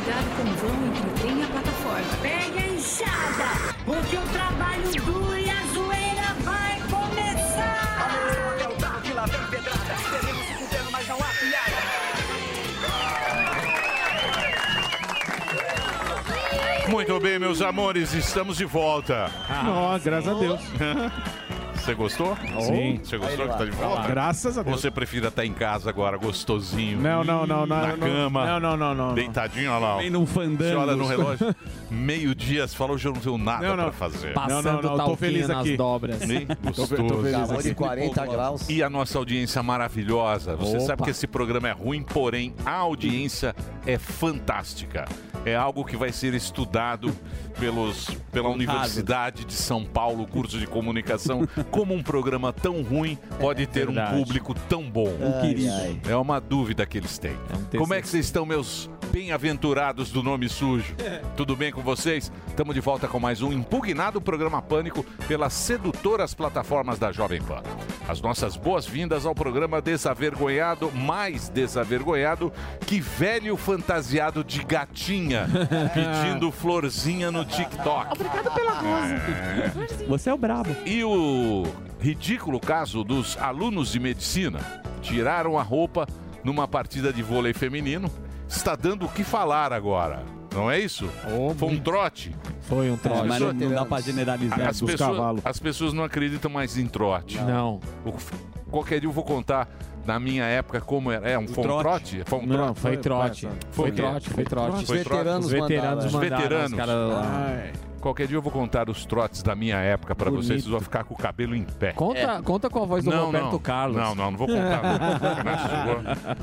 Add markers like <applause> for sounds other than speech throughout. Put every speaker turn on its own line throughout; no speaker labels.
estação entre o trem e a plataforma.
Pega a enxada, porque o trabalho duro e a zoeira vai começar.
Até o tarde lá vem pedrada. Teremos se fudendo, mas não há piada.
Muito bem, meus amores, estamos de volta.
Ó, Ah, graças a Deus.
Você gostou?
Sim.
Você gostou que tá de volta?
Graças a Deus.
Você prefira estar em casa agora, gostosinho?
Não, não, não, não.
Na
não,
cama?
Não, não, não, não. não.
Deitadinho, olha lá. ó.
Bem num fandango.
Você olha no relógio,
<laughs>
meio-dia, você fala, hoje eu não tenho nada
Não,
pra
não.
fazer.
Não, não,
Passando
não, eu tô
talquinho
feliz
nas
aqui.
dobras.
Bem
Tô, fe-
gostoso.
tô feliz
Calor de
aqui.
40 graus.
E a nossa audiência maravilhosa. Você
Opa.
sabe que esse programa é ruim, porém a audiência é fantástica. É algo que vai ser estudado pelos, pela Universidade de São Paulo, curso de comunicação. Como um programa tão ruim pode ter
verdade.
um público tão bom?
Ai, ai.
É uma dúvida que eles têm.
um TCC.
Como é que vocês estão, meus bem-aventurados do nome sujo?
É.
Tudo bem com vocês? Estamos de volta com mais um impugnado programa Pânico pelas sedutoras plataformas da Jovem Pan. As nossas boas-vindas ao programa desavergonhado, mais desavergonhado que velho fantasiado de
<laughs>
gatinha pedindo florzinha no TikTok.
Obrigado pela rosa.
Você é o brabo.
E o ridículo caso dos alunos de medicina tiraram a roupa numa partida de vôlei feminino. Está dando o que falar agora, não é isso? Foi um trote.
Foi um troço.
É, mas não-
não dá pra generalizar.
as,
dos
pessoas,
cavalos.
as pessoas não acreditam mais em trote.
Não.
O- Qualquer dia eu vou contar na minha época como era. É, um, foi um trote? Foi um
Não,
trote.
foi
Foi
trote.
essa.
Foi
Foi
o quê?
trote, foi trote.
Os
Foi trote.
veteranos
Os
mandaram.
mandaram.
veteranos mandaram os
veteranos.
caras lá.
Ai.
Qualquer dia eu vou contar os trotes da minha época pra vocês.
Bonito.
Vocês vão ficar com o cabelo em pé.
Conta, conta com a voz do Roberto
É. não.
Carlos.
Não, não, não vou contar. não. Sacanagem,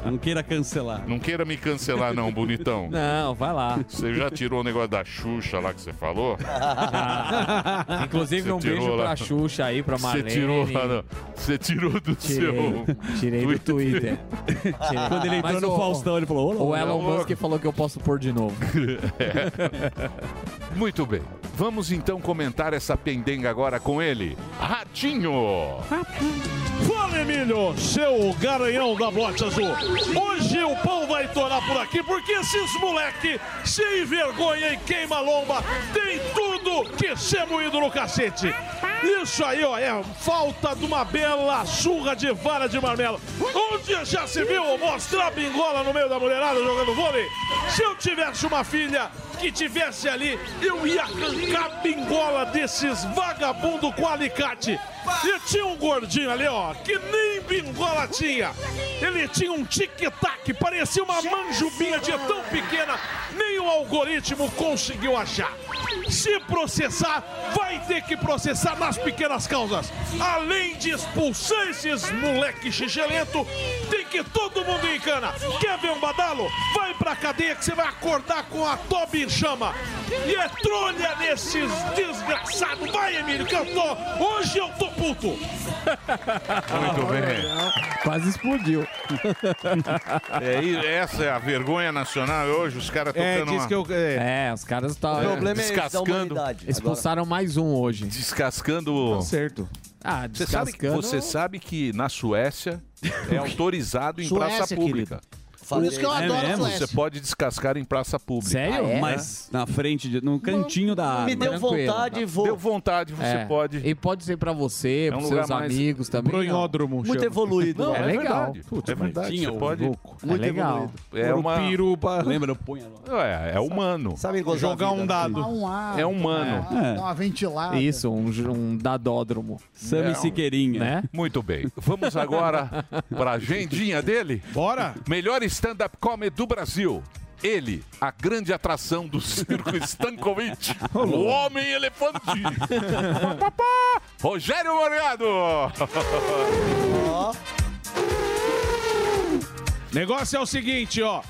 vou-
Não queira cancelar.
Não queira me cancelar, não, bonitão.
Não, vai lá.
Você já tirou o negócio da Xuxa lá que você falou?
<laughs> Inclusive,
Você
um
tirou
beijo
lá.
pra Xuxa aí, pra
Você
Marlene.
tirou lá, não. Você tirou do
Tirei,
seu.
tirei do Twitter. Tirei.
Quando ele entrou
Mas
no
o-
Faustão, ele falou: Olá.
O Elon
louco.
Musk falou que eu posso pôr de
<laughs>
novo.
É. Muito bem. Vamos então comentar essa pendenga agora com ele. Ratinho!
Fala, Emílio, seu garanhão da Blote Azul. Hoje o pão vai torar por aqui, porque esses moleque sem vergonha e queima lomba tem tudo que ser moído no cacete. Isso aí, ó, é falta de uma bela surra de vara de marmelo. Onde já se viu mostrar bingola no meio da mulherada jogando vôlei? Se eu tivesse uma filha que tivesse ali, eu ia arrancar bingola desses vagabundo com alicate. E tinha um gordinho ali, ó, que nem bingola tinha. Ele tinha um tic-tac, parecia uma manjubinha de tão pequena, nem o algoritmo conseguiu achar. Se processar, vai ter que processar nas pequenas causas. Além de expulsar esses moleque xixelento, tem que todo mundo em cana. Quer ver um badalo? Vai pra cadeia que você vai acordar com a toba em chama. E é trolha nesses desgraçados. Vai, Emílio, que eu tô. Hoje eu tô puto.
Muito bem.
Quase explodiu.
É, e essa é a vergonha nacional hoje, os caras tocando uma-
eu.
É, os caras estão.
O problema é da
Descascando.
humanidade.
Expulsaram mais um hoje. Tá
descascando.
certo.
Ah,
Você sabe, que-
descascando.
você sabe que na Suécia
<laughs>
é autorizado em
Suécia,
praça pública.
Agora, falei,
isso que eu
É
né?
adoro
mesmo?
flash.
Você pode descascar em praça pública.
Sério?
Ah, é?
Mas na frente, de, no cantinho da
Me
árvore.
deu
Tranquilo.
vontade e vou.
Deu vontade, você
É.
pode.
E pode ser pra você,
É um
pros
lugar
seus
mais-
amigos também.
Muito evoluído. né?
Não, é, legal.
verdade. né? é verdade. Você pode.
É legal.
É uma.
Lembra? Eu ponho lá.
É, é humano.
Sabe gozar
Jogar
a vida,
um dado.
Dá um ar,
É humano.
né?
dá uma ventilada.
Isso, um, j- um dadódromo,
É,
Sam
um-
e Siqueirinha.
né?
Muito bem. Vamos agora para a agendinha dele.
Bora?
Melhor stand-up comedy do Brasil. Ele, a grande atração do <laughs> circo Stankovic. o homem elefante.
Tá
Papapá, <laughs> Rogério Morgado.
Negócio é o seguinte, ó.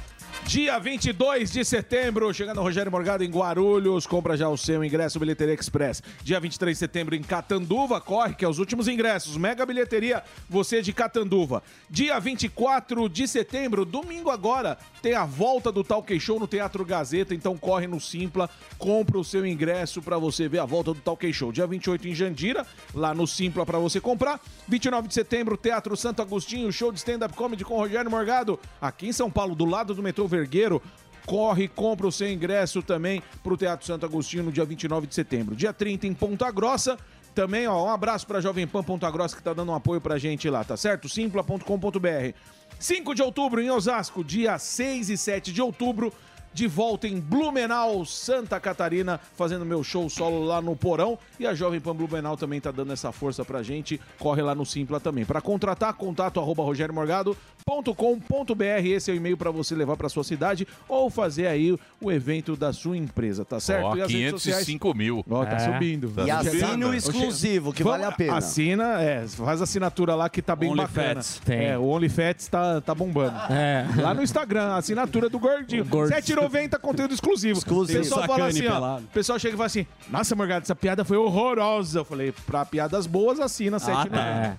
Dia 22 de setembro, chegando o Rogério Morgado em Guarulhos, compra já o seu ingresso Bilheteria Express. Dia 23 de setembro em Catanduva, corre que é os últimos ingressos. Mega Bilheteria, você de Catanduva. Dia 24 de setembro, domingo agora, tem a volta do Talk Show no Teatro Gazeta, então corre no Simpla, compra o seu ingresso pra você ver a volta do Talk Show. Dia 28 em Jandira, lá no Simpla pra você comprar. 29 de setembro, Teatro Santo Agostinho, show de stand-up comedy com Rogério Morgado, aqui em São Paulo, do lado do metrô Vergueiro. corre, compra o seu ingresso também pro Teatro Santo Agostinho no dia 29 de setembro. Dia 30 em Ponta Grossa. Também, ó, um abraço pra Jovem Pan Ponta Grossa que tá dando um apoio pra gente lá, tá certo? Simpla.com.br. 5 de outubro em Osasco, dia 6 e 7 de outubro, de volta em Blumenau, Santa Catarina, fazendo meu show solo lá no Porão. E a Jovem Pan Blumenau também tá dando essa força pra gente. Corre lá no Simpla também. Pra contratar, contato arroba rogeriomorgado.com.br. Esse é o e-mail pra você levar pra sua cidade ou fazer aí o evento da sua empresa, tá certo?
Ó,
e as redes sociais-
505 mil.
Ó,
É.
É.
tá subindo.
Tá
E
subindo.
assina o
exclusivo, que
Vamos-
vale a pena.
Assina, é, faz assinatura lá que tá bem
Only
bacana.
Fats. Tem.
É, o OnlyFats tá, tá bombando.
É.
Lá no Instagram, a assinatura do Gordinho.
Gordo.
7,90 conteúdo exclusivo.
Exclusivo.
O pessoal fala
Sacane
assim, ó,
pelado.
o pessoal chega e fala assim, nossa, Morgado, essa piada foi horrorosa. Eu falei, pra piadas boas,
Ah,
assina
tá.
7,90.
É.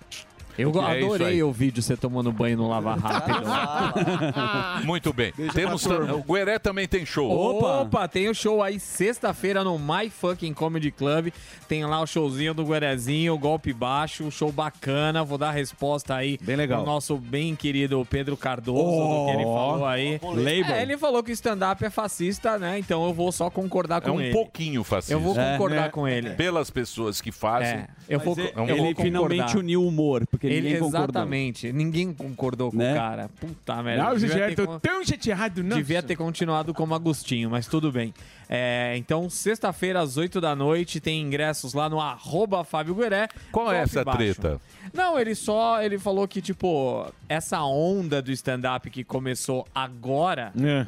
Eu
É isso aí.
adorei o vídeo você tomando banho no Lava Rápido.
Muito bem. Temos
pra turma.
tam- o Gueré também tem show.
Opa! tem o show aí sexta-feira no My Fucking Comedy Club. Tem lá o showzinho do Guerezinho, o golpe baixo, um show bacana. Vou dar a resposta aí bem Oh.
legal.
do nosso bem querido Pedro Cardoso, do que ele falou aí.
Label.
É, ele falou que stand-up é fascista, né? Então eu vou só concordar
É
com
um
ele.
pouquinho fascista.
Eu vou
É,
concordar
né?
com ele.
Pelas pessoas que fazem.
É, eu vou-
Mas
eu vou
Ele
concordar.
finalmente uniu o humor, porque
Ele,
ninguém concordou. Né?
exatamente, ninguém concordou com o cara. Puta merda.
Não,
devia
Gigi, eu
ter
tô
con-
um
tão chateado, não.
Devia ter continuado como Agostinho, mas tudo bem. É, então, sexta-feira, às 8 da noite, tem ingressos lá no arroba Fábio Gueré.
Qual é
Golpe
essa
baixo.
treta?
Não, ele só ele falou que, tipo, essa onda do stand-up que começou agora é
É.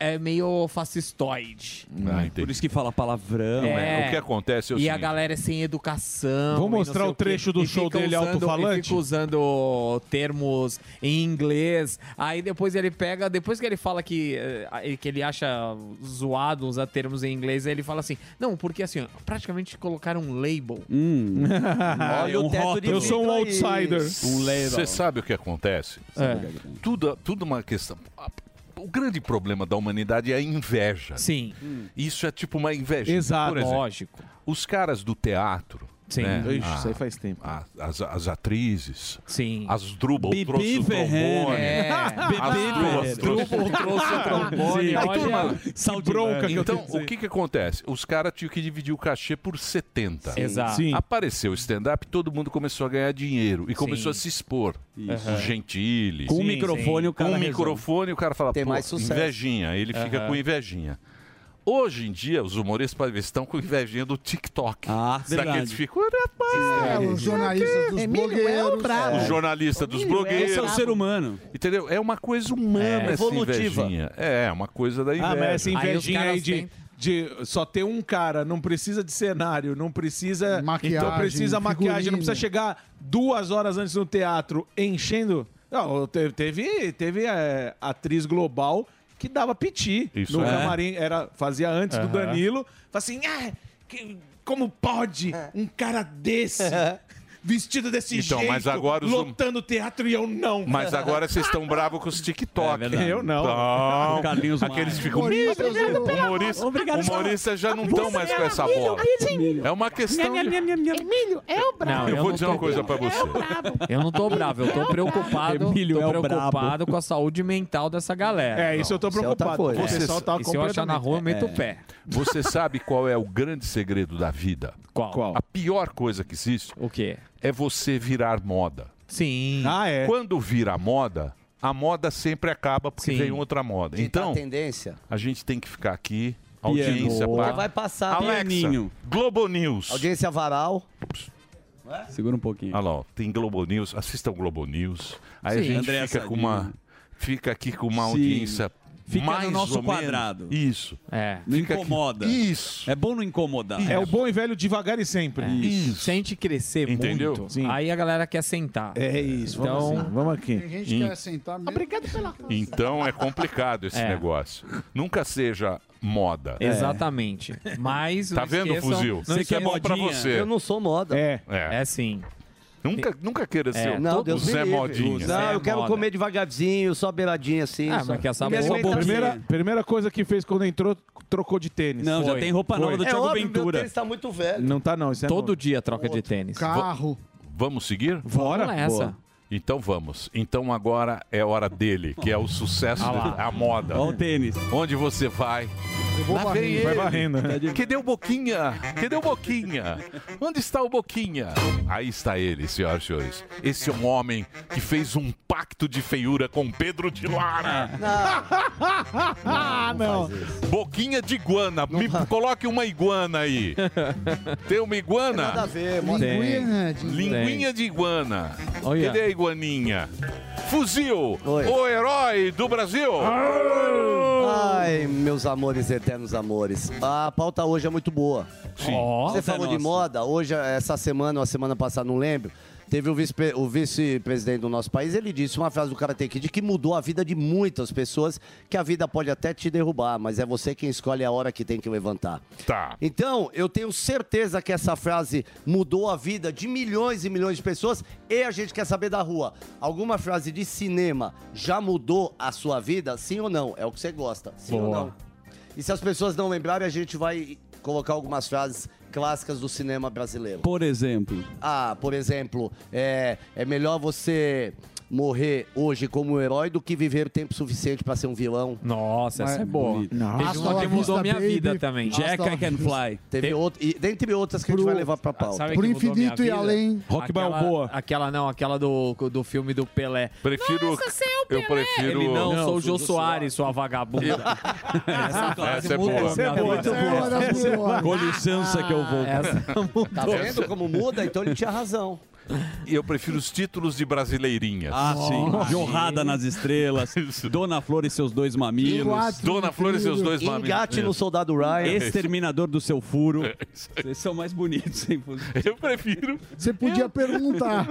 É.
meio fascistoide.
Ah, entendi.
Por isso que fala palavrão.
É.
O que acontece é o
E a
seguinte,
galera é sem educação.
Vou
e não
mostrar
sei
o
quê.
trecho do
E
show
fica
dele
usando-
alto-falante?
e Fica usando termos em inglês. Aí depois ele pega, depois que ele fala que, eh, que ele acha zoado usar termos em inglês, aí ele fala assim: não, porque assim, ó, praticamente colocaram um label.
<laughs>
Olha o teto de
Eu sou É um
vidro aí.
outsider. É.
Você sabe o que acontece? Tudo, tudo uma questão. O grande problema da humanidade é a inveja.
Sim.
Isso é tipo uma inveja.
Exato.
Por exemplo,
Lógico.
Os caras do teatro.
Sim.
né?
Ixi, isso aí
Ah,
faz tempo.
a- as, as atrizes.
Sim.
As Drubal
Bibi
trouxe o
Ferreira.
trombone.
É.
<laughs>
As Drubal trouxe o
trouxe o trombone.
Sim.
olha-
Aí, turma,
Que bronca que eu
Então,
tenho que
o que que acontece? Os caras tinham que dividir o cachê por 70.
Exato.
Sim.
Apareceu o stand-up, todo mundo começou a ganhar dinheiro e começou
Sim.
a se expor.
Isso.
O Gentili.
Com o
Sim,
microfone o
com
cara
o
resolve.
microfone o cara fala,
Tem
pô,
mais sucesso.
invejinha. Ele fica com invejinha. Hoje em dia, os humoristas parece que estão com invejinha do TikTok.
Ah,
Daqueles
verdade.
ficam... "Rapaz,
É, os jornalistas dos blogueiros.
O
é.
jornalista dos
Esse é o
blogueiros.
ser humano.
Entendeu? É uma coisa humana
É,
essa
evolutiva.
invejinha. É, é uma coisa da inveja.
Ah, mas essa
Aí os
invejinha aí,
caras
de,
têm-
de só ter um cara, não precisa de cenário, não precisa.
Maquiagem,
não precisa maquiagem, não
figurino.
precisa chegar duas horas antes no teatro enchendo. Não, te- teve, teve é, atriz global que dava piti
Isso
no
é.
camarim, era, fazia antes do Danilo. Fala assim, ah, que- como pode um cara desse, vestido desse
Então,
jeito,
mas agora os hum-
lotando o teatro e eu não?
Mas agora
<laughs>
vocês estão bravos com os TikTok.
É verdade.
Eu não.
Não.
O Carlinhos
Aqueles
Maia.
ficam.
Humoristas,
Obrigado, humorista,
Obrigado, é
humorista já não estão mais com essa bola. É uma questão. de-
Emílio, é o brabo.
Não,
Eu vou
não
dizer
tô
uma coisa pra você.
Eu não tô bravo,
<laughs>
eu tô preocupado.
Emílio é
tô
o
preocupado com a saúde mental dessa galera.
É, isso eu tô
isso é outra
preocupado.
coisa.
O pessoal tá
e se eu achar na
completamente-
rua, eu meto o pé.
É. Você sabe qual é o grande segredo da vida?
Qual?
Qual?
A pior coisa que existe
O quê?
é você virar moda.
Sim.
Ah, é.
Quando vira moda, a moda sempre acaba porque
Sim.
vem outra moda.
Então,
Então,
a tendência.
a gente tem que ficar aqui.
é
Audiência,
Piano.
pá.
Então vai passar.
Alexa,
pianinho.
Globo News.
Audiência varal.
Segura um pouquinho.
Olha lá, ó, tem Globo News, assistam Globo News. Aí
Sim.
a gente
Andréa
fica com
Sardinha.
uma. Fica aqui com uma
Sim.
audiência.
Fica no
mais
nosso
ou menos-
quadrado.
Isso.
É.
Não
Fica aqui.
incomoda.
Isso.
É bom não incomodar.
É o bom e velho devagar e sempre.
É. Isso.
Sente crescer
Entendeu?
muito.
Sim.
Aí a galera quer sentar.
É isso, vamos
Então-
assim, vamos aqui.
Tem gente que é assim, tá quer sentar mesmo. Obrigado pela
Então é complicado esse
É.
negócio. Nunca seja moda.
Exatamente. Mas.
Tá
não
vendo,
esqueçam-
fuzil?
não
Você quer
esqueçam-
moda pra
modinha.
você.
Eu não sou moda.
É.
É.
É sim. É.
Nunca, nunca queira ser o-
É. Não,
o
Deus me
Zé
livre. é
Modinha.
Zé
Não, eu quero
moda.
comer devagarzinho, só beiradinha assim.
Ah,
só.
mas que essa
Minha
boa-
alimentação-
Primeira, primeira coisa que fez quando entrou, trocou de tênis.
Não, já
Foi.
tem roupa nova do
É
Thiago
óbvio, meu
Ventura.
tênis tá muito velho.
Não tá não, isso é
Todo
novo.
dia troca de tênis.
carro.
Vamos seguir?
Bora.
Vamos nessa.
Boa.
Então vamos. Então agora é hora dele, que é o sucesso,
Ah lá.
do- a moda.
Olha o tênis.
Onde você vai?
vou
Lá
varrendo.
vem ele.
Vai
varrendo, né?
<laughs> Que deu Boquinha? Que deu Boquinha? Onde está o Boquinha? Aí está ele, senhoras e senhores. Esse é um homem que fez um pacto de feiura com Pedro de Lara.
Ah, não.
Boquinha de iguana. Me coloque uma iguana
<laughs>
aí. Tem uma
É Nada
iguana?
a ver, mano.
Linguinha de...
Linguinha de iguana.
Olha.
Cadê a iguaninha? Fuzil,
Oi.
o herói do Brasil.
Ai, meus amores, eternos amores. A pauta hoje é muito boa.
Sim.
Você falou de moda, hoje, essa semana, ou a semana passada, não lembro. Teve o vice- o vice-presidente do nosso país, ele disse uma frase do Karate Kid que mudou a vida de muitas pessoas, que a vida pode até te derrubar, mas é você quem escolhe a hora que tem que levantar.
Tá.
Então, eu tenho certeza que essa frase mudou a vida de milhões e milhões de pessoas e a gente quer saber da rua. Alguma frase de cinema já mudou a sua vida? Sim ou não? É o que você gosta. Sim ou não? E se as pessoas não lembrarem, a gente vai colocar algumas frases clássicas do cinema brasileiro.
Por exemplo.
Ah, por exemplo, é, é melhor você morrer hoje como um herói do que viver tempo suficiente para ser um vilão.
Nossa, essa é boa.
bonito.
Teve
Hasta
uma
la
que mudou
vista,
minha
baby.
vida também.
Hasta
Jack
la
I Can
vista.
Fly.
Teve
Tem-
outro, e, dentre outras que a gente
Pro-
vai levar pra pauta.
Sabe
Por
que mudou minha
infinito e
vida?
além.
Rock
<laughs>
aquela,
Balboa.
Aquela não, aquela do, do filme do Pelé. é
Prefiro. eu prefiro.
Ele não,
Não,
sou o Jô
sou o Jô
Soares, sua vagabunda. <laughs> essa
Essa é boa.
Essa é
minha
boa.
vida.
Essa é uma das melhores.
Com licença que eu
<laughs>
vou.
é
Essa mudou.
Tá vendo como muda? Então ele tinha razão.
E eu prefiro os títulos de brasileirinhas.
Ah, sim. Jorrada nas
<laughs>
estrelas.
Isso.
Dona Flor e seus dois mamilos.
Quatro
Dona
de
Flor e seus
trilho.
dois mamilos.
Engate
É.
no soldado Ryan.
Exterminador do seu furo. Vocês são mais bonitos,
<laughs>
hein?
Eu prefiro.
Você podia perguntar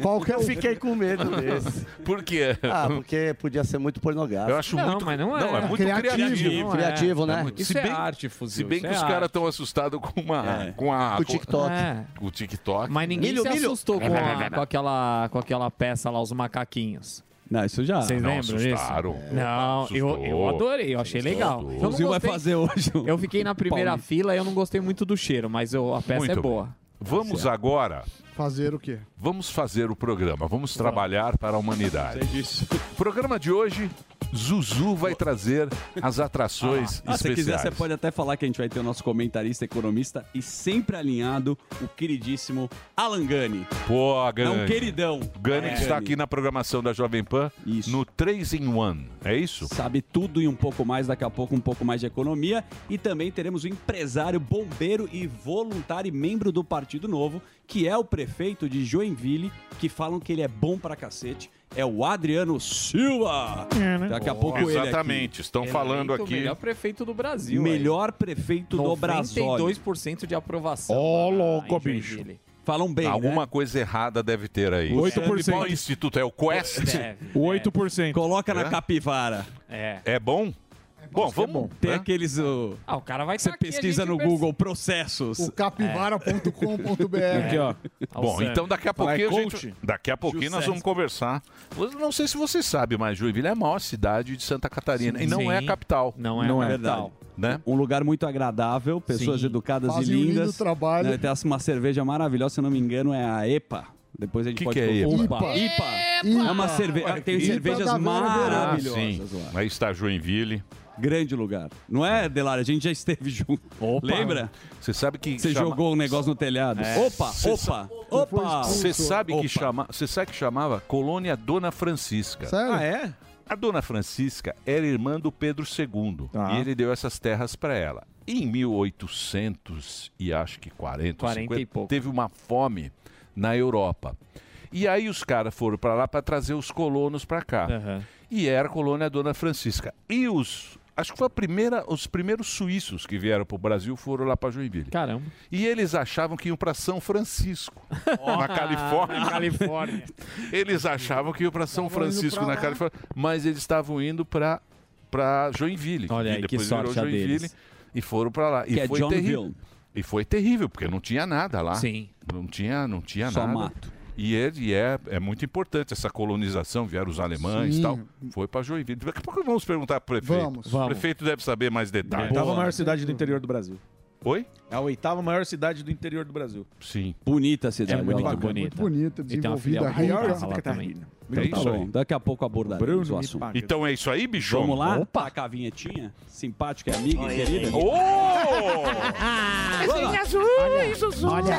qual que é o...
Eu fiquei com medo desse.
Por quê?
um. Ah, porque podia ser muito
eu
pornográfico.
acho
Não,
muito.
mas não é.
muito criativo.
Criativo.
Não é.
Criativo, né?
Isso
Se
é
bem-
arte, fuzil.
Se bem
isso
que
é
os
arte.
caras estão assustados com uma.
É.
Com a. com-
O TikTok.
É.
com o TikTok. É,
Mas ninguém
Milho,
se
milho.
assustou com, a- com aquela, com aquela peça lá, os macaquinhos.
Não, isso já.
Vocês
não,
lembram
assustaram.
disso? Não, eu,
Assustou.
eu adorei, eu achei legal. Eu não
O Zil vai
gostei-
fazer hoje. um
Eu fiquei na primeira
Paulinho.
fila e eu não gostei muito do cheiro, mas eu- a peça
Muito
é
bem.
boa.
Vamos agora.
Fazer o quê?
Vamos fazer o programa. Vamos trabalhar para a humanidade.
disso.
Programa de hoje. Zuzu vai trazer as atrações
Ah, se
especiais.
quiser, você pode até falar que a gente vai ter o nosso comentarista, economista e sempre alinhado, o queridíssimo Alan Gani.
Pô,
É
Gani.
um queridão.
Gani
É.
que está aqui na programação da Jovem Pan
Isso.
no 3 in 1. É isso?
Sabe tudo e um pouco mais, daqui a pouco um pouco mais de economia. E também teremos o empresário, bombeiro e voluntário e membro do Partido Novo, que é o prefeito de Joinville, que falam que ele é bom pra cacete. É o Adriano Silva. Daqui a pouco ele aqui.
Exatamente. Estão falando
Eleito o
aqui.
melhor prefeito do Brasil.
Melhor prefeito do Brasil.
92% de aprovação.
Ó,
lá
Ah,
louco,
em
bicho.
Joinville.
Falam bem,
Alguma
né?
coisa errada deve ter aí.
8%.
Qual instituto? É o Quest?
Deve,
O 8%.
Coloca na capivara.
É.
É bom? bom, vamos.
Tem
né?
aqueles... o-
Ah, o cara vai
Você
tá aqui, a
pesquisa
gente
no
perce-
Google processos.
O capivara.com.br.
Aqui, ó.
Ah, o
Bom,
Sam.
então daqui a
Fala,
pouquinho
é
a gente,
coach?
daqui a pouquinho nós vamos conversar. Eu não sei se você sabe, mas Joinville é a maior cidade de Santa Catarina e não é a
Sim.
capital,
Não é,
Não
a
é
capital.
né?
Um lugar muito agradável, pessoas
Sim.
educadas
Fazem
e
um
lindas.
lindo trabalho.
Né, Tem uma cerveja maravilhosa, se eu não me engano, é a EPA. Depois a gente
Que
pode
que é
colocar.
EPA?
IPA. É uma cerveja. Tem
Ipa
cervejas
da é Vera
Ah, sim.
maravilhosas lá.
Aí está Joinville.
Grande lugar. Não é, Delara? A gente já esteve <laughs> junto. Lembra?
Você sabe que
Você
chama- É.
jogou um negócio no telhado. Opa,
Cê
opa, opa.
Você sabe
Opa.
que chama, você sabe que chamava Colônia Dona Francisca.
Sério?
Ah, é?
A Dona Francisca era irmã do Pedro II
Tá.
e ele deu essas terras para ela. Em 1800 e acho que 40,
40 e
50,
pouco.
teve uma fome na Europa. E aí os caras foram para lá para trazer os colonos para cá.
Aham.
E era a colônia Dona Francisca. E os acho que foi a primeira, os primeiros suíços que vieram para o Brasil foram lá para Joinville.
Caramba.
E eles achavam que iam para São
<laughs>
Francisco, na Califórnia.
Califórnia. Tá
Eles achavam que iam para São
Estavam indo
Francisco
pra
na
lá.
Califórnia, mas eles estavam indo para para Joinville. e
Olha aí, que
depois virou
sorte a
Joinville
deles.
e foram para lá.
Que
Ah, e
é
foi
John
terrível.
Ville.
E foi terrível, porque não tinha nada lá.
Sim.
Não tinha, não tinha
Só
nada.
mato.
E, ele é, é muito importante essa colonização, vieram os alemães e
Sim.
tal. Foi para Joinville. Daqui a pouco vamos perguntar pro prefeito.
Vamos.
É
O prefeito deve saber mais detalhes.
Oitava maior cidade do interior do Brasil.
Oi?
É a oitava maior cidade do interior do Brasil.
Sim.
Bonita a cidade.
É muito
olha lá.
bonita.
bonita,
E tem uma
desenvolvida,
filial
rica.
muito
Maior
Santa
Santa
Catarina.
Catarina.
É
Então,
isso
tá
aí.
bom. Daqui a pouco abordaremos o
Bruno
assunto.
Mipaga.
Então é isso aí, bichão.
Vamos lá? Opa. A vinhetinha, simpática, amiga e querida.
Ô!
é
Olha, olha,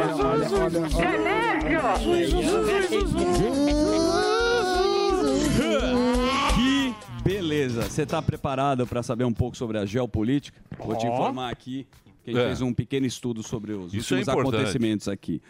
olha, olha, olha, olha.
Que beleza! Você tá preparado para saber um pouco sobre a geopolítica? É. Vou te informar aqui que a gente
É.
fez um pequeno estudo sobre os
Isso é
últimos
importante.
acontecimentos aqui.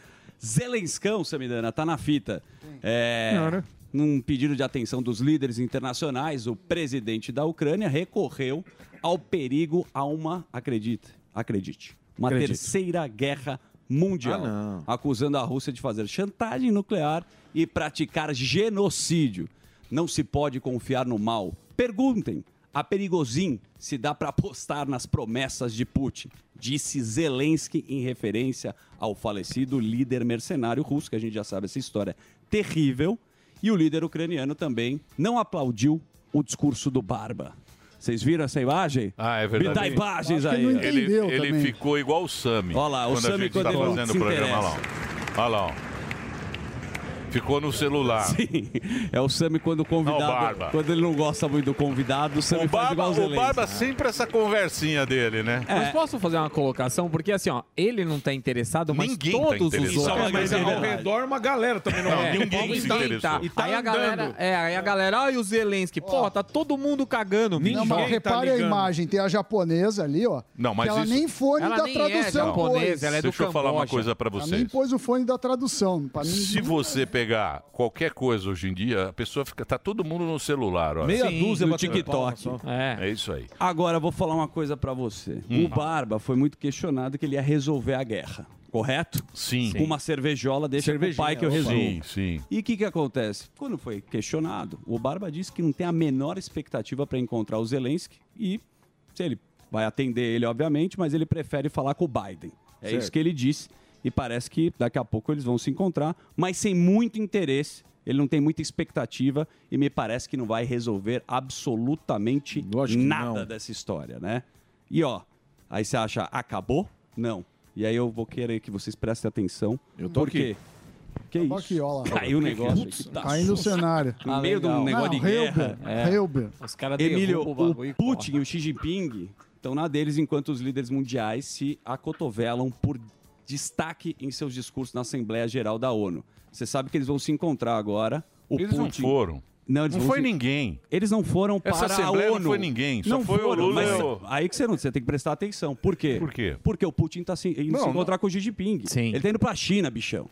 Zelenskão, Samidana, tá na fita. É,
Cara.
num pedido de atenção dos líderes internacionais, o presidente da Ucrânia recorreu ao perigo a uma, acredita, acredite, uma terceira guerra mundial,
Ah,
acusando a Rússia de fazer chantagem nuclear e praticar genocídio. Não se pode confiar no mal. Perguntem a Perigozin se dá para apostar nas promessas de Putin, disse Zelensky em referência ao falecido líder mercenário russo, que a gente já sabe essa história terrível. E o líder ucraniano também não aplaudiu o discurso do Barba. Vocês viram essa imagem?
Ah, é
Me dá
verdade.
imagens
Acho que
aí.
não
ó.
entendi.
Ele,
Entendeu
ele
também.
ficou igual o Sami.
Olha lá, o
quando
Sami,
a gente
quando
tá
ele não
fazendo
se
o programa. Olha lá.
interessa.
Olha lá. ó. Ficou no celular.
Sim, é o Sami quando o convidado.
Não, o Barba.
Quando ele não gosta muito do convidado, o Sami
O
faz
Barba,
igual o
o
Zelensky.
Barba sempre essa conversinha dele, né?
Mas posso fazer uma colocação? Porque assim, ó, ele não tá interessado, mas
Ninguém tá
todos os
interessado.
outros.
Isso é uma
mas
coisa
ao
verdade.
redor uma galera também não. é.
Não, ninguém se
Ninguém tá.
interessou.
tá
aí a
andando.
galera, é, aí a galera, ai o Zelensky, pô, tá todo mundo cagando. bicho.
Não, mas
Ninguém tá
repare a
ligando.
imagem, tem a japonesa ali, ó.
Não, mas
que ela
isso-
nem fone
Ela
da
nem é
tradução
japonesa,
pôs.
ela é do
Deixa eu falar uma
Camboja.
coisa pra
Ela nem
vocês.
pôs o fone da tradução. Pra mim,
Se você pegar qualquer coisa hoje em dia, a pessoa fica. Tá todo mundo no celular, ó.
Meia
Sim,
dúzia
no
batendo
TikTok.
palma só.
É.
É isso aí.
Agora, eu vou falar uma coisa pra você. O Barba foi muito questionado que ele ia resolver a guerra, correto?
Sim.
Com uma cervejola, deixa com o pai que eu resolvo.
Sim, sim.
E o que, que acontece? Quando foi questionado, o Barba disse que não tem a menor expectativa para encontrar o Zelensky e se ele vai atender ele, obviamente, mas ele prefere falar com o Biden. É isso que ele disse. E parece que daqui a pouco eles vão se encontrar, mas sem muito interesse. Ele não tem muita expectativa e me parece que não vai resolver absolutamente
Lógico que
nada
não.
dessa história, né? E ó, aí você acha, acabou? Não. E aí eu vou querer que vocês prestem atenção.
Eu tô aqui.
porque... Que
Acabou
isso?
aqui, ó lá.
Caiu o negócio. aqui, tá
Caindo o cenário.
no meio de um negócio de guerra.
É. Helber.
Ah, Os caras
Emílio,
derrubam
o,
bagulho e
Putin e o Xi Jinping estão na deles enquanto os líderes mundiais se acotovelam por destaque em seus discursos na Assembleia Geral da ONU. Você sabe que eles vão se encontrar agora. O
Eles não
Putin.
foram.
Não, eles
Não
vão
foi
se-
ninguém.
Eles não foram
Essa
para
Assembleia
a
não
ONU.
foi ninguém, só
Não
foi o
foram,
Lula
mas
e o-
Aí que você não, você tem que prestar atenção. Por quê?
Por quê?
Porque o Putin está se, indo
Não,
se
não.
encontrar com o Xi Jinping.
Sim.
Ele tá indo para a China, bichão.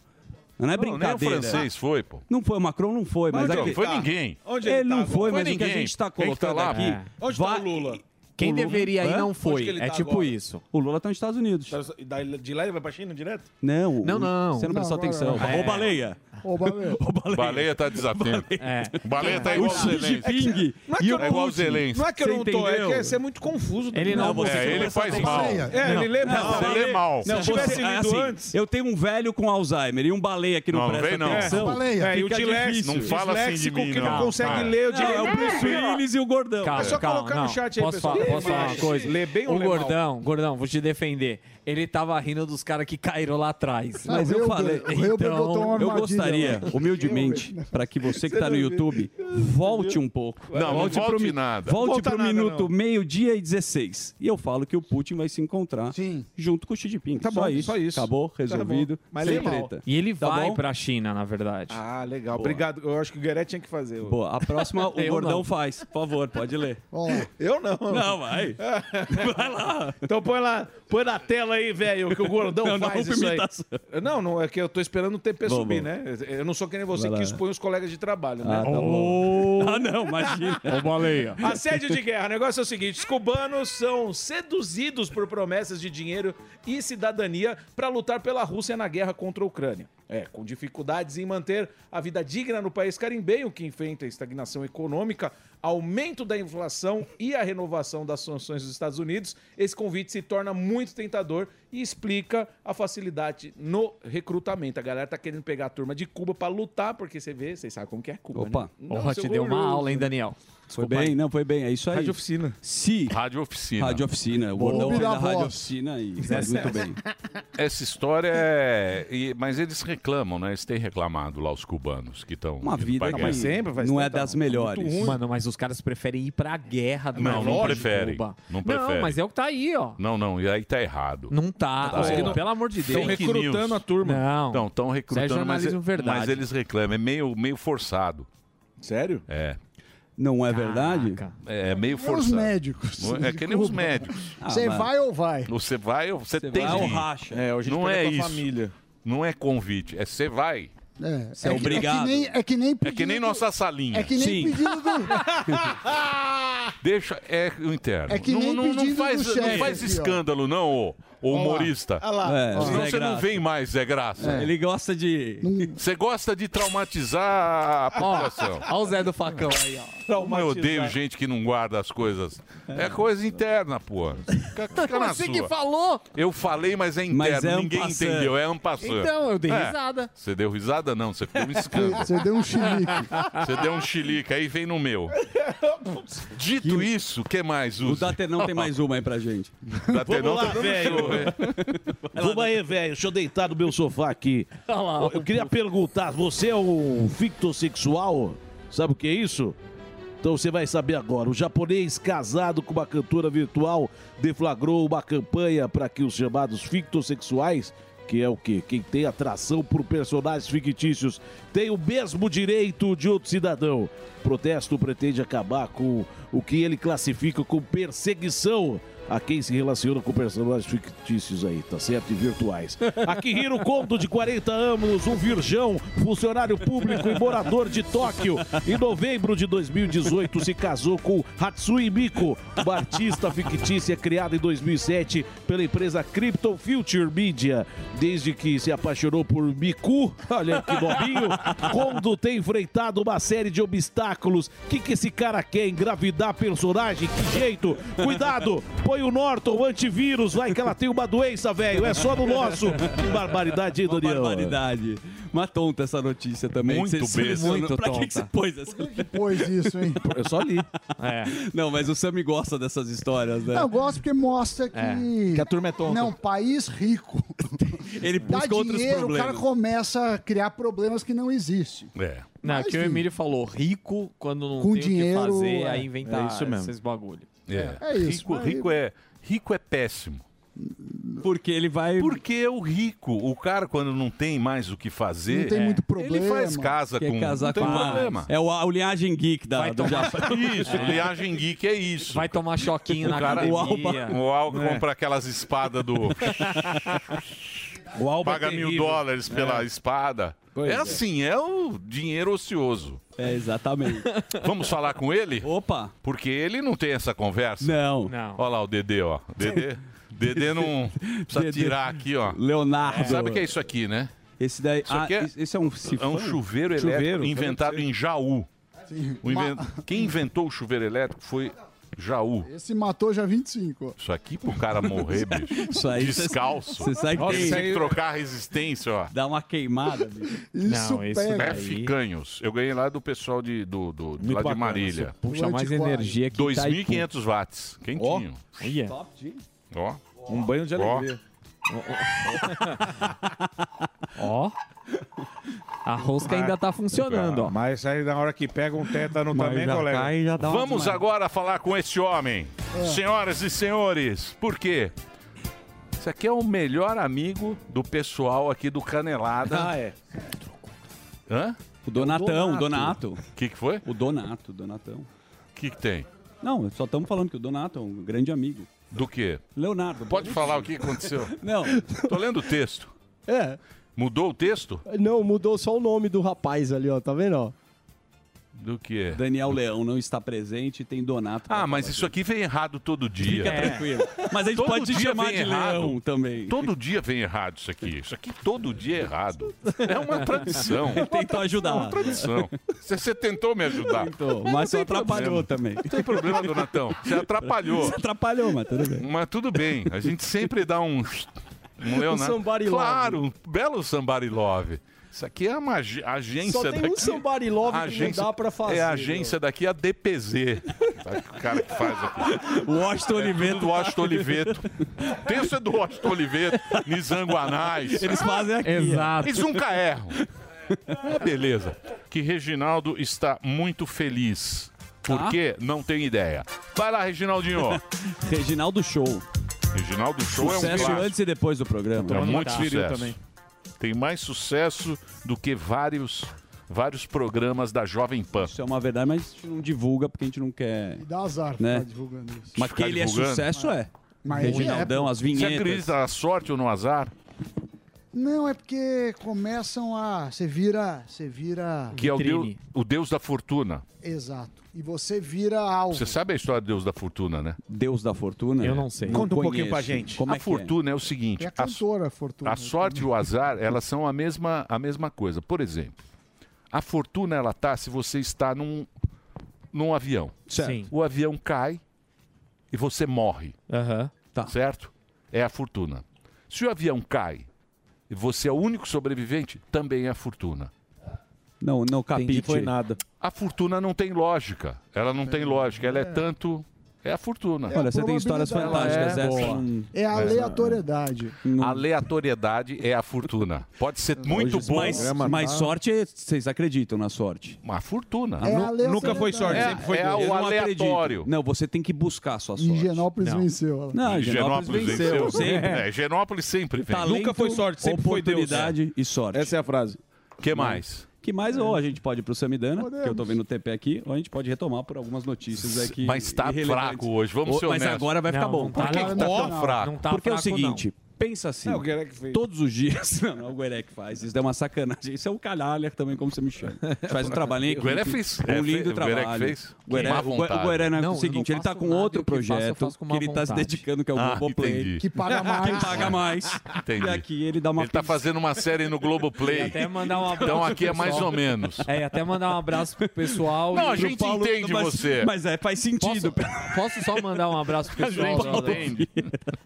Não é
Não, nem o
brincadeira.
francês foi, pô.
Não foi, o Macron não foi, mas,
Mas
aqui-
não foi ninguém.
Onde
ele não
tá agora?
Foi
foi, mas o que a
ninguém.
gente
Quem
está
que tá
colocando
lá?
aqui.
É.
Onde
vai-
tá o Lula?
Quem
O Lula-
deveria ir
Hã?
não
Onde que
foi.
ele
é
tá
tipo
agora?
isso.
O Lula tá nos Estados Unidos.
Da- De lá ele vai pra China direto?
Não,
Não,
o-
não.
Você não,
Não,
prestou
agora
atenção.
não.
Ô, baleia.
<laughs>
Ô, Babel.
Ô, baleia.
Baleia tá desatento.
É.
Baleia tá
O
igual o
Xi
Zelensky.
Jinping e o
É igual o
Putin.
Zelensky.
Não é que eu
Você
não tô, é
entendeu?
que é- você é muito confuso.
Ele não,
Não, você
É, ele
começa a
faz
pensar.
mal.
É, ele lê
Não, é
mal.
Você
baleia-
lê mal.
Não,
Se tivesse
você-
lido
assim,
antes. Eu tenho um velho com Alzheimer e um baleia que não,
Não, não
presta
vem não.
É,
atenção.
Baleia.
É, e o
Fica
disléxico,
difícil.
Não fala assim de
disléxico
mim,
que não,
não.
consegue
Ah.
ler o
Não, é
direito.
o Bruce Willis e o gordão.
Calma,
É só
calma,
colocar no
não.
chat aí,
posso
pessoal.
falar,
Lê
posso falar uma
mais.
coisa?
Lê bem ou
o
lê mal?
gordão, gordão, vou te defender. Ele tava rindo dos caras que caíram lá atrás.
Não,
Mas
o
eu
Helber-
falei,
o Helber
então,
botou uma
Eu
armadilha
gostaria,
lá.
humildemente, para que você que está no YouTube, volte um pouco.
Não, não
pro
volte
mi-
nada.
Volte
Volta
para o
nada,
minuto meio-dia e 16. E eu falo que o Putin vai se encontrar
Sim.
junto com o Xi Jinping.
Tá
só,
bom,
isso.
só isso.
Acabou, resolvido.
bom. Mas
sem
legal.
treta.
E ele
Tá
vai
bom?
pra China, na verdade.
Ah, legal. Obrigado. Eu acho que o Guerreiro tinha que fazer. ô.
Boa,
<laughs>
a próxima o
Eu
Gordão
não.
faz. Por favor, pode ler.
Ó lá.
Eu não.
Não,
<laughs>
vai. Vai lá.
Então põe lá, põe na tela aí, velho, que o gordão
Não, não,
faz
uma
isso aí.
imitação.
Não, não, é que eu tô esperando o TP
Vamos,
subir,
vamos.
né? Eu não sou que nem você
Vai
que
lá.
expõe os colegas de trabalho, né?
Ah, tá bom. Ah, não, imagina.
baleia.
Assédio de guerra. O negócio é o seguinte: os cubanos são seduzidos por promessas de dinheiro e cidadania para lutar pela Rússia na guerra contra a Ucrânia. É, com dificuldades em manter a vida digna no país carimbenho, que enfrenta estagnação econômica, aumento da inflação e a renovação das sanções dos Estados Unidos, esse convite se torna muito tentador
e explica a facilidade no recrutamento. A galera tá querendo pegar a turma de Cuba pra lutar, porque você vê, vocês sabem como que é Cuba.
Opa.
né?
Ó, te deu uma aula, hein, Daniel? Foi
Desculpa aí.
bem, não, foi bem. É isso aí.
Rádio Oficina.
Se.
Rádio Oficina.
Rádio Oficina. O
Boa.
Gordão foi
Ouvir a
da Rádio
voz.
Oficina e faz muito bem.
Né? Essa história é. e- mas eles reclamam, né? Eles têm reclamado lá, os cubanos é que estão.
Uma vida que não é das melhores. Mano, mas os caras preferem ir pra guerra do
Não,
que
não
pra
prefere.
Cuba.
Não prefere.
mas é o que tá aí, ó.
Não, não, e aí tá errado.
Não tá. Ô, pelo amor de Deus.
Fake
recrutando
news.
a turma. Não.
Não, estão recrutando,
Isso é
mas,
jornalismo verdade.
mas eles reclamam. É meio, meio forçado.
Sério?
É.
Não é verdade?
É, é meio
nem os
forçado.
médicos. Ah,
Não É que nem os médicos.
Você vai ou vai?
Você vai ou você,
Você
tem
vai
que
ou
ir.
racha.
É, hoje a gente
não
pega
é
com a
isso.
família.
Não é convite, é você vai.
É,
Você é
que-
obrigado.
É que nem, é que nem
É que nem
pedido-
nossa salinha.
É que nem pedido
<laughs>
do.
Deixa, é o interno.
É que
não,
nem
não, não
pedido
faz,
do
não
chefe
faz
aqui, ó.
escândalo, não, ô, ô
Ó lá,
humorista.
ó lá, É, ó.
Senão
Zé
você não
Graça.
vem mais, Zé Graça.
É. Ele gosta de.
Você gosta de traumatizar a população.
Olha o Zé do Facão aí, ó.
Como eu odeio gente que não guarda as coisas. É, coisa interna, pô. Fica, fica na
Você
sua.
que falou.
Eu falei, mas é interno.
Mas é um
Ninguém
passant.
entendeu. É um passando.
Então, eu dei risada.
Você deu risada? Não, você ficou um
<laughs>
escândalo.
Você deu um chilique.
Você deu um chilique, aí vem no meu. Dito isso, o que mais, Uzi?
O Datenão tem mais uma aí pra gente.
<laughs> Datenão
Vamos lá,
tá dando
velho.
show, hein?
Vamos aí, velho. Deixa eu deitar no meu sofá aqui.
Olha lá.
Eu queria perguntar, você é um fictossexual? Sabe o que é isso? Então você vai saber agora. O japonês casado com uma cantora virtual deflagrou uma campanha para que os chamados fictossexuais, que é o quê? Quem tem atração por personagens fictícios, tem o mesmo direito de outro cidadão. O protesto pretende acabar com o que ele classifica como perseguição a quem se relaciona com personagens fictícios aí, tá certo? E virtuais. Akihiro Kondo, de 40 anos, um virgão, funcionário público e morador de Tóquio. Em novembro de 2018, se casou com Hatsui Miku, uma artista fictícia criada em 2007 pela empresa Crypto Future Media. Desde que se apaixonou por Miku, olha que bobinho, Kondo tem enfrentado uma série de obstáculos. O que, que esse cara quer? Engravidar personagem? Que jeito? Cuidado! Põe o Norton, o antivírus, vai que ela tem uma doença, velho. É só no nosso. Que barbaridade, hein,
Uma
Daniel?
barbaridade. Uma tonta essa notícia também. é
Muito
Você selecionou-
besta.
Pra
Muito
que que você
tonta.
pôs essa?
um-
Pois isso, hein?
Eu só li.
É.
Não, mas o Sammy gosta dessas histórias, né?
Não, eu gosto porque mostra que.
É, que a turma é tonta.
Não, país rico.
Ele
Dá
busca outros
dinheiro, o cara
problemas.
começa a criar problemas que não existem.
É.
Não,
Mas,
que o
enfim.
Emílio falou, rico quando não
Com
tem
dinheiro,
o que fazer,
é.
aí inventar
É isso mesmo.
esses bagulho.
É.
É isso,
Rico,
mas-
rico, é, rico é péssimo.
Porque ele vai.
Porque é o rico, o cara, quando não tem mais o que fazer. é,
Não tem muito
Ele
problema.
faz casa
Quer
com.
casar
não tem
com a-
problema.
É o, a, o linhagem geek da, do Japão.
<laughs> Isso, linhagem geek é isso.
Vai tomar choquinho
O
na
cara-
academia.
O Alba
É.
compra aquelas espadas
<laughs>
do.
O Alba
Paga
é terrível.
mil dólares pela
É.
espada.
Pois
é
é.
assim, é o dinheiro ocioso.
É, exatamente.
<laughs> Vamos falar com ele?
Opa!
Porque ele não tem essa conversa.
Não.
Não.
Olha lá o Dedê, ó.
<laughs>
Dedê. Dedê não precisa
Dedê.
tirar aqui, ó.
Leonardo.
Sabe o que é isso aqui, né?
Esse daí.
Isso aqui
ah,
é-
esse- esse é um
É
sifão?
um chuveiro elétrico inventado em Jaú. O inven- Quem inventou o chuveiro elétrico foi Jaú.
<laughs> Esse matou já 25. ó.
Isso aqui pro cara morrer, bicho.
Isso aí cê-
Descalço.
cê sai
Nossa,
queimado.
tem que trocar a resistência, ó.
Dá uma queimada, bicho.
Isso
Não, isso
pega.
É Ficanhos. Eu ganhei lá do pessoal de, do, do- lá de
bacana,
Marília.
Puxa mais
Antiquário.
energia que
2.500 watts. Quentinho.
Olha.
Ó.
Um banho de
Ó.
alegria.
Ó. A rosca ainda tá funcionando, ó.
Mas aí na hora que pega um tétano
tá
também, colega.
Vamos agora falar com esse homem.
É.
Senhoras e senhores, por quê? Esse aqui é o melhor amigo do pessoal aqui do Canelada.
é.
Hã?
Ah, O Donatão, o Donato.
O que, que foi?
O Donato, Donatão.
O que, que tem?
Não, só estamos falando que o Donato é um grande amigo.
Do quê?
Leonardo.
Pode falar o que aconteceu.
<laughs> Não.
Tô lendo o texto.
É.
Mudou o texto?
Não, mudou só o nome do rapaz ali, ó. Tá vendo, ó?
Do que?
Daniel Leão não está presente e tem Donato.
Ah, mas isso aqui vem errado todo dia. É.
Fica tranquilo. Mas a gente
Todo
pode te
dia
chamar
vem
de
errado.
Leão também.
Todo dia vem errado isso aqui. Isso aqui todo dia é errado. É uma
<laughs>
tradição. É
Tentou ajudar.
Tradição. Você, você tentou me ajudar.
Então,
Tentou, mas só
tem
atrapalhou também.
Não tem problema, Donatão. Você atrapalhou.
Atrapalhou, mas tudo bem.
Mas tudo bem. A gente sempre dá um. Não leu
Um
nada.
somebody love.
Claro, um belo somebody love. Isso aqui é uma ag- agência
Só tem um
daqui.
somebody love que não dá pra fazer, né?
É a agência daqui, a DPZ. Sabe O cara que faz aqui.
<laughs>
O Washington
Oliveto. do Washington Oliveto. O texto é do Washington Oliveto, Nizanguanais.
Eles fazem aqui.
Exato. Eles nunca erram. Uma Ah, beleza. Que Reginaldo está muito feliz. Por
Tá.
quê? Não tenho ideia. Vai lá, Reginaldinho.
<laughs> Reginaldo Show.
Reginaldo Show é um
Sucesso
clássico.
antes e depois do programa.
É muito sucesso. Tem mais sucesso do que vários, vários programas da Jovem Pan.
Isso é uma verdade, mas a gente não divulga porque a gente não quer.
Dá azar
Né?
ficar divulgando isso.
Mas que
Ficar
ele é
divulgando.
sucesso, é.
Mas é,
Reginaldão, as vinhetas.
Você acredita na sorte ou no azar?
Não, é porque começam a. Você vira. Você vira.
Que é o deus, o deus da fortuna.
Exato. E você vira alvo.
Você sabe a história do Deus da Fortuna, né?
Deus da Fortuna?
Eu não sei.
Conta um pouquinho pra gente. Como
a
é que é?
fortuna é? o seguinte:
É a
a,
cantora, Fortuna. né?
a sorte e o azar, elas são a mesma, a mesma coisa. Por exemplo, a fortuna ela tá se você está num, num avião.
Certo. Sim.
O avião cai e você morre. Certo? É a fortuna. Se o avião cai e você é o único sobrevivente, também é a fortuna.
Não, não capite.
foi nada. A fortuna não tem lógica. Ela não tem lógica. Ela é tanto. É a fortuna.
Olha, você tem histórias fantásticas,
Ela é
essa Hum.
boa.
não-
É a aleatoriedade.
Aleatoriedade é a fortuna. Pode ser muito
Hoje,
boa.
Mas, mas sorte, vocês acreditam na sorte?
Uma fortuna.
É a lei
Ah, nunca foi sorte,
É-
sempre foi
é
Deus.
o
Eu não acredito.
aleatório.
Não, você tem que buscar a sua sorte.
Higienópolis
Não.
venceu. olha lá.
Não, Higienópolis venceu. sempre.
É, Genópolis sempre vem.
Talento, oportunidade e sorte. Essa é a frase.
que mais?
Que mais ou a gente pode ir pro Samidana, que eu tô vendo o TP aqui, ou a gente pode retomar por algumas notícias aqui.
Mas tá
irrelevantes.
fraco hoje, vamos
Ou-
ser
Mas
honestos.
agora vai ficar
Não,
bom.
não tá
Por que
não,
que
não tá não, fraco? não tá
Porque é o
fraco,
seguinte, pensa assim.
É, o Guerec fez.
Todos os dias. <laughs> Não, não é o Guerec faz. Isso é uma sacanagem. Isso é um canalha também, como você me chama. Faz um trabalho em
O Guerec
equipe,
fez. É,
Um lindo
fez- o Guerec
trabalho.
fez.
O Guerec,
Má
o Gue-
vontade.
o Guerec não é
Não,
o
eu
seguinte,
não
ele tá
faço
com
nada,
outro
eu que faço, eu
projeto
faço com
que
má
ele tá se
vontade.
dedicando, que é o
Ah,
Globoplay.
entendi. Que paga mais.
<laughs> Que paga mais.
Entendi.
E aqui ele dá uma
Ele tá fazendo uma série no Globoplay.
<laughs> E até mandar um abraço
então aqui é
pro
mais
pessoal.
ou menos.
<laughs> É, até mandar um abraço pro pessoal.
Não,
e
a
pro
gente
Paulo-
entende
Mas-
você.
mas
é, faz sentido.
Posso, posso só
<laughs>
mandar um abraço pro
A
pessoal?
gente
da- da-
entende.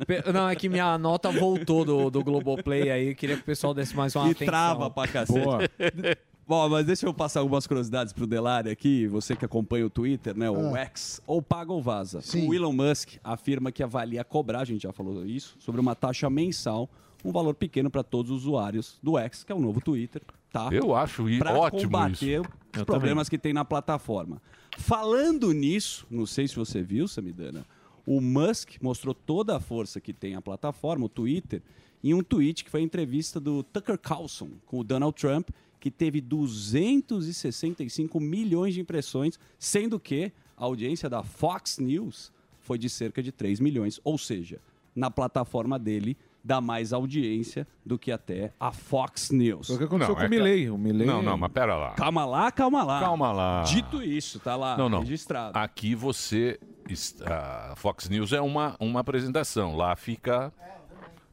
Pe- Não, é que minha nota voltou do, do Globoplay aí. eu Queria que o pessoal desse mais uma
e
atenção.
trava pra cacete. <laughs> Bom, mas deixa eu passar algumas curiosidades pro Delari aqui, você que acompanha o Twitter, né? O
Ah.
X, ou paga ou vaza. O Elon Musk afirma que avalia cobrar, a gente já falou isso, sobre uma taxa mensal, um valor pequeno para todos os usuários do X, que é o novo Twitter, tá?
Eu acho i-
pra
ótimo
combater
isso.
os
Eu
problemas que tem na plataforma. Falando nisso, não sei se você viu, Samidana, o Musk mostrou toda a força que tem a plataforma, o Twitter, em um tweet que foi a entrevista do Tucker Carlson com o Donald Trump, que teve 265 milhões de impressões, sendo que a audiência da Fox News foi de cerca de 3 milhões, ou seja, na plataforma dele dá mais audiência do que até a Fox News.
Foi o que aconteceu com o Milley. O Milley.
é Não, não, mas pera lá.
Calma lá, calma lá.
Calma lá.
Dito isso, tá lá
não, não.
registrado.
Aqui você. est- A Fox News é uma, uma apresentação. Lá fica.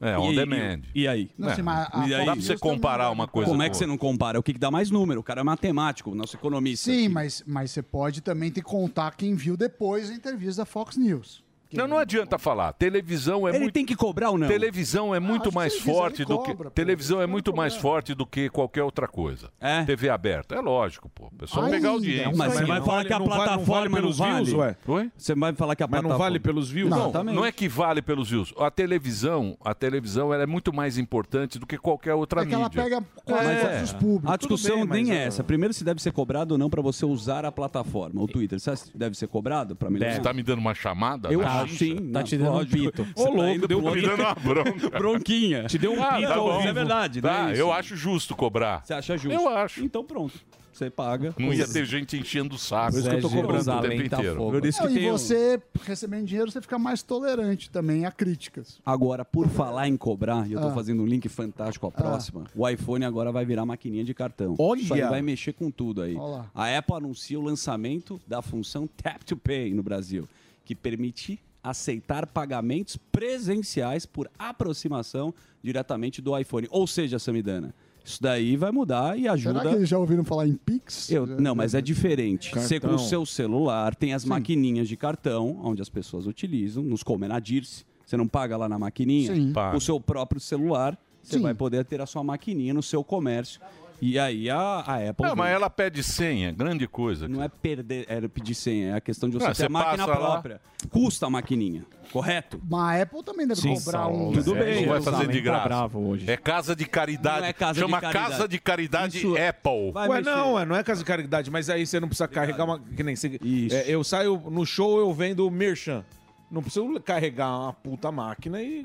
É, on
E-
demand.
E, e aí?
Não, sim, mas a
E aí?
Dá pra você comparar
né?
uma coisa
Como é
com
que você não compara? O que que dá mais número? O cara é matemático, o nosso economista.
Sim, mas, mas você pode também ter que contar quem viu depois a entrevista da Fox News.
Não, não adianta falar. Televisão é
Ele
muito.
tem que cobrar ou não?
Televisão é
Ah,
muito
acho que
mais
televisão ele
forte do que.
cobra, pô.
televisão é muito mais forte do que qualquer outra coisa.
É?
TV aberta. É lógico, pô. É só
Ainda,
pegar
um
audiência.
Mas você
né?
vai falar que a plataforma não vale?
Oi?
Você vai falar que a
Mas
plataforma...
não vale pelos views? Não,
Exatamente.
não é que vale pelos views. A televisão, a televisão ela é muito mais importante do que qualquer outra
É que
mídia. É.
ela pega quase todos os públicos.
É. A discussão
é Tudo bem,
nem
mas-
é essa. Primeiro, se deve ser cobrado ou não para você usar a plataforma, o Twitter. Você acha que deve ser cobrado para melhorar?
Você tá me dando uma chamada?
Eu
na
acho,
justiça?
sim. Tá te dando um pito.
Ô, louco, deu
um
me dando
<laughs>
uma bronca.
Bronquinha. Te deu um
Ah,
pito
tá
ao
bom.
vivo. É verdade,
Tá,
né, isso?
eu acho justo cobrar.
Você acha justo?
Eu acho.
Então pronto. Você paga.
Não ia ter gente enchendo o saco.
Por isso que eu tô Zé cobrando o Jerusalém tempo tá inteiro. fogo. Por isso que
Não,
tem
e
um-
você, recebendo dinheiro, você fica mais tolerante também a críticas.
Agora, por falar em cobrar, e eu tô
Ah.
fazendo um link fantástico à próxima, o iPhone agora vai virar maquininha de cartão.
Olha!
Isso aí vai mexer com tudo aí.
Olha lá.
A Apple anuncia o lançamento da função Tap to Pay no Brasil, que permite aceitar pagamentos presenciais por aproximação diretamente do iPhone. Ou seja, Samidana, isso daí vai mudar e ajuda...
Será que eles já ouviram falar em Pix?
Eu- não, mas é diferente.
Cartão.
Você com o seu celular tem as maquininhas de cartão, onde as pessoas utilizam, nos Comenadirce. Você não paga lá na maquininha?
Sim.
Com O seu próprio celular, você vai poder ter a sua maquininha no seu comércio. E aí a, a Apple...
Não, mas ela pede senha, grande coisa.
Não é perder, é pedir senha, é a questão de você
Ah,
ter
você
a máquina
passa lá.
própria. Custa a maquininha, correto?
Mas a Apple também deve cobrar um.
Tudo bem.
Não vai
Jerusalém
fazer de
tá
graça.
bravo
É casa de caridade.
Não é casa de
Chama
caridade.
casa de caridade
Isso-
é-
Apple.
Ué, não, ué, não é caso de caridade, mas aí você não precisa carregar uma. Que nem você, É, eu saio no show, eu vendo merchan. Não preciso carregar uma puta máquina e.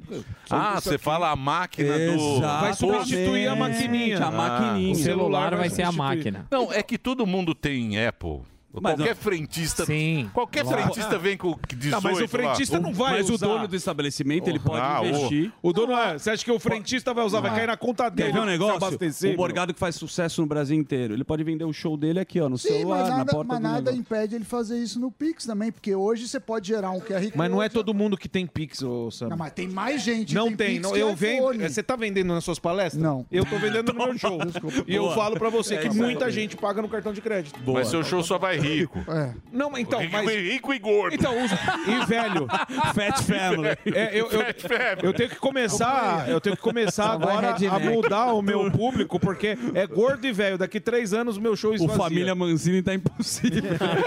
Ah,
Isso
você
aqui-
fala a máquina do.
Vai substituir a maquininha.
Ah.
O celular vai ser a
substituir.
máquina.
Não, é que todo mundo tem Apple. qualquer
não-
frentista.
Sim.
Qualquer
Claro.
frentista vem
Ah, Tá,
com 18
Não, mas o frentista
lá. Ah,
não vai Mas o usar. dono do estabelecimento, ele pode investir.
O dono é. Você acha que o frentista vai usar? Vai cair na conta dele.
Quer ver um
se
negócio?
abastecer,
O Borgado que faz sucesso no Brasil inteiro. Ele pode vender o show dele aqui, ó, no
Sim,
celular,
mas
na
nada,
porta
mas
do
nada
negócio.
impede ele fazer isso no Pix também, porque hoje você pode gerar um QR Code.
Mas não é todo mundo que tem Pix, ô Sam.
Não, mas tem mais gente que
Não
tem
tem.
Pix
não,
que é
eu
iPhone.
vendo. Você tá vendendo nas suas palestras? Não. Eu tô vendendo
<laughs>
no meu show. E eu
Boa.
falo pra você
É
que
isso aí.
muita gente paga no cartão de crédito.
Mas seu show só vai rico.
Não, mas então,
Rico
mas...
e- rico e gordo.
Então, os- e velho.
<laughs> Fat family.
É, eu, eu,
Fat family.
eu tenho que começar, eu tenho que começar
Então
Só vai
agora a
redneck.
mudar o meu público, porque é gordo e velho. Daqui três anos o meu show
O
esvazia.
Família Manzini tá
<laughs>
impossível.
<laughs>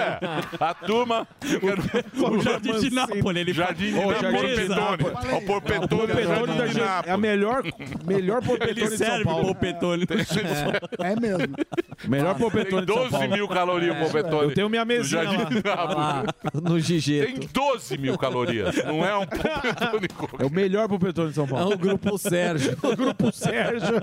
A turma.
O, Jardim de Nápoles. Ele
Jardim
faz-
de
Ô, Jardim
Nápoles.
de Nápoles.
O Porpetone.
O Petone da gente é a melhor, melhor porpetone
Ele
de São
serve
Paulo.
pro Petone.
<laughs>
É mesmo.
Melhor porpetone de São
12
Paulo.
mil calorias o
É.
porpetone.
Eu tenho minha mesinha
No Jardim
é lá. Ah,
Nápoles. <laughs>
Lá,
no Gigi.
Tem 12 mil calorias. Não é um porpetone
É o melhor porpetone de São Paulo.
É o Grupo Sérgio.
<laughs> o Grupo Sérgio.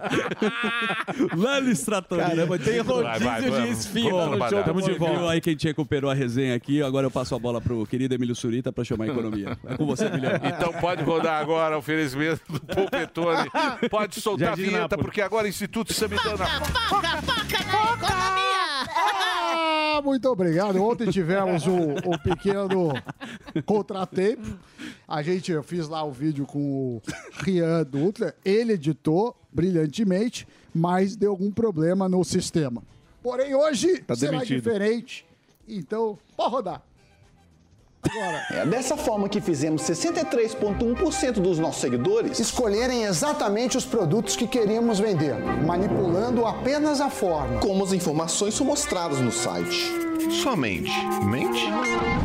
Lá no Stratoria.
Caramba, tem
Vai, vai,
rodízio de
vamos.
esfirra.
Vamos
no
trabalhar.
show.
Tamo de volta.
Viu aí quem te recuperou a resenha aqui. Agora eu passo a bola pro querido Emílio Surita pra chamar a
<laughs>
economia. É com você, Emílio.
Então pode rodar agora o oferecimento do Polpetone. Pode soltar
Jardim
a vinheta,
Nápoles.
porque agora Instituto Samidana.
Faca, faca na economia!
Ah, muito obrigado. Ontem tivemos o, o pequeno contratempo. A gente, eu fiz lá o vídeo com o Rian Dutra. Ele editou brilhantemente, mas deu algum problema no sistema. Porém, hoje
Tá
será
demitido.
diferente. Então, pode rodar. Agora.
É dessa forma que fizemos 63,1% dos nossos seguidores escolherem exatamente os produtos que queríamos vender, manipulando apenas a forma. Como as informações são mostradas no site. Somente. Mente?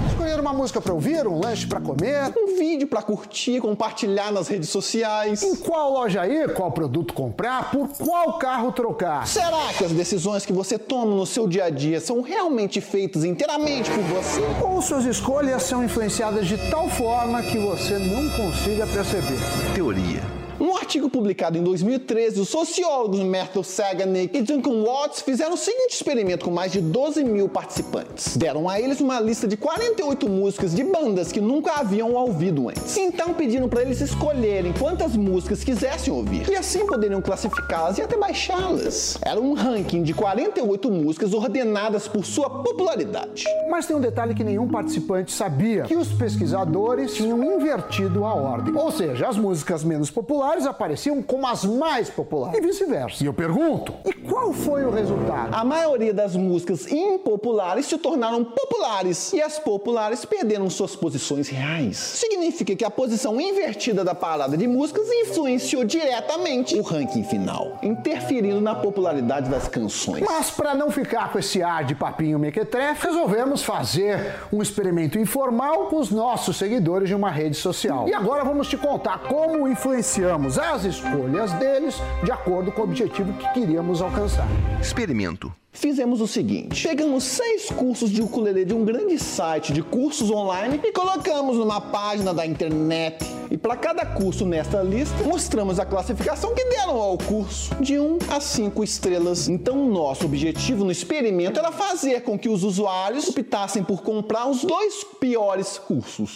Escolher uma música pra ouvir, um lanche pra comer, um vídeo pra curtir, compartilhar nas redes sociais. Em qual loja ir, qual produto comprar, por qual carro trocar. Será que as decisões que você toma no seu dia a dia são realmente feitas inteiramente por você? Ou suas escolhas são influenciadas de tal forma que você não consiga perceber? Teoria. Um artigo publicado em 2013, os sociólogos Myrtle Saganick e Duncan Watts fizeram o seguinte experimento com mais de 12 mil participantes. Deram a eles uma lista de 48 músicas de bandas que nunca haviam ouvido antes. Então pediram para eles escolherem quantas músicas quisessem ouvir e assim poderiam classificá-las e até baixá-las. Era um ranking de 48 músicas ordenadas por sua popularidade. Mas tem um detalhe que nenhum participante sabia: que os pesquisadores tinham invertido a ordem. Ou seja, as músicas menos populares apareciam como as mais populares. E vice-versa. E eu pergunto: e qual foi o resultado?
A
maioria das músicas impopulares se tornaram populares e as populares perderam suas posições reais. Significa que a posição invertida da parada de músicas influenciou diretamente o ranking final, interferindo na popularidade das canções.
Mas para não ficar com esse ar de papinho mequetrefe, resolvemos fazer um experimento informal com os nossos seguidores de uma rede social. E agora vamos te contar como influenciamos as escolhas deles de acordo com o objetivo que queríamos alcançar.
Experimento. Fizemos o seguinte: pegamos seis cursos de ukulele de um grande site de cursos online e colocamos numa página da internet. E para cada curso nesta lista, mostramos a classificação que deram ao curso, de 1 a 5 estrelas. Então, nosso objetivo no experimento era fazer com que os usuários optassem por comprar os dois piores cursos.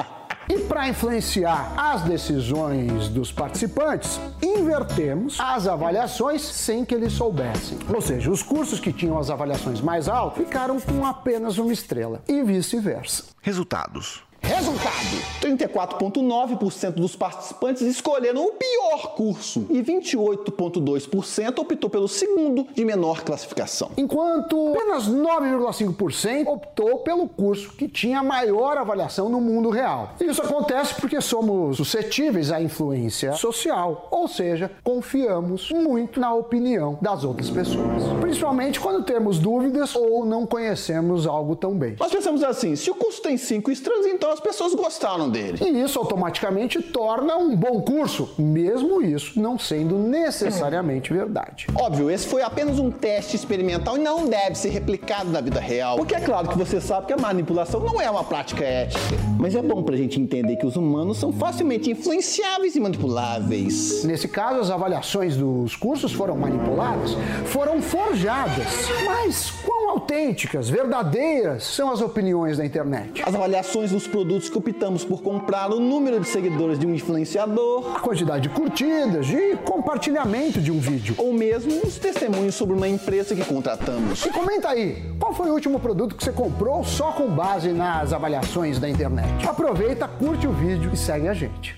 E para influenciar as decisões dos participantes, invertemos as avaliações sem que eles soubessem. Ou seja, os cursos que tinham as avaliações mais altas ficaram com apenas uma estrela e vice-versa.
Resultados. Resultado: 34,9% dos participantes escolheram o pior curso e 28,2% optou pelo segundo de menor classificação.
Enquanto apenas 9,5% optou pelo curso que tinha maior avaliação no mundo real. Isso acontece porque somos suscetíveis à influência social, ou seja, confiamos muito na opinião das outras pessoas, principalmente quando temos dúvidas ou não conhecemos algo tão bem.
Nós pensamos assim: se o curso tem cinco estrelas, então as pessoas gostaram dele.
E isso automaticamente torna um bom curso, mesmo isso não sendo necessariamente verdade.
Óbvio, esse foi apenas um teste experimental e não deve ser replicado na vida real. Porque é claro que você sabe que a manipulação não é uma prática ética. Mas é bom pra gente entender que os humanos são facilmente influenciáveis e manipuláveis.
Nesse caso, as avaliações dos cursos foram manipuladas, foram forjadas. Mas quão autênticas, verdadeiras são as opiniões da internet?
As avaliações dos produtos que optamos por comprar, o número de seguidores de um influenciador,
a quantidade de curtidas e compartilhamento de um vídeo.
ou mesmo os testemunhos sobre uma empresa que contratamos.
E comenta aí, qual foi o último produto que você comprou só com base nas avaliações da internet? Aproveita, curte o vídeo e segue a gente.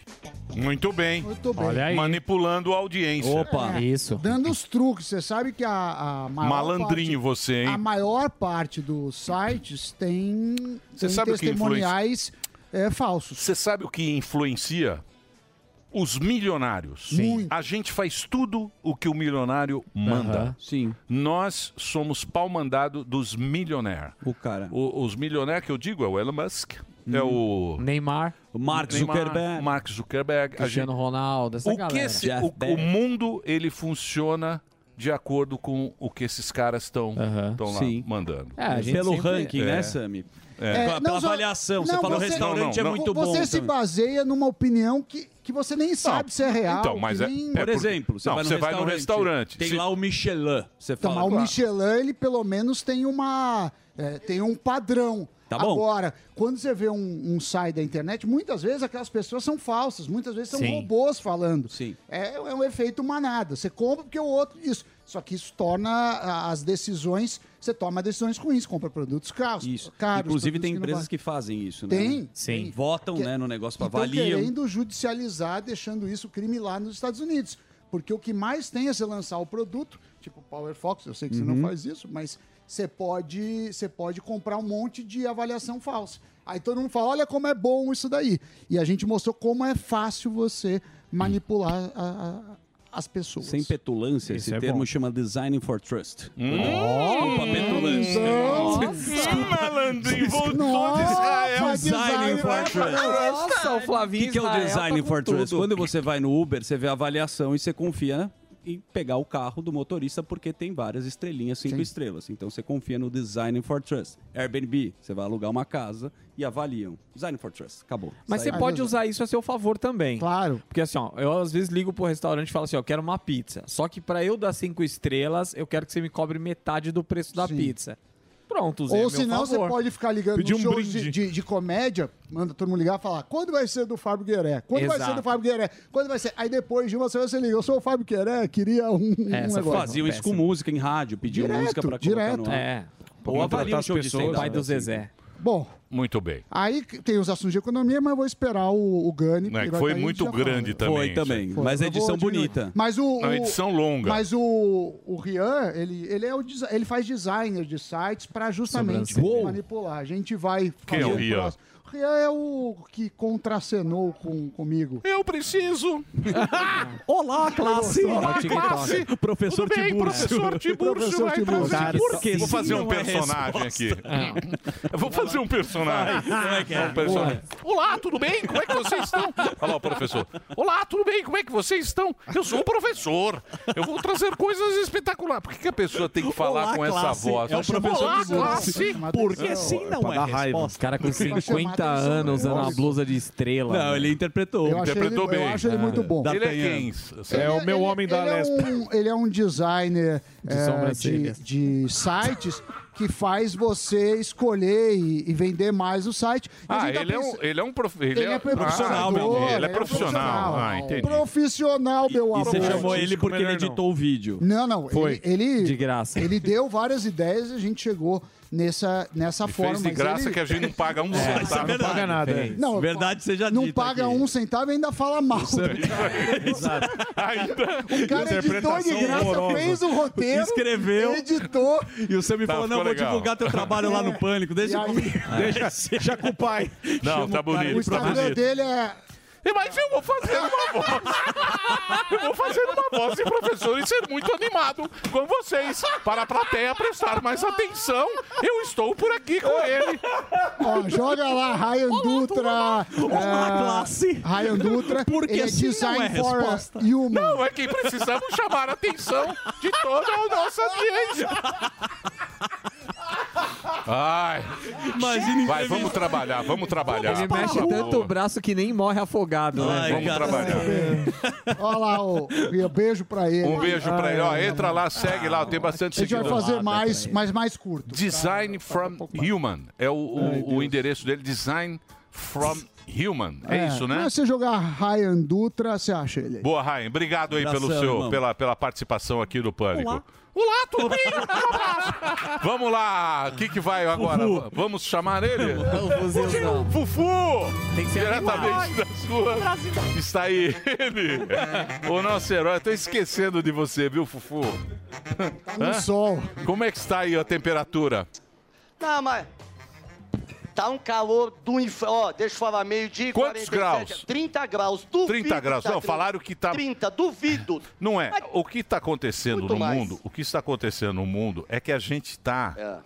Muito bem.
bem. Olha
aí. Manipulando a audiência.
É, Dando os truques. Você sabe que a, a maior
Malandrinho
parte-
você, hein?
A maior parte dos sites tem,
Você
tem
sabe o que
testemuniais é, falsos.
Você sabe o que influencia? Os milionários. Sim. A gente faz tudo o que o milionário manda.
Aham,
Sim. Nós somos pau mandado dos milionários. O cara. os milionários que eu digo é o Elon Musk, é o
Neymar.
Mark Zuckerberg. Mark Zuckerberg.
Cristiano Ronaldo, essa
o que
galera.
esse- o, o mundo ele funciona de acordo com o que esses caras estão estão lá
Sim.
mandando.
É, a gente Pelo sempre- ranking, né, Sami?
É,
Pela-
não
pela
só-
avaliação, você falou, o restaurante é muito
você
bom
Você se
também.
baseia numa opinião que, que você nem sabe se é real.
então, mas
que
é-
nem-
é Por porque- exemplo, você Não, vai no você vai no restaurante,
Tem
se-
lá o Michelin. Você
Então,
fala.
mas o
"Claro."
Michelin, ele pelo menos tem uma. é, tem um padrão.
Tá bom.
Agora, quando você vê um, um site da internet, muitas vezes aquelas pessoas são falsas, muitas vezes são
Sim.
robôs falando. Sim. É, é um efeito manada. Você compra porque é o outro. Isso. Só que isso torna a- as decisões. Você toma decisões ruins, compra produtos caros. Isso. caros
Inclusive,
produtos
tem
não
empresas
valem.
que fazem isso, né?
Tem,
Sim.
tem.
Votam, né, no negócio,
Estão
avaliam.
Então, querendo judicializar, deixando isso crime lá nos Estados Unidos. Porque o que mais tem é você lançar o produto, tipo Power Fox, eu sei que você não
Uhum.
faz isso, mas você pode, você pode comprar um monte de avaliação falsa. Aí todo mundo fala, olha como é bom isso daí. E a gente mostrou como é fácil você manipular a- a- as pessoas.
Sem petulância,
Isso
esse
é
termo
bom.
chama Design for Trust.
Hum.
Desculpa,
petulância.
malandrinho,
voltou
de
Ah, é
Israel.
Design
Design for Trust.
Nossa, o
O
Flavinho
que, que é o
Israel
Design
tá com
for Trust?
tudo.
Quando você vai no Uber, você vê a avaliação e você confia em pegar o carro do motorista porque tem várias estrelinhas, cinco
Sim.
estrelas. Então você confia no Design for Trust. Airbnb, você vai alugar uma casa e avaliam. Design for Trust, acabou.
Mas você
Saiu.
pode usar isso a seu favor também.
Claro.
Porque assim, ó, eu às vezes ligo pro restaurante e falo assim, ó, quero uma pizza. Só que pra eu dar cinco estrelas, eu quero que você me cobre metade do preço da pizza. Pronto, usei
Ou
é a meu
senão você
favor.
pode ficar ligando
Pedir
nos
um
shows de,
brinde.
de- de comédia, manda todo mundo ligar e falar, quando vai ser do Fábio Gueré? Quando vai ser
Exato.
do Fábio Gueré? Quando vai ser? Aí depois de uma semana você liga, eu sou o Fábio Gueré, queria um, um
Essa
negócio.
faziam É, isso com música em rádio, pediam
Direto,
música pra
direto.
colocar no ar.
É.
Ou avaliam o show de stand-up,
pai do
assim.
Zezé.
Bom,
Muito bem.
aí que tem os assuntos de economia, mas eu vou esperar o, o Gani.
Né,
que
que
vai
foi
cair,
muito
já fala.
grande também.
Foi
isso
também,
aí.
Foi, mas é eu vou edição
diminuir. bonita. Mas o-
Não,
o-
edição longa.
Mas o, o Rian, ele, ele, é o, desi- ele faz designer de sites para justamente
Sobrancelha.
manipular. A gente vai...
Quem é
fazer
o
o
Rian?
próximo. O Rian é o que contracenou com, comigo.
Eu preciso.
<laughs> Olá, classe.
Olá,
classe.
Professor
Tudo bem,
Tiburcio.
professor Tiburcio vai trazer. Por quê? Vou fazer um
Não é
personagem aqui.
<laughs>
resposta.
Eu vou fazer um personagem.
Vai, como é que é?
Um personagem. Olá, tudo bem? Como é que vocês estão? Olha lá o professor. Olá, tudo bem? Como é que vocês estão? Eu sou o professor. Eu vou trazer coisas espetaculares. Por que, que a pessoa tem que falar
Olá,
com essa
classe.
voz?
É o professor
Olá,
Tiburcio.
classe.
Porque sim não é
Os cara com
Pra chamar
50
atenção,
anos
né?
usando uma
Lógico.
blusa de estrela. né?
Não, ele interpretou.
Eu achei Interpretou ele- eu bem. acho ele muito bom. Ele é quem?
É o meu homem da
Ele é,
Lespa.
um, ele é um designer eh, de,
sobrancelhas.
de sites que faz você escolher e, e vender mais o site. E a
Ah,
gente tá
então
ele é, um,
pensa-
ele é um prof-
Ele é profissional, meu
Ah,
amor,
um
Ele é profissional. Ah, entendi.
Profissional, meu amor.
Você chamou ele porque
é
ele editou o vídeo.
Não, não.
Foi.
Ele, ele-
De graça.
Ele deu várias ideias e a gente chegou nessa, nessa forma.
Fez de
mas
graça
ele- É,
que a
<laughs>
gente não paga é. um centavo.
verdade, fez.
Não,
verdade seja
Não
dita
paga
aqui.
um centavo e ainda fala mal.
Exato.
O cara editou de graça, fez o roteiro,
escreveu,
editou.
E o Sam me
Tá,
falou: não,
ficou
vou
legal.
divulgar teu trabalho lá
<laughs>
no Pânico. Deixa, É. comigo.
Deixa-
deixa com o pai.
Não, tá bonito.
O Instagram dele é.
Mas eu vou fazer uma voz. <laughs> Eu vou fazer uma voz de professor e ser muito animado com vocês. Para a plateia prestar mais atenção, eu estou por aqui com ele.
Ó, joga lá, Ryan Dutra.
Olá,
ah,
classe.
Ryan Dutra.
Porque
ele
assim
é design
não é
for
resposta.
Human.
Não, é que precisamos chamar a atenção de toda a nossa audiência. Ai.
Imagina
Vai, vamos trabalhar, vamos trabalhar.
Ele mexe
Por
tanto o
favor.
braço que nem morre afogado, né?
Ai, Vamos cara. trabalhar.
Olha lá, ô, Rian, beijo pra ele.
Um beijo pra
Ah,
ele. Ó,
é,
entra lá, segue lá, tem bastante
A gente vai
seguidor.
fazer mais, mas mais curto.
Design from Human. É o, o- o endereço dele, Design from Human. É, isso, né?
Mas se você jogar Ryan Dutra, você acha ele aí.
Boa, Ryan. Obrigado aí pelo
Abração,
seu,
irmão.
pela, pela participação aqui do Pânico.
Olá.
Olá, tudo <laughs> bem? Um abraço. Vamos lá. O que, que vai agora? Vamos chamar ele?
Fuzil,
Fufu!
Tem que ser
Diretamente das ruas <laughs> está aí ele, o nosso herói. Tô esquecendo de você, viu, Fufu? Tá
no sol.
Como é que está aí a temperatura?
Não, mas. Tá um calor do inferno. Ó, deixa eu falar, meio-dia. e
Quantos
47,
graus?
30 graus, duvido.
30 graus.
tá
Não,
30.
falaram que tá.
30, duvido.
Não é. O que está acontecendo
Muito
no
mais. É.
mundo? O que está acontecendo no mundo é que a gente está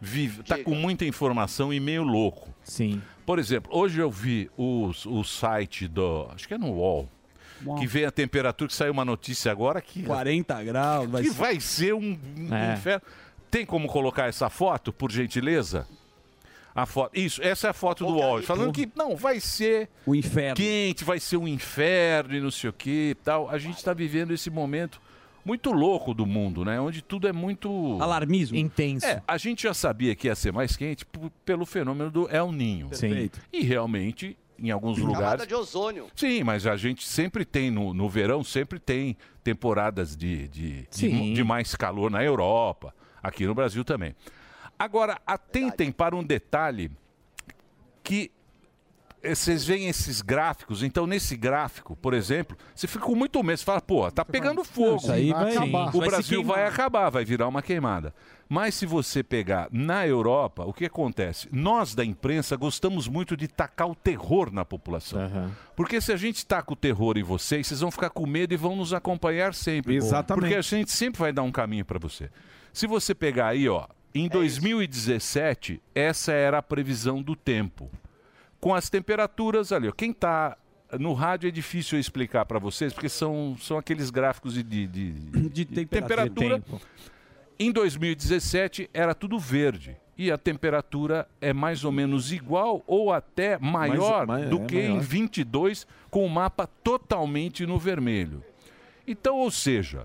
vive, tá com muita informação e meio louco.
Sim.
Por exemplo, hoje eu vi os- o site do, acho que é no UOL, que vem a temperatura que saiu uma notícia agora que
40 graus, vai
que
ser-
vai ser um, um
É.
inferno. Tem como colocar essa foto, por gentileza? A foto, isso, essa é a foto do UOL, falando que não vai ser
o inferno.
quente, vai ser um inferno e não sei o que e tal. A gente está vivendo esse momento muito louco do mundo, né? Onde tudo é muito.
Alarmismo.
Intenso.
É, a gente já sabia que ia ser mais quente p- pelo fenômeno do El Ninho.
Sim.
E realmente, em alguns
Camada
lugares.
de ozônio.
Sim, mas a gente sempre tem, no, no verão, sempre tem temporadas de, de, de, de mais calor na Europa, aqui no Brasil também. Agora, atentem para um detalhe que eh, vocês veem esses gráficos, então nesse gráfico, por exemplo, você fica com muito medo, você fala, pô, tá pegando fogo.
isso aí vai acabar.
O
Vai se
Brasil
queimar.
vai acabar, vai virar uma queimada. Mas se você pegar na Europa, o que acontece? Nós da imprensa gostamos muito de tacar o terror na população. Porque se a gente taca o terror em vocês, vocês vão ficar com medo e vão nos acompanhar sempre.
Exatamente.
Porque a gente sempre vai dar um caminho para você. Se você pegar aí, ó,
É
em 2017, essa era a previsão do tempo. Com as temperaturas ali, ó. Quem tá no rádio é difícil eu explicar para vocês, porque são, são aqueles gráficos de, de, de- <clears throat> de temperatura. Em 2017 era tudo verde. E a temperatura é mais ou menos igual ou até maior
mais-
do
é,
que em
maior.
22, com o mapa totalmente no vermelho. Então, ou seja,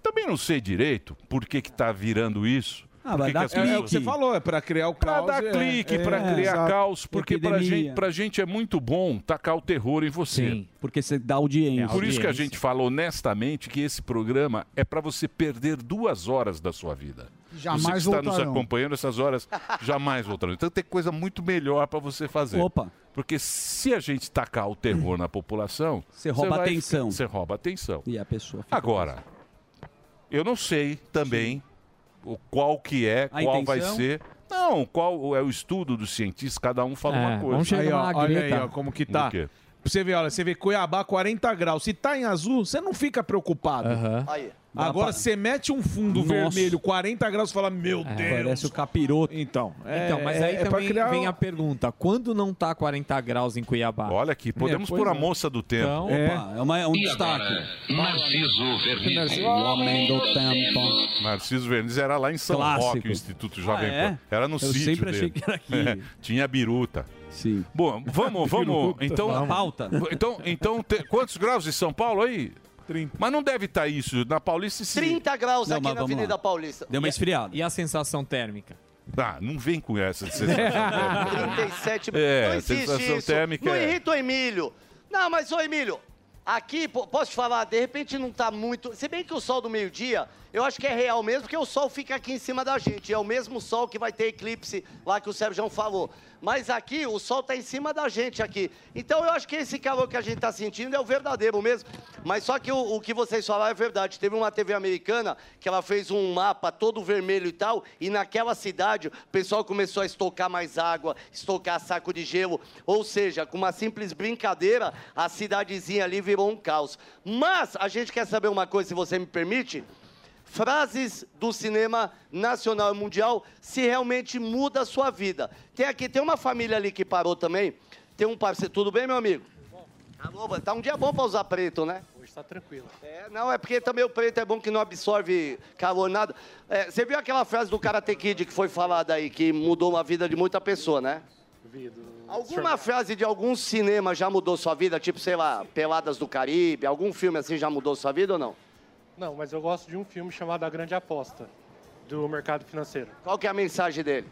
também não sei direito por que está virando isso.
Ah,
por que que as
É, é o que
pessoas-
você falou, é pra criar o
Pra
caos.
dar
é,
clique,
é,
pra criar
exato.
caos, porque pra
Epidemia.
gente, pra gente é muito bom tacar o terror em você.
Sim, porque você dá audiência.
É, Por isso que a gente fala honestamente que esse programa é para você perder duas horas da sua vida.
Jamais
você que está nos
voltarão.
acompanhando essas horas, jamais voltarão. Então tem coisa muito melhor para você fazer.
Opa.
Porque se a gente tacar o terror na população...
Você rouba
vai-
atenção.
Você rouba atenção.
E a pessoa fica...
Agora, eu não sei também o qual que é,
A
qual vai
intenção?
ser... Não, qual é o estudo dos cientistas, cada um fala
É,
uma coisa.
Aí, ó, olha aí, ó, como que tá.
O quê?
Pra Você vê, olha, você vê Cuiabá 40 graus. Se tá em azul, você não fica preocupado.
Aí.
Agora
Dá pra-
você mete um fundo
Nossa. É,
vermelho 40 graus e fala, meu Deus.
Parece o capiroto.
Então,
É,
Então, mas aí também
um
vem a pergunta: quando não tá 40 graus em Cuiabá?
Olha aqui, podemos pôr a moça do tempo.
Então,
Opa, é, uma- é um destaque.
Narciso Verniz. O homem do tempo. Narciso Verniz era lá em São
Clássico.
Roque, o Instituto Jovem
Ah, é?
Pan. Era no
Eu
sítio
sempre
dele.
achei que era
<laughs>
aqui.
É, tinha biruta.
Sim. <laughs>
<laughs> Bom, vamos, vamos.
Biruta.
Então,
Vamos. Pauta.
Então, então te- quantos graus em São Paulo aí? Mas não deve estar isso. Na Paulista se...
30 graus aqui na Avenida
<laughs>
Paulista.
E a- E a sensação térmica?
Ah, não vem com essa de sensação.
<laughs> 37
É,
Não existe
sensação
isso.
térmica
Não
é-
irrita o Emílio. Não, mas ô Emílio, aqui, pô, posso te falar, de repente não tá muito. Se bem que o sol do meio-dia, eu acho que é real mesmo, porque o sol fica aqui em cima da gente. É o mesmo sol que vai ter eclipse lá que o Sérgio falou. Mas aqui, o sol tá em cima da gente aqui. Então eu acho que esse calor que a gente tá sentindo é o verdadeiro mesmo. Mas só que o, o que vocês falaram é verdade. Teve uma TV americana que ela fez um mapa todo vermelho e tal, e naquela cidade o pessoal começou a estocar mais água, estocar saco de gelo. Ou seja, com uma simples brincadeira, a cidadezinha ali virou um caos. Mas a gente quer saber uma coisa, se você me permite. Frases do cinema nacional e mundial se realmente muda a sua vida. Tem aqui, tem uma família ali que parou também. Tem um parceiro. Tudo bem, meu amigo? Alô, tá um dia bom pra usar preto, né?
Hoje tá tranquilo.
É, não, é porque também o preto é bom que não absorve calor, nada. É, você viu aquela frase do Karate Kid que foi falada aí, que mudou a vida de muita pessoa, né? Alguma frase de algum cinema já mudou sua vida? Tipo, sei lá, Peladas do Caribe, algum filme assim já mudou sua vida ou não?
Não, mas eu gosto de um filme chamado A Grande Aposta, do mercado financeiro.
Qual que é a mensagem dele?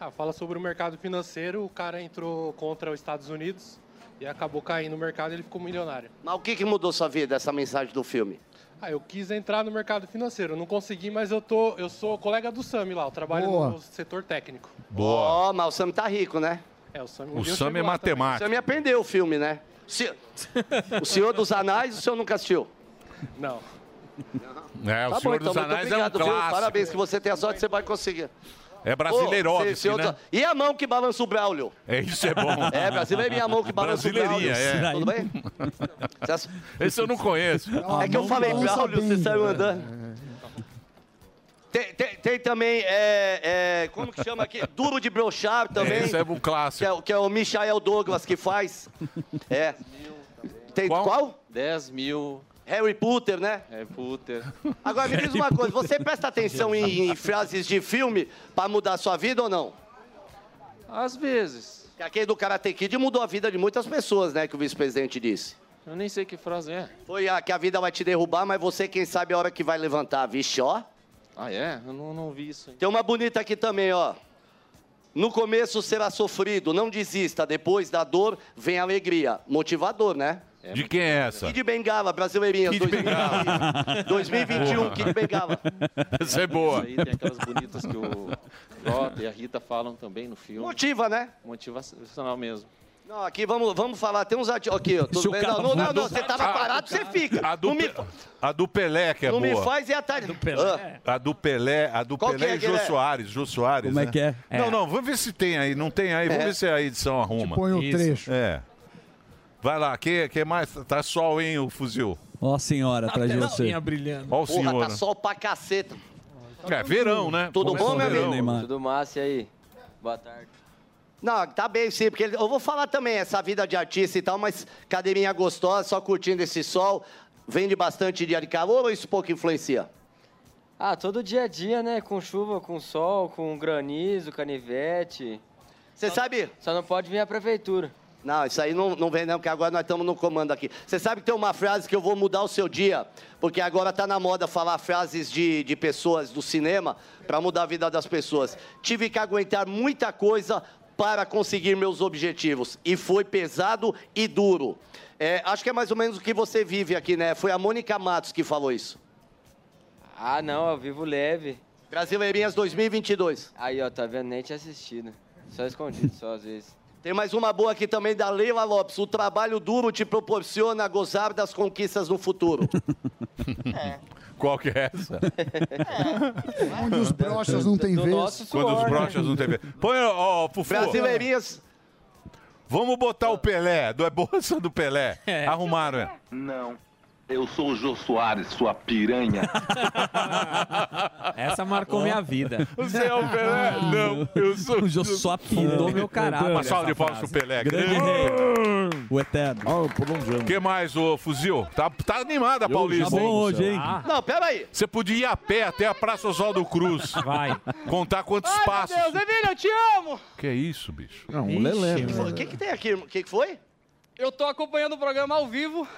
Ah, fala sobre o mercado financeiro, o cara entrou contra os Estados Unidos e acabou caindo no mercado e ele ficou milionário.
Mas o que, que mudou sua vida, essa mensagem do filme?
Ah, eu quis entrar no mercado financeiro, não consegui, mas eu tô, eu sou colega do Sami lá, eu trabalho
Boa.
no setor técnico.
Boa. Ó, mas o Sam tá rico, né?
É, o Sami um
O
dia eu
Sam
chego
é
lá também.
matemático.
O Sam aprendeu o filme, né? Se- O Senhor dos Anais, o senhor nunca assistiu?
Não.
É, o
tá
Senhor
bom, então,
dos
muito
Anéis é um
obrigado, viu?
clássico.
Parabéns que você tem a sorte, você vai conseguir.
É brasileirovski,
Ô, senhor
né?
dos- E a mão que balança o Braulio?
É, isso é bom.
<laughs> É, brasileiro e a mão que balança o Braulio.
Brasileirinha, é.
Tudo bem?
Esse eu não conheço.
É que eu falei Braulio, você saiu andando. Tem, tem- tem também, é, é, como que chama aqui? Duro de brochar também.
Esse é um
Que é, o- que é o Michael Douglas que faz. É. Tem qual?
10 mil.
Harry Potter, né?
É, Puter.
<laughs> Agora me diz uma coisa, você presta atenção em, em frases de filme pra mudar a sua vida ou não?
Às vezes.
Aquele do Karate Kid mudou a vida de muitas pessoas, né? Que o vice-presidente disse.
Eu nem sei que frase é.
Foi a que a vida vai te derrubar, mas você, quem sabe, é a hora que vai levantar. Vixe, ó.
Ah, é? Eu não, não vi isso.
Tem uma bonita aqui também, ó. No começo será sofrido, não desista. Depois da dor vem a alegria. Motivador, né?
De quem é essa?
Kid Bengala, brasileirinha. Kid Bengala. 2021, Kid Bengala.
Essa é boa.
Isso aí tem aquelas bonitas que o Frota e a Rita falam também no filme.
Motiva, né?
Motivacional mesmo.
Não, aqui vamos, vamos falar. Tem uns ati... Aqui, ó.
Se
Tudo
o
bem?
cara
Não, não, não,
mudou-
não, Você tava
Ah,
parado, você fica.
A do,
não me,
Pe- a do Pelé que é
não
boa.
me faz e atalho. Do Pelé.
A do Pelé, a do
Ah. Qual que
Pelé
é
e
que
Jô
ele é?
Soares. Jô Soares.
Como é
né?
que é?
Não, não, vamos ver se tem aí. Não tem aí, vamos
É.
ver se a edição arruma.
põe o Isso. trecho.
É. Vai lá, que, que mais? Tá sol, hein, o fuzil.
Ó a senhora atrás de você.
brilhando.
Ó o
Porra,
senhor.
tá sol pra caceta.
É, verão, né?
Tudo
Começa
bom,
o
meu
verão.
amigo?
Tudo massa e aí? Boa tarde.
Não, tá bem sim, porque ele- eu vou falar também essa vida de artista e tal, mas cadeirinha gostosa, só curtindo esse sol. Vende bastante dia de calor ou isso pouco influencia?
Ah, todo dia a dia, né? Com chuva, com sol, com granizo, canivete.
Você sabe?
Só não pode vir a prefeitura.
Não, isso Tá aí não, não vem não, porque agora nós estamos no comando aqui. Você sabe que tem uma frase que eu vou mudar o seu dia, porque agora tá na moda falar frases de, de pessoas do cinema para mudar a vida das pessoas. Tive que aguentar muita coisa para conseguir meus objetivos. E foi pesado e duro. É, acho que é mais ou menos o que você vive aqui, né? Foi a Mônica Matos que falou isso.
Ah, não, eu vivo leve.
Brasileirinhas 2022.
Aí, ó, tá vendo? Nem tinha assistido. Só escondido, só às vezes.
Tem mais uma boa aqui também da Leila Lopes. O trabalho duro te proporciona gozar das conquistas no futuro.
Qual que é
<laughs>
essa?
É.
Onde os brochas não têm vez.
Quando os brochas não tem vez. Põe, ó, ó Fufu.
Brasileirinhas.
Vamos botar o Pelé. Do, é bolsa do Pelé. Arrumaram, é.
Não. Eu sou o Jô Soares, sua piranha.
Essa marcou minha vida.
Você é o Pelé? Não, eu sou. <laughs>
O Jô só pinou meu caráter.
Uma salva de
nessa
palmas pro
frase.
Pelé.
Grande
O eterno. O que mais, ô Fuzil? Tá, tá animada, Paulista.
tá bom hoje, hein?
Ah.
Não, pera aí.
Você podia ir a pé até a Praça Oswaldo Cruz. Vai. Contar quantos
Ai,
passos.
meu Deus, Emílio, eu te amo!
Que isso, bicho? Não,
Ixi, O que, que tem aqui, irmão? O que, que foi?
Eu tô acompanhando o programa ao vivo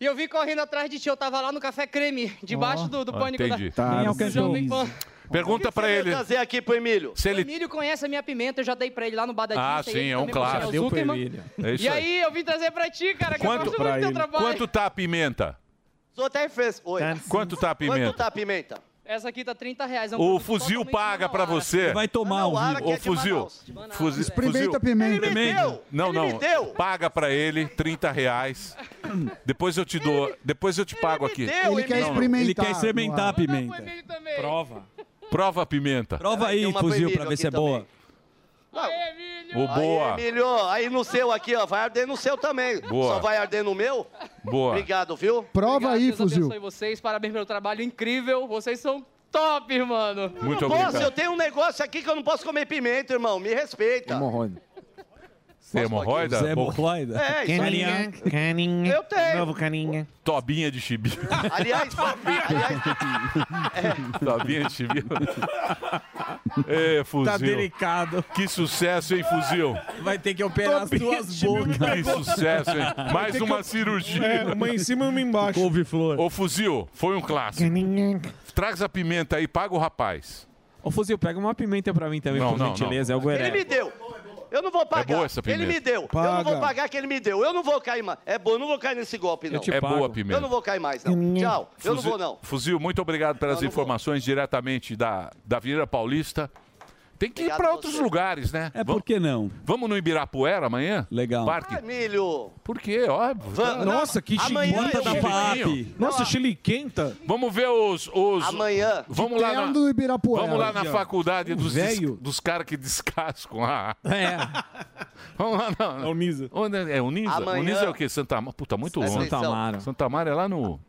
E eu vim correndo atrás de ti. Eu tava lá no café creme, debaixo do, do
Ah,
pânico né?
entendi.
da.
Tá.
Quem é o
do Jovem
cantor?
Pan.
Pergunta pra ele.
trazer aqui pro Emílio?
Se
O
ele
Emílio conhece a minha pimenta, eu já dei pra ele lá no Badadinho.
Ah,
tem
sim,
ele
é um
também, o Michel
clássico. Deu pro
Zuckerman.
Emílio. É isso
e
aí.
aí, eu vim trazer pra ti, cara, que eu
quanto,
gosto muito do teu trabalho.
quanto tá a pimenta?
Sou até fresco. Oi.
Quanto tá a
Quanto
pimenta?
tá a pimenta?
Essa aqui tá 30 reais. é um
O
produto
fuzil
totalmente
paga pra você.
Vai tomar
o
o Manaus, que é de
fuzil.
Manaus,
Fuzil.
Experimenta
fuzil.
a pimenta. Ele me deu.
Não,
Ele
não.
me deu.
Paga pra ele 30 reais. Depois eu te dou. Depois eu te pago aqui.
deu, Ele quer Emílio. experimentar,
Ele quer experimentar a pimenta.
Prova. Prova a pimenta.
Prova aí, fuzil, pra ver se é boa.
O boa.
Aí, Emílio, aí no seu aqui, ó. Vai arder no seu também.
Boa.
Só vai arder no meu?
Boa.
Obrigado, viu?
Prova aí,
Deus
fuzil.
abençoe vocês, parabéns pelo trabalho incrível. Vocês são top, mano.
Muito
Posso, eu tenho um negócio aqui que eu não posso comer pimenta, irmão. Me respeita.
Hemorroida.
Você é hemorroida?
Zé
Bom.
hemorroida?
É, isso aí.
Caninha,
caninha.
Eu tenho. Novo
caninha.
Tobinha de chibi.
<laughs>
<laughs>
Aliás,
Tobinha de chibi. É, fuzil.
Tá delicado.
Que sucesso, hein, fuzil?
Vai ter que operar as duas bocas.
Que sucesso, hein? Mais uma cirurgia.
É,
e uma embaixo.
Couve-flor. Ô, fuzil, foi um clássico. Traz a pimenta aí, paga o rapaz.
Ô, Fuzil, pega uma pimenta pra mim também,
Não,
por
não,
gentileza.
não.
É o Gueré.
Ele me deu. Eu não vou pagar.
É boa essa pimenta.
ele me deu. Eu não
Paga.
vou pagar que ele me deu. Eu não vou cair mais. É bom, eu não vou cair nesse golpe, não.
te É pago. boa a pimenta.
Eu não vou cair mais, não. Tchau. Eu não vou, não.
Fuzil, muito obrigado pelas informações diretamente da, da Avenida Paulista. Tem que ir
Obrigado
para
a
outros
você.
lugares, né? É, por
que não?
Vamos no Ibirapuera amanhã? Legal. Parque.
Emílio.
Por quê? Óbvio.
Van-
Nossa, que
Amanhã
chiquinha
eu
da
vou.
FAAP.
Não,
Nossa,
Chiliquenta.
Vamos ver os... os
Amanhã.
Vamos lá,
Terno
na,
do Ibirapuera.
vamos lá na
Aqui, ó.
faculdade
Um
dos, des-
velho.
dos caras que descascam. Ah. É. <laughs> vamos lá. Não. É o Nisa. é o Nisa? O
Amanhã-
Nisa é o quê? Santa Amaro? Puta, muito
Presta
longe.
atenção.
Santa Amaro é lá no...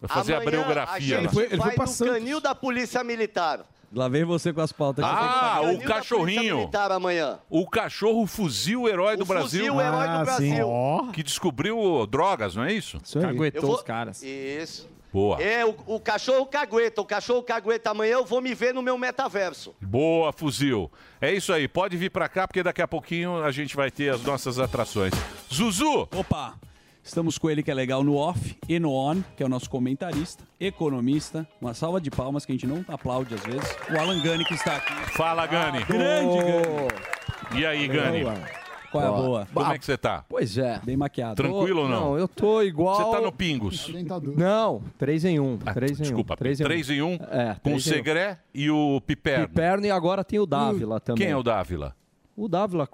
Vai fazer
Amanhã
a biografia.
A
lá.
gente vai no canil da Polícia Militar.
Lá vem você com as pautas.
Ah, o cachorrinho.
Militar amanhã.
O cachorro fuzil herói do Brasil.
fuzil herói do Ah, Brasil. sim.
Que descobriu drogas, não é isso?
Isso aí. Caguetou
Eu vou-
os caras.
Isso.
Boa.
É, o, o cachorro cagueta. O cachorro cagueta amanhã eu vou me ver no meu metaverso.
Boa, fuzil. É isso aí. Pode vir pra cá, porque daqui a pouquinho a gente vai ter as nossas atrações. Zuzu!
Opa! Estamos com ele que é legal no off e no on, que é o nosso comentarista, economista. Uma salva de palmas que a gente não aplaude às vezes. O Alan Gani que está aqui. Ah,
Fala, Gani.
Grande Gani.
E aí, Gani?
Qual é a boa?
Como é que você tá?
Pois é. Bem
maquiado.
Tranquilo ou não?
eu tô igual.
Você tá no Pingos.
Não, 3 em 1. 3 em 1. Desculpa, 3 em 1.
3 em 1,
É,
com o
três em um.
Segré e o Piperno.
Piperno e agora tem o Dávila também.
Quem é o Dávila?
O Dávila,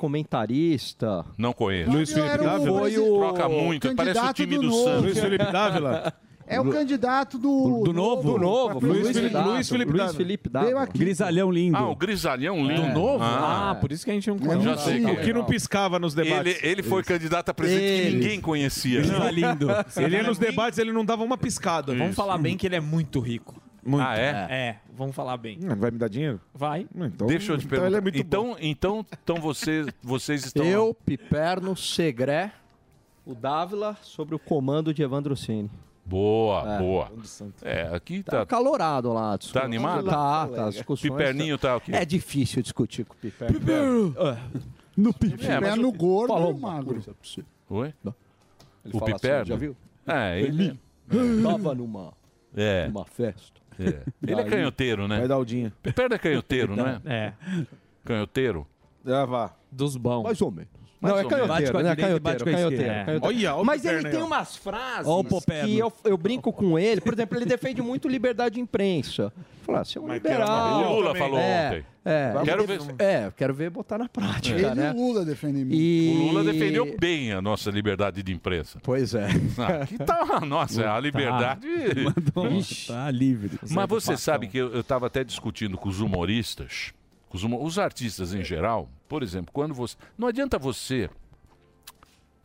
comentarista.
Não conheço.
Luiz Felipe Dávila era um o
Foi
presi-
o... Troca muito, parece o
candidato
time
do
do,
novo.
Santos.
Luiz Felipe Dávila?
É o candidato do.
Do novo? Do novo,
pra
Luiz
presidente.
Felipe- um Luiz Felipe Luiz Dávila. Felipe Dávila.
Veio aqui.
Grisalhão lindo.
Ah, o grisalhão lindo.
Do novo?
Ah,
Ah, por isso que a gente não
Então
conhece.
Já sei quem é.
O que não piscava nos debates.
Ele, ele foi candidato a presidente que
Ele.
ninguém conhecia.
Não. Ele ia nos debates, ele não dava uma piscada.
Vamos falar bem que ele é muito rico.
Muito.
Ah, é?
É, vamos falar bem.
Hum, Vai me dar dinheiro?
Vai.
Então,
Deixa eu te
então ele
perguntar.
é muito
Então, então, então,
<laughs>
vocês, vocês estão.
Eu, Piperno, Segré, o Dávila, sobre o comando de Evandro Cine.
Boa,
É.
boa. É, aqui
Tá,
tá.
calorado lá. a discussão.
Tá animado?
Tá, tá. As discussões
Piperninho tá o quê?
É difícil discutir com o Piperno.
Piperno!
No
É, mas
Piperno.
o-
no gordo
Falou
ou
uma
magro.
coisa pra você.
Oi?
Ele
o
fala assim,
Piperno?
já viu?
É, ele.
Ele tava numa,
É.
numa festa.
é. Ele é
Daí-
canhoteiro, né?
Pedaldinha.
Piperno é canhoteiro, não é?
É.
Canhoteiro?
Ah, vá.
Dos bons.
Mais ou menos.
Mais
não, é
ou menos. Bate com
canhoteiro,
a
né?
direita e bate
Canhoteiro,
com a
canhoteiro,
esquerda. É.
canhoteiro.
Olha, olha o
Mas ele
Piperno
tem
aí, ó.
umas frases
Olha o Poperno.
que eu, eu brinco com ele. Por exemplo, ele defende muito liberdade de imprensa. Falar, você é um
Mas quero
liberal.
uma- o Lula
É,
falou
é,
ontem.
É,
Quero
ele-
ver-
É, quero ver botar na prática,
Ele e
né?
o Lula defendem muito.
E-
O Lula defendeu bem a nossa liberdade de imprensa.
Pois é.
<laughs>
Ah, que tal a nossa? A liberdade.
um
tá livre.
Mas você sabe que eu estava até discutindo com os humoristas, com os, humo- os artistas em geral, por exemplo, quando você. Não adianta você.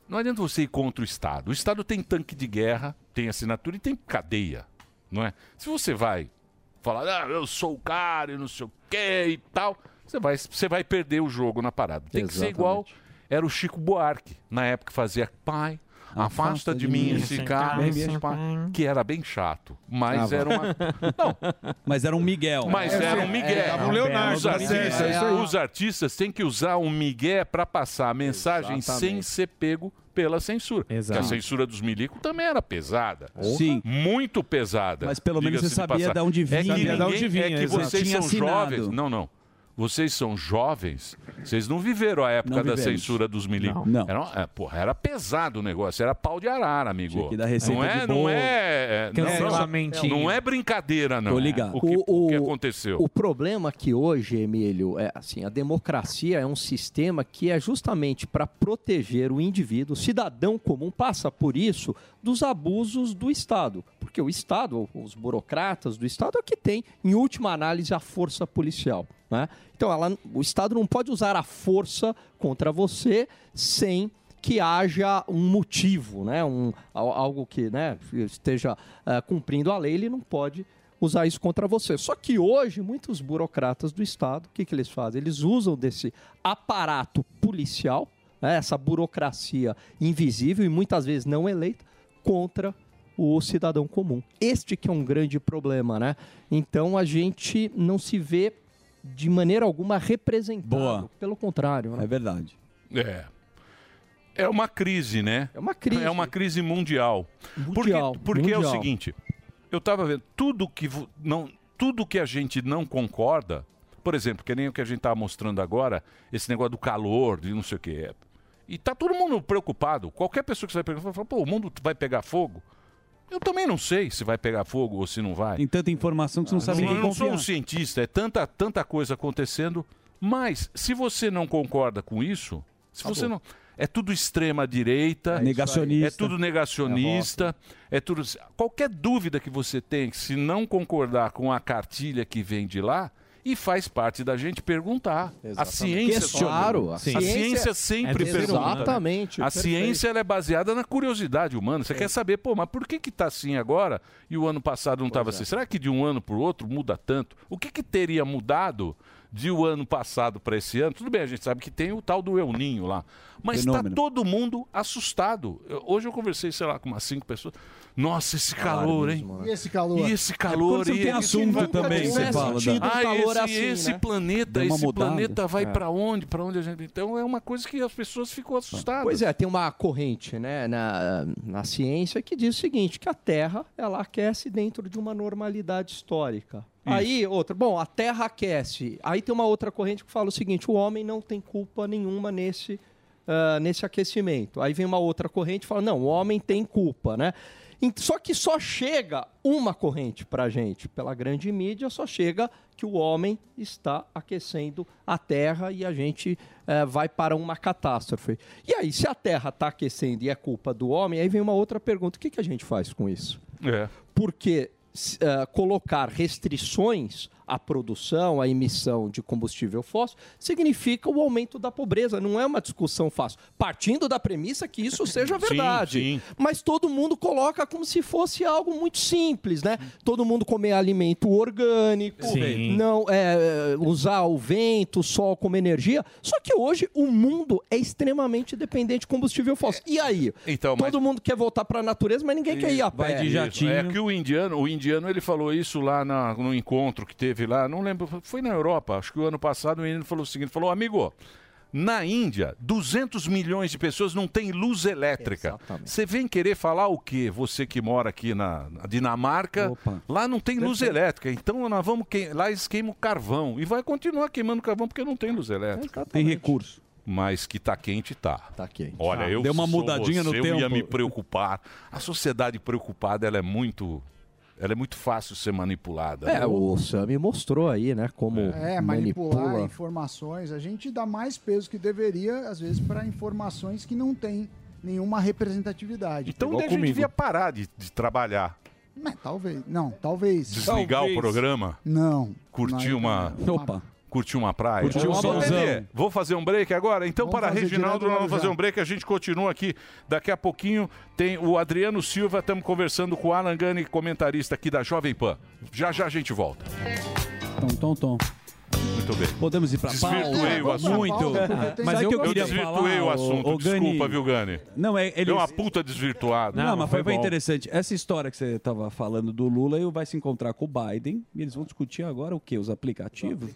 Não adianta você ir contra o Estado. O Estado tem tanque de guerra, tem assinatura e tem cadeia. Não é? Se você vai falar, ah, eu sou o cara e não sei o quê e tal, você vai, você vai perder o jogo na parada. Tem que ser
Exatamente.
igual. Era o Chico Buarque, na época que fazia pai. afasta de mim esse cara, esse pá", que era bem chato, mas
Tava.
era
<laughs>
uma
Ah, Mas era um Miguel.
mas era um migué.
Era um Leonardo.
Os artistas,
é isso aí.
os artistas têm que usar um migué para passar a mensagem sem
Exatamente.
ser pego pela censura. Porque a censura dos milico também era pesada.
Sim.
Muito pesada.
Mas pelo menos
diga-se
você sabia
passagem.
de onde vinha.
É que,
Sabia de
ninguém-
onde vinha,
é que
exato.
vocês
Tinha
são
assinado.
jovens. Não, não. Vocês são jovens, vocês não viveram a época
Não
da
vivemos.
censura dos milicos. Não. Era, é, porra, era pesado o negócio, era pau de arara, amigo.
que dar receita
não é,
de
não
bolo.
é, é, não, não,
Cancelamentinho.
não é brincadeira, não.
Tô ligado.
O que,
O-
o que aconteceu?
O problema que hoje, Emílio, é assim, a democracia é um sistema que é justamente para proteger o indivíduo, o cidadão comum passa por isso dos abusos do Estado, porque o Estado, os burocratas do Estado é o que tem em última análise a força policial, né? Então, ela- o Estado não pode usar a força contra você sem que haja um motivo, né? Um, al- algo que né, esteja eh, cumprindo a lei, ele não pode usar isso contra você. Só que hoje, muitos burocratas do Estado, o que, que eles fazem? Eles usam desse aparato policial, né, essa burocracia invisível e muitas vezes não eleita, contra o cidadão comum. Este que é um grande problema, né? Então a gente não se vê de maneira alguma representado. Pelo contrário, né?
É verdade.
É. É uma crise, né? É
uma crise.
É uma crise mundial.
Mundial,
Porque, porque é o
mundial.
seguinte, eu tava vendo, tudo que, vo- não, tudo que a gente não concorda, por exemplo, que nem o que a gente tava mostrando agora, esse negócio do calor, de não sei o que é. E tá todo mundo preocupado. Qualquer pessoa que você vai perguntar, vai falar, pô, o mundo vai pegar fogo? Eu também não sei se vai pegar fogo ou se não vai.
Tem tanta informação que você não sabe
Eu
nem
não sou um
confiar.
cientista, é tanta, tanta coisa acontecendo. Mas, se você não concorda com isso, se você
Acabou.
não. É tudo extrema-direita.
É Negacionista.
É tudo negacionista. É tudo. Qualquer dúvida que você tem, se não concordar com a cartilha que vem de lá. E faz parte da gente perguntar. A
Exatamente.
ciência.
Claro, a
a ciência,
ciência
sempre
é
pergunta. né?
Exatamente,
A
perfeito.
ciência ela é baseada na curiosidade humana. Você quer saber, pô, mas por que que tá assim agora e o ano passado não estava assim? Será que de um ano para o outro muda tanto? O que que teria mudado de o ano passado para esse ano? Tudo bem, a gente sabe que tem o tal do El Ninho lá, mas está
Fenômeno.
todo mundo assustado. Eu- hoje eu conversei, sei lá, com umas cinco pessoas. Nossa, esse calor, hein?
E esse calor? É
E esse calor,
você
e
tem
esse-
assunto
vai-
também,
Não
você
é
fala,
sentido
Dan.
um
Ah,
calor
esse-
assim,
esse
né?
planeta,
Deu uma
esse
mudada.
planeta vai
É.
pra
onde? Para onde a gente. Então é uma coisa que as pessoas ficam assustadas.
Pois é, tem uma corrente né, na, na ciência que diz o seguinte, que a Terra ela aquece dentro de uma normalidade histórica. Aí, outra, bom, a Terra aquece. Aí tem uma outra corrente que fala o seguinte, o homem não tem culpa nenhuma nesse, ah, nesse aquecimento. Aí vem uma outra corrente e fala, não, o homem tem culpa, né? Em- Só que só chega uma corrente para gente, pela grande mídia, só chega que o homem está aquecendo a Terra e a gente eh, vai para uma catástrofe. E aí, se a Terra está aquecendo e é culpa do homem, aí vem uma outra pergunta: o que, que a gente faz com isso?
É.
porque s- eh, colocar restrições à produção, à emissão de combustível fóssil, significa o aumento da pobreza. Não é uma discussão fácil. Partindo da premissa que
<laughs>
isso seja
Sim,
verdade.
sim.
Mas todo mundo coloca como se fosse algo muito simples, né? Todo mundo comer alimento orgânico,
Sim.
não é, usar o vento, o sol como energia. Só que hoje o mundo é extremamente dependente de combustível fóssil. E aí? todo mundo quer voltar para a natureza, mas ninguém quer ir a pé.
Isso. É que o indiano, o indiano ele falou isso lá na- no encontro que teve lá, não lembro, foi na Europa, acho que o ano passado o indiano falou o seguinte, falou, amigo, na Índia, 200 milhões de pessoas não têm luz elétrica. Você vem querer falar o quê? Você que mora aqui na, na Dinamarca, lá não tem luz elétrica, então nós vamos queim- lá eles queimam carvão e vai continuar queimando carvão porque não tem luz elétrica.
Tem recurso.
Mas que tá quente, tá.
Tá quente.
Olha,
Ah,
eu
deu uma
sou
mudadinha no
você, Eu ia
tempo.
me preocupar. A sociedade preocupada, ela é muito, ela é muito fácil ser manipulada.
É,
né?
o Sam me mostrou aí, né, como
É, manipular
manipula.
informações. A gente dá mais peso que deveria, às vezes, para informações que não têm nenhuma representatividade.
Então a gente devia parar de, de trabalhar,
Mas, talvez. Não, talvez.
desligar o programa,
Não.
curtir uma,
Opa.
curtir uma praia.
Curtir um
Ô,
solzão.
Lelê, Vou fazer um break agora. Então
Vamos
para
fazer direto
Reginaldo,
do
nós vamos
Guarujá.
fazer um break. A gente continua aqui. Daqui a pouquinho tem o Adriano Silva. Estamos conversando com o Alan Gani, comentarista aqui da Jovem Pan. Já já a gente volta.
Tom, tom, tom.
Muito bem.
Podemos ir pra pauta?
É,
Desvirtuei o assunto.
Muito.
Ah,
Mas é o que eu queria
desvirtuei
falar,
o assunto.
ô, ô, Gani.
Desculpa, viu, Gani?
Não, é- ele-
Deu uma puta desvirtuada.
Não, mas foi, bem
bom.
interessante. Essa história que você estava falando do Lula, ele vai se encontrar com o Biden e eles vão discutir agora o quê? Os aplicativos?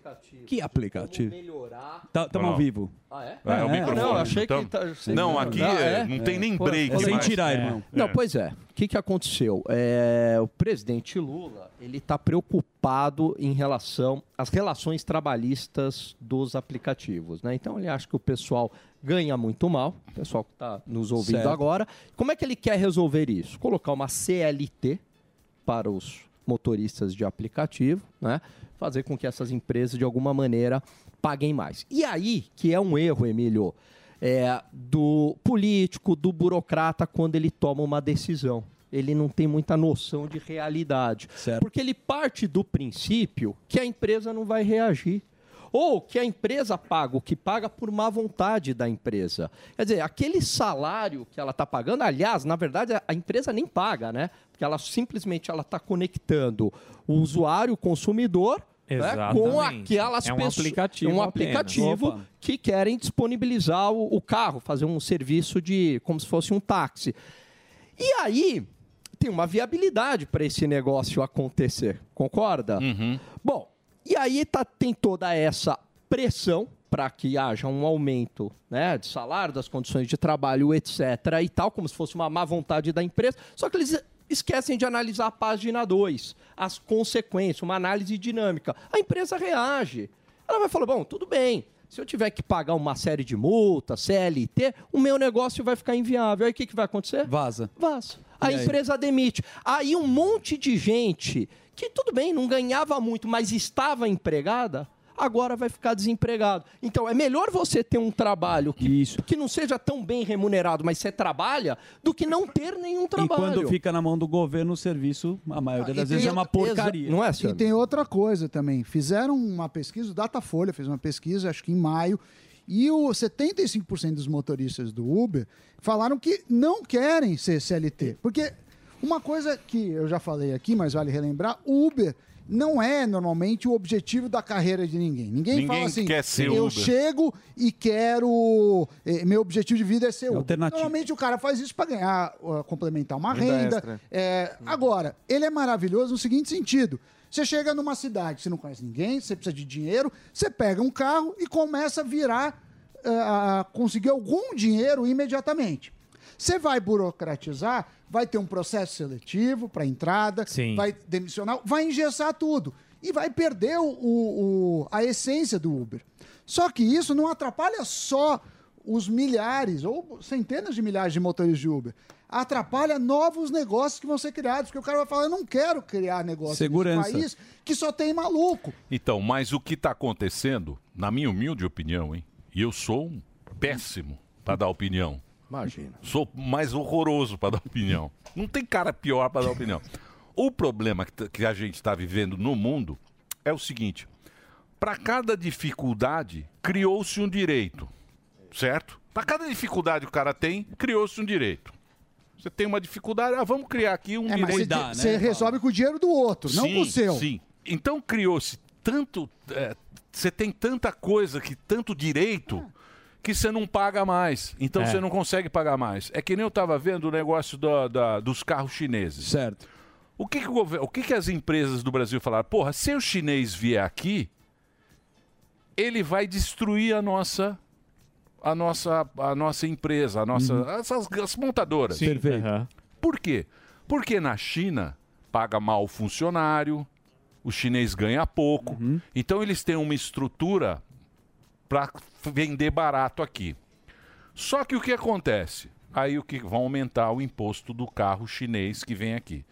Que aplicativo? Estamos
Não.
ao vivo.
Ah, é? Ah, é o microfone.
Não,
Não, achei que tá- Não, aqui é- não tem nem break
Sem
mais.
tirar,
É.
irmão.
É.
Não, pois é. O que, que aconteceu? É, o presidente Lula, ele está preocupado em relação às relações trabalhistas dos aplicativos, né? Então ele acha que o pessoal ganha muito mal, o pessoal que está nos ouvindo
Certo.
agora. Como é que ele quer resolver isso? Colocar uma CLT para os motoristas de aplicativo, né? Fazer com que essas empresas, de alguma maneira, paguem mais. E aí, que é um erro, Emílio, é, do político, do burocrata, quando ele toma uma decisão. Ele não tem muita noção de realidade. Porque ele parte do princípio que a empresa não vai reagir ou que a empresa paga, o que paga por má vontade da empresa. Quer dizer, aquele salário que ela está pagando, aliás, na verdade, a- a empresa nem paga, né? Porque ela simplesmente ela está conectando o usuário, o consumidor, né, com
Exatamente.
aquelas
É um
pessoas.
aplicativo
um
apenas.
aplicativo
Opa.
que querem disponibilizar o, o carro, fazer um serviço de como se fosse um táxi. E aí tem uma viabilidade para esse negócio acontecer, concorda? Bom, e aí tá, tem toda essa pressão para que haja um aumento né, de salário, das condições de trabalho, etc. e tal, como se fosse uma má vontade da empresa. Só que eles esquecem de analisar a página 2, as consequências, uma análise dinâmica. A empresa reage. Ela vai falar: bom, tudo bem. Se eu tiver que pagar uma série de multas, CLT, o meu negócio vai ficar inviável. Aí o que, que vai acontecer?
Vaza.
Vaza. A
E aí?
empresa demite. Aí um monte de gente que, tudo bem, não ganhava muito, mas estava empregada, agora vai ficar desempregado. Então é melhor você ter um trabalho que, que não seja tão bem remunerado, mas você trabalha, do que não ter nenhum
E
trabalho.
quando fica na mão do governo o serviço, a maioria
Ah, e
das vezes
tem
é uma
outra- exa-
porcaria.
não é,
E tem outra coisa também. Fizeram uma pesquisa, o Datafolha fez uma pesquisa, acho que em maio, e o 75% dos motoristas do Uber falaram que não querem ser CLT. Porque uma coisa que eu já falei aqui, mas vale relembrar, o Uber não é normalmente o objetivo da carreira de ninguém. Ninguém,
Ninguém
fala assim,
quer ser
eu
Uber."
chego e quero... eh, Meu objetivo de vida é ser Uber.
alternativo.
Normalmente o cara faz isso para ganhar, uh, complementar uma
Renda
renda,
extra.
é, agora, ele é maravilhoso no seguinte sentido. Você chega numa cidade, você não conhece ninguém, você precisa de dinheiro, você pega um carro e começa a virar, eh, a conseguir algum dinheiro imediatamente. Você vai burocratizar, vai ter um processo seletivo para entrada, vai demissionar, vai engessar tudo e vai perder o- o- o- a essência do Uber. Só que isso não atrapalha só os milhares ou centenas de milhares de motoristas de Uber. Atrapalha novos negócios que vão ser criados, porque o cara vai falar: eu não quero criar negócio
Segurança.
nesse país que só tem maluco.
Então, mas o que está acontecendo, na minha humilde opinião, hein? E eu sou um péssimo para dar opinião.
Imagina.
Sou mais horroroso para dar opinião. Não tem cara pior para dar opinião. O problema que, t- que a gente está vivendo no mundo é o seguinte: para cada dificuldade, criou-se um direito, certo? Para cada dificuldade que o cara tem, criou-se um direito. Você tem uma dificuldade, ah, vamos criar aqui um
É, mas
direito.
você, você resolve com o dinheiro do outro, não
Sim,
com o seu.
Sim. Então criou-se tanto. é, Você tem tanta coisa, que tanto direito, que você não paga mais. Então
É.
você não consegue pagar mais. É que nem eu estava vendo o negócio da- da- dos carros chineses.
Certo.
O que, que, o gover- o que que as empresas do Brasil falaram? Porra, se o chinês vier aqui, ele vai destruir a nossa. A nossa, a nossa empresa, a nossa,
Uhum.
essas, as montadoras.
Sim. Perfeito.
Por quê? Porque na China paga mal o funcionário, o chinês ganha pouco. Então eles têm uma estrutura para vender barato aqui. Só que o que acontece? Aí o que vão aumentar o imposto do carro chinês que vem aqui.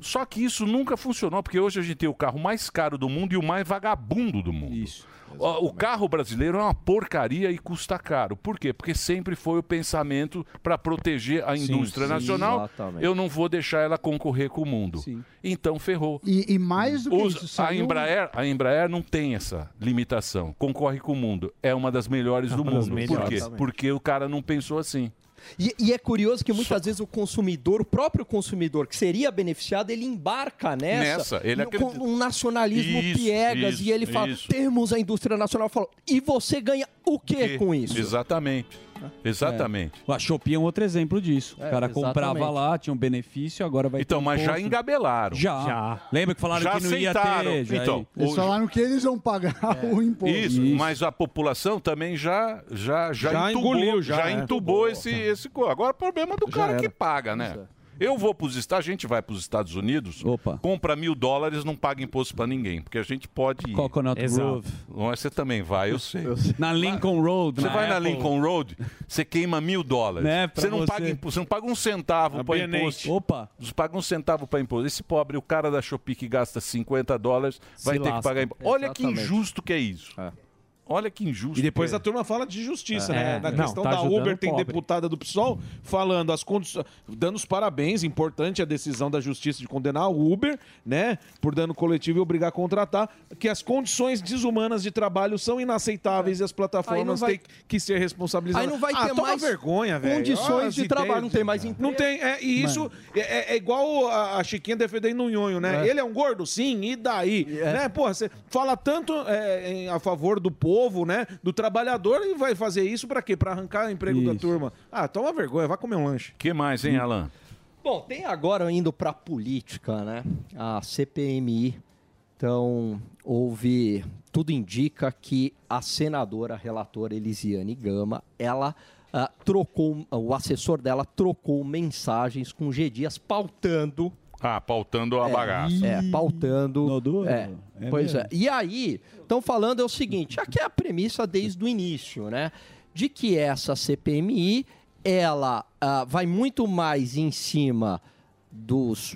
Só que isso nunca funcionou, porque hoje a gente tem o carro mais caro do mundo e o mais vagabundo do mundo. Isso. O carro brasileiro é uma porcaria e custa caro. Por quê? Porque sempre foi o pensamento para proteger a
Sim,
indústria
sim,
nacional.
exatamente.
Eu não vou deixar ela concorrer com o mundo. Então ferrou.
E, e mais do que
Os-
isso,
a,
saiu-
Embraer, a Embraer não tem essa limitação. Concorre com o mundo. É uma das melhores do
uma
mundo.
das
Por
melhores.
quê?
Exatamente.
Porque o cara não pensou assim.
E, e é curioso que muitas vezes o consumidor, o próprio consumidor que seria beneficiado, ele embarca nessa,
Nessa, ele
no- com
acredita-
um nacionalismo
Isso,
piegas
isso,
e ele fala,
isso.
temos a indústria nacional, Eu falo, e você ganha o quê com isso?
Exatamente. Exatamente.
A Shopee é um outro exemplo disso.
É,
o cara
exatamente.
comprava lá, tinha um benefício, agora vai
Então,
ter um
mas já
imposto.
engabelaram.
Já.
Já.
Lembra que falaram
Já
que não
aceitaram.
ia ter? já é um
Então,
Eles falaram que eles vão pagar <laughs> o imposto.
Isso, mas a população também já já já,
Já
entubou,
engoliu, já,
já,
é.
entubou esse esse co- agora o problema é do cara que paga, né?
é.
Eu vou para os Estados, a gente vai para os Estados Unidos, compra mil dólares, não paga imposto para ninguém, porque a gente pode ir.
Coconut Exato. Grove.
Você também vai, eu sei.
Na Lincoln Road.
Você
na
vai na
Apple.
Lincoln Road, você queima mil dólares.
Né, pra
você, não
você.
Paga imposto, você não paga um
Tá
centavo para
né?
B&H.
imposto.
Opa.
Você paga um centavo para imposto. Esse pobre, o cara da Shopee que gasta 50 dólares,
Se
vai ter que
lasca.
pagar imposto. Olha que
Exatamente.
injusto que é isso. Olha que injusto.
E depois
que é.
a turma fala de justiça,
É.
né?
É,
Da
não,
questão
tá
da
ajudando
Uber,
o
tem
pobre.
deputada do PSOL falando as condições. Dando os parabéns, importante a decisão da justiça de condenar a Uber, né? Por dano coletivo e obrigar a contratar, que as condições desumanas de trabalho são inaceitáveis e as
Aí não
plataformas
vai-
têm que ser responsabilizadas.
Aí não vai
Ah,
ter
toma
mais
vergonha, velho.
condições
Olha as
de
ideias
trabalho, não tem mais
cara.
emprego.
Não tem, é, e isso é, é- é igual a, a Chiquinha defendendo o Nhonho, né? Ele é um gordo? Sim, e daí?
É.
Né? Porra, você fala tanto é, em- a favor do povo, né? Do trabalhador e vai fazer isso pra quê? Pra arrancar emprego da turma. Ah, toma vergonha, vai comer um lanche.
que mais,
Hum.
hein, Alan?
Bom, tem agora indo para política, né? A CPMI. Então, houve. Tudo indica que a senadora a relatora Elisiane Gama, ela ah, trocou. O assessor dela trocou mensagens com o G Dias pautando.
Ah, pautando a
é,
bagaça.
É, pautando. É,
É
pois
mesmo?
é. E aí, estão falando é o seguinte: aqui é a premissa desde o início, né? De que essa CPMI ela ah, vai muito mais em cima dos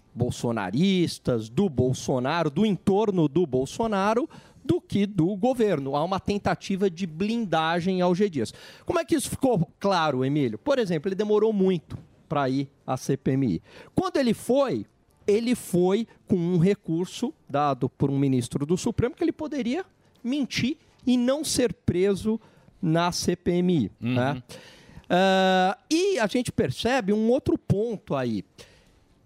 bolsonaristas, do Bolsonaro, do entorno do Bolsonaro, do que do governo. Há uma tentativa de blindagem ao G. Dias. Como é que isso ficou claro, Emílio? Por exemplo, ele demorou muito para ir à CPMI. Quando ele foi, ele foi com um recurso dado por um ministro do Supremo que ele poderia mentir e não ser preso na CPMI.
Uhum.
né? Ah, e a gente percebe um outro ponto aí,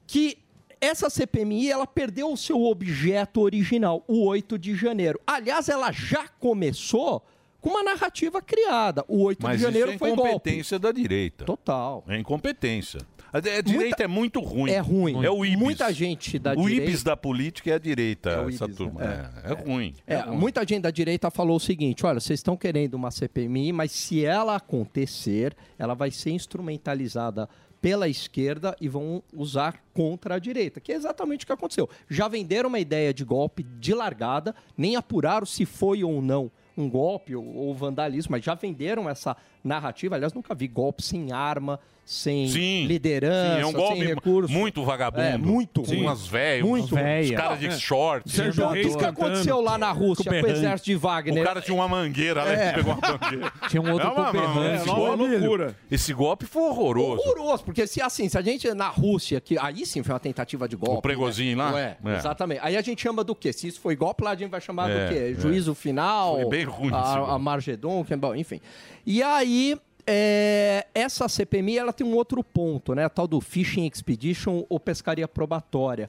que essa CPMI ela perdeu o seu objeto original, o 8 de janeiro. Aliás, ela já começou com uma narrativa criada. O 8
Mas
de janeiro
isso é
foi golpe.
incompetência da direita.
Total.
É incompetência. A, di- a direita
Muita-
é muito ruim.
É ruim.
É o IBIS.
Muita gente da
o
direita-
IBIS da política é a direita,
o
essa
IBIS,
turma.
né?
É, é ruim.
É, muita gente da direita falou o seguinte: olha, vocês estão querendo uma CPMI, mas se ela acontecer, ela vai ser instrumentalizada pela esquerda e vão usar contra a direita, que é exatamente o que aconteceu. Já venderam uma ideia de golpe de largada, nem apuraram se foi ou não um golpe ou, ou vandalismo, mas já venderam essa narrativa. Aliás, nunca vi golpe sem arma, sem
Sim.
liderança,
Sim, é um
sem
golpe
recurso.
muito vagabundo.
É, muito
Com
ruim.
umas véias,
Muito
uns-
ruim.
uns caras de short.
Sérgio Então, Reis o que cantando. aconteceu lá na Rússia com o
Berrante.
exército de Wagner?
O cara tinha um uma mangueira né? lá,
É.
ele pegou uma mangueira.
Tinha um outro
é uma,
com o Berrante.
é uma
Ô, Emílio.
loucura. Esse golpe foi horroroso.
Horroroso, porque se assim, se a gente na Rússia, que aí sim foi uma tentativa de golpe.
O pregozinho
né?
Um lá?
Ué,
É.
exatamente. Aí a gente chama do quê? Se isso foi golpe, lá a gente vai chamar
É,
do quê?
é.
Juízo final.
Foi bem ruim esse
A, a
golpe.
Margedon, que- é bom, enfim. E aí. é, essa CPMI ela tem um outro ponto, né? A tal do Fishing Expedition ou pescaria probatória.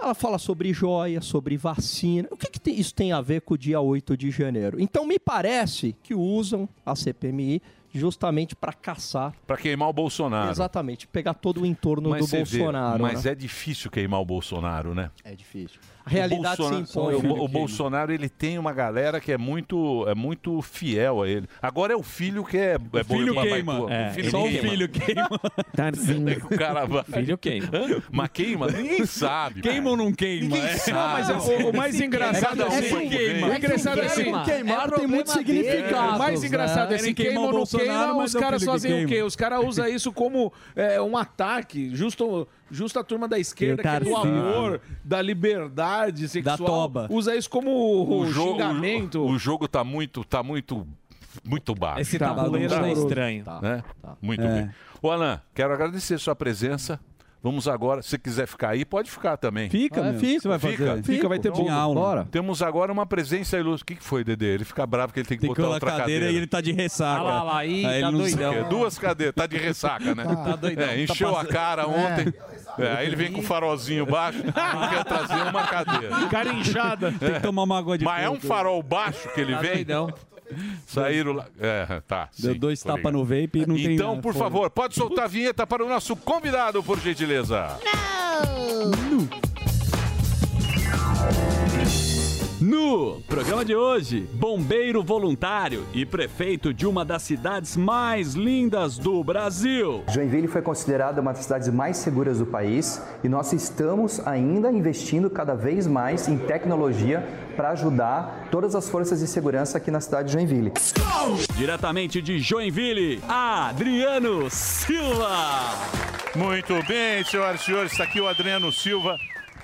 Ela fala sobre joia, sobre vacina. O que, que tem- isso tem a ver com o dia 8 de janeiro? Então, me parece que usam a CPMI justamente para caçar
Pra queimar o Bolsonaro.
Exatamente, pegar todo o entorno do
você vê,
Bolsonaro.
mas
né?
é difícil queimar o Bolsonaro, né?
É difícil. A realidade
o
se
Bolsonaro,
impõe.
O, Bo- o Bolsonaro ele tem uma galera que é muito, é muito fiel a ele. Agora é o filho que é, é boi-
filho
babaitua.
queima. É, só o filho <laughs>
queima. É que <laughs> o cara vai-
Filho queima.
Hã? Mas queima, ninguém sabe.
Queima
ou
não queima?
Ninguém
É.
sabe.
Não, mas é- o- o mais
Sim,
engraçado
cada
é
um
assim,
como
queima.
vem.
O engraçado é assim,
Queima.
queimar tem muitos significados,
O mais engraçado
né?
é se
Querem
queima
queimar
ou
o
não
Bolsonaro,
queima,
mas
os
é o
caras
filho que
fazem o
queima.
quê? Os caras usam isso como é, um ataque, justo, justo a turma da esquerda, que é do
Tarcísio.
amor, da liberdade sexual.
toba.
Usa isso como o,
jogo-
xingamento.
O, jogo tá muito, tá muito, muito baixo.
Esse tabuleiro tá estranho.
Né? Muito
É.
bem. O Alan, quero agradecer sua presença. Vamos agora, se quiser ficar aí, pode ficar também.
Fica, Ah, é? meu. Fica, Você vai fazer?
Fica,
Fica, vai ter
Tinha
bolo. Bora.
Temos agora uma presença ilustre. O que que foi, Dedê? Ele fica bravo que ele tem que
Tem que
botar
colocar
outra
a cadeira e ele tá de ressaca.
Ah lá, lá, ih,
Aí ele
tá
não sei o
doidão.
quê.
Duas cadeiras, tá de ressaca, né?
<laughs> Tá doidão,
É,
tá
encheu a
passando.
cara ontem. É, aí ele vem com o farolzinho
<laughs>
baixo, quer trazer uma cadeira. É.
Cara inchada. Tem que tomar uma água de
Mas é um
coco.
farol baixo que ele
Tá
vem.
doidão.
Saíram lá. É, tá.
Deu
sim,
dois
tô ligado.
tapas no vape e não tem...
Então, por favor, pode soltar a vinheta para o nosso convidado, por gentileza.
No programa de hoje, bombeiro voluntário e prefeito de uma das cidades mais lindas do Brasil.
Joinville foi considerada uma das cidades mais seguras do país e nós estamos ainda investindo cada vez mais em tecnologia para ajudar todas as forças de segurança aqui na cidade de Joinville.
Diretamente de Joinville, Ah! Adriano Silva.
Muito bem, senhoras e senhores, está aqui o Adriano Silva,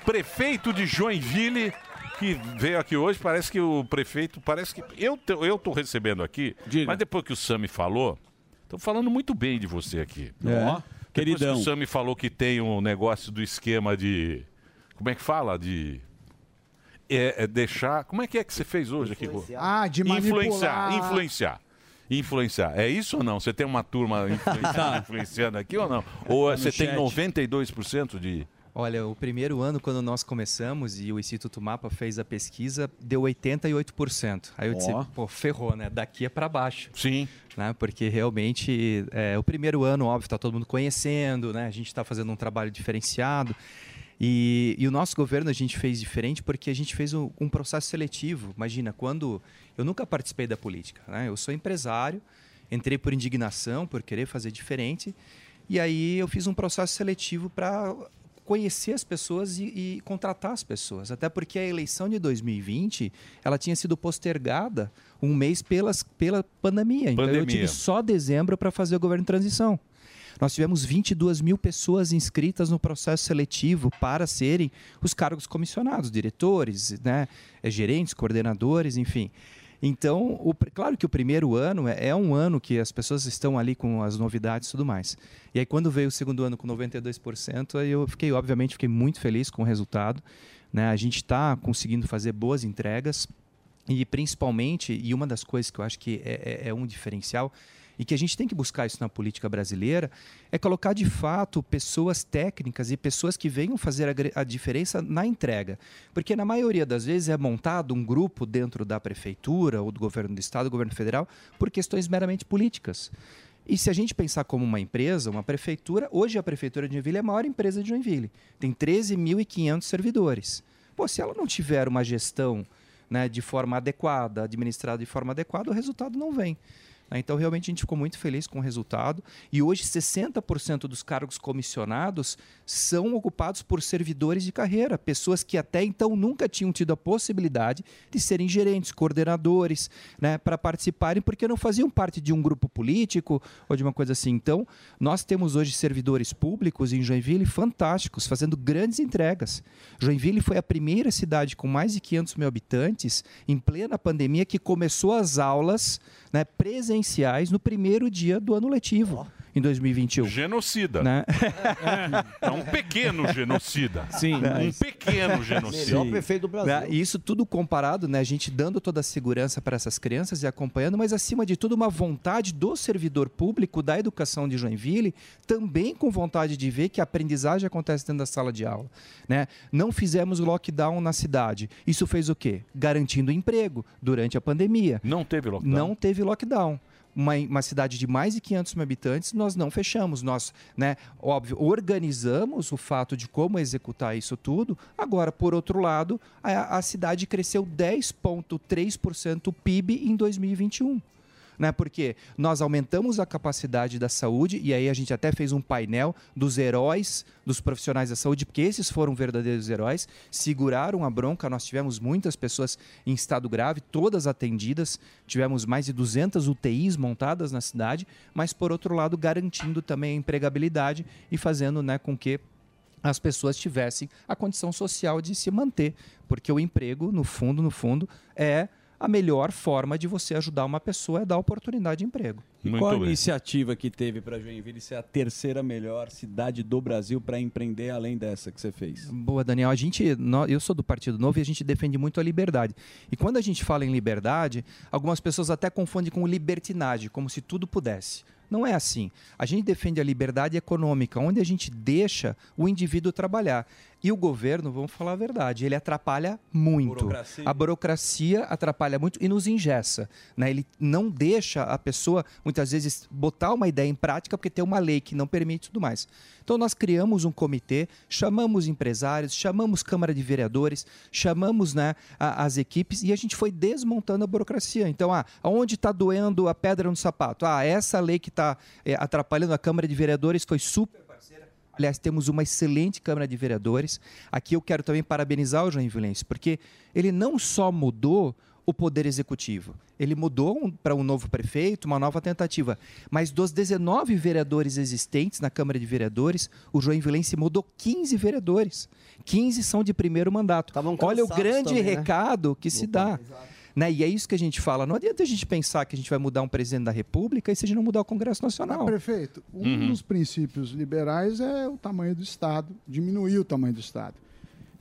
prefeito de Joinville, que veio aqui hoje. Parece que o prefeito, parece que eu tô- eu tô recebendo aqui, mas depois que o Sami falou, tô falando muito bem de você aqui.
É,
Ó,
queridão.
Depois que o Sami falou que tem um negócio do esquema de como é que fala de é, é deixar, como é que é que você fez hoje aqui? Rô?
Ah, de manipular.
influenciar, influenciar. Influenciar. É isso ou não? Você tem uma turma influenciando, influenciando aqui ou não? Ou
Tá No
você tem
chat.
92% de.
Olha, o primeiro ano, quando nós começamos e o Instituto Mapa fez a pesquisa, deu 88%. Aí eu disse,
Ó.
pô, ferrou, né? Daqui é para baixo.
Sim.
Né? Porque realmente, é, o primeiro ano, óbvio, tá todo mundo conhecendo, né? A gente está fazendo um trabalho diferenciado. E, e o nosso governo a gente fez diferente porque a gente fez um, um processo seletivo. Imagina, quando... Eu nunca participei da política, né? Eu sou empresário, entrei por indignação, por querer fazer diferente. E aí eu fiz um processo seletivo para conhecer as pessoas e, e contratar as pessoas. Até porque a eleição de 2020 ela tinha sido postergada um mês pelas, pela pandemia. Então eu
Pandemia.
tive só dezembro para fazer o governo de transição. Nós tivemos 22 mil pessoas inscritas no processo seletivo para serem os cargos comissionados, diretores, né, eh, gerentes, coordenadores, enfim. Então, o pr- claro que o primeiro ano é, é um ano que as pessoas estão ali com as novidades e tudo mais. E aí, quando veio o segundo ano com 92%, aí eu fiquei, obviamente, fiquei muito feliz com o resultado. Né? A gente está conseguindo fazer boas entregas. E principalmente, e uma das coisas que eu acho que é, é- é um diferencial, e que a gente tem que buscar isso na política brasileira, é colocar de fato pessoas técnicas e pessoas que venham fazer a, gre- a diferença na entrega. Porque na maioria das vezes é montado um grupo dentro da prefeitura, ou do governo do estado, do governo federal, por questões meramente políticas. E se a gente pensar como uma empresa, uma prefeitura, hoje a prefeitura de Joinville é a maior empresa de Joinville. Tem 13.500 servidores. Pô, se ela não tiver uma gestão né, de forma adequada, administrada de forma adequada, o resultado não vem. Né? Então, realmente, a gente ficou muito feliz com o resultado. E hoje, 60% dos cargos comissionados são ocupados por servidores de carreira, pessoas que até então nunca tinham tido a possibilidade de serem gerentes, coordenadores, né, para participarem, porque não faziam parte de um grupo político ou de uma coisa assim. Então, nós temos hoje servidores públicos em Joinville fantásticos, fazendo grandes entregas. Joinville foi a primeira cidade com mais de 500 mil habitantes, em plena pandemia, que começou as aulas né, presenciais no primeiro dia do ano letivo, em 2021.
Genocida.
Né?
É um <laughs> pequeno genocida.
Sim.
Um <laughs> pequeno genocida.
Né? E isso tudo comparado, né? A gente dando toda a segurança para essas crianças e acompanhando, mas acima de tudo uma vontade do servidor público da educação de Joinville, também com vontade de ver que a aprendizagem acontece dentro da sala de aula, né? Não fizemos lockdown na cidade. Isso fez o quê? Garantindo emprego durante a pandemia.
Não teve lockdown.
Não teve lockdown. Uma, uma cidade de mais de 500 mil habitantes, nós não fechamos. Nós, né, óbvio, organizamos o fato de como executar isso tudo. Agora, por outro lado, a, a cidade cresceu 10,3% o PIB em 2021. Né? Porque nós aumentamos a capacidade da saúde, e aí a gente até fez um painel dos heróis, dos profissionais da saúde, porque esses foram verdadeiros heróis, seguraram a bronca. Nós tivemos muitas pessoas em estado grave, todas atendidas, tivemos mais de 200 UTIs montadas na cidade, mas por outro lado, garantindo também a empregabilidade e fazendo né, com que as pessoas tivessem a condição social de se manter, porque o emprego, no fundo, no fundo, é a melhor forma de você ajudar uma pessoa é dar oportunidade de emprego.
E qual a iniciativa que teve para Joinville ser a terceira melhor cidade do Brasil para empreender além dessa que você fez?
Boa, Daniel. A gente, nó- eu sou do Partido Novo e a gente defende muito a liberdade. E quando a gente fala em liberdade, algumas pessoas até confundem com libertinagem, como se tudo pudesse. Não é assim. A gente defende a liberdade econômica, onde a gente deixa o indivíduo trabalhar. E o governo, vamos falar a verdade, ele atrapalha muito.
Burocracia.
A burocracia atrapalha muito e nos ingessa. Né? Ele não deixa a pessoa, muitas vezes, botar uma ideia em prática porque tem uma lei que não permite e tudo mais. Então, nós criamos um comitê, chamamos empresários, chamamos Câmara de Vereadores, chamamos né, a- as equipes e a gente foi desmontando a burocracia. Então, ah, onde está doendo a pedra no sapato? Ah, essa lei que está eh, atrapalhando a Câmara de Vereadores foi super parceira. Aliás, temos uma excelente Câmara de Vereadores. Aqui eu quero também parabenizar o Joinvilense, porque ele não só mudou o poder executivo, ele mudou um- para um novo prefeito, uma nova tentativa. Mas dos 19 vereadores existentes na Câmara de Vereadores, o Joinvilense mudou 15 vereadores. 15 são de primeiro mandato. Olha o
cansados
grande
também, né?
recado que se dá. Né? E é isso que a gente fala. Não adianta a gente pensar que a gente vai mudar um presidente da República e se a gente não mudar o Congresso Nacional.
Prefeito, um
Uhum.
dos princípios liberais é o tamanho do Estado, diminuir o tamanho do Estado.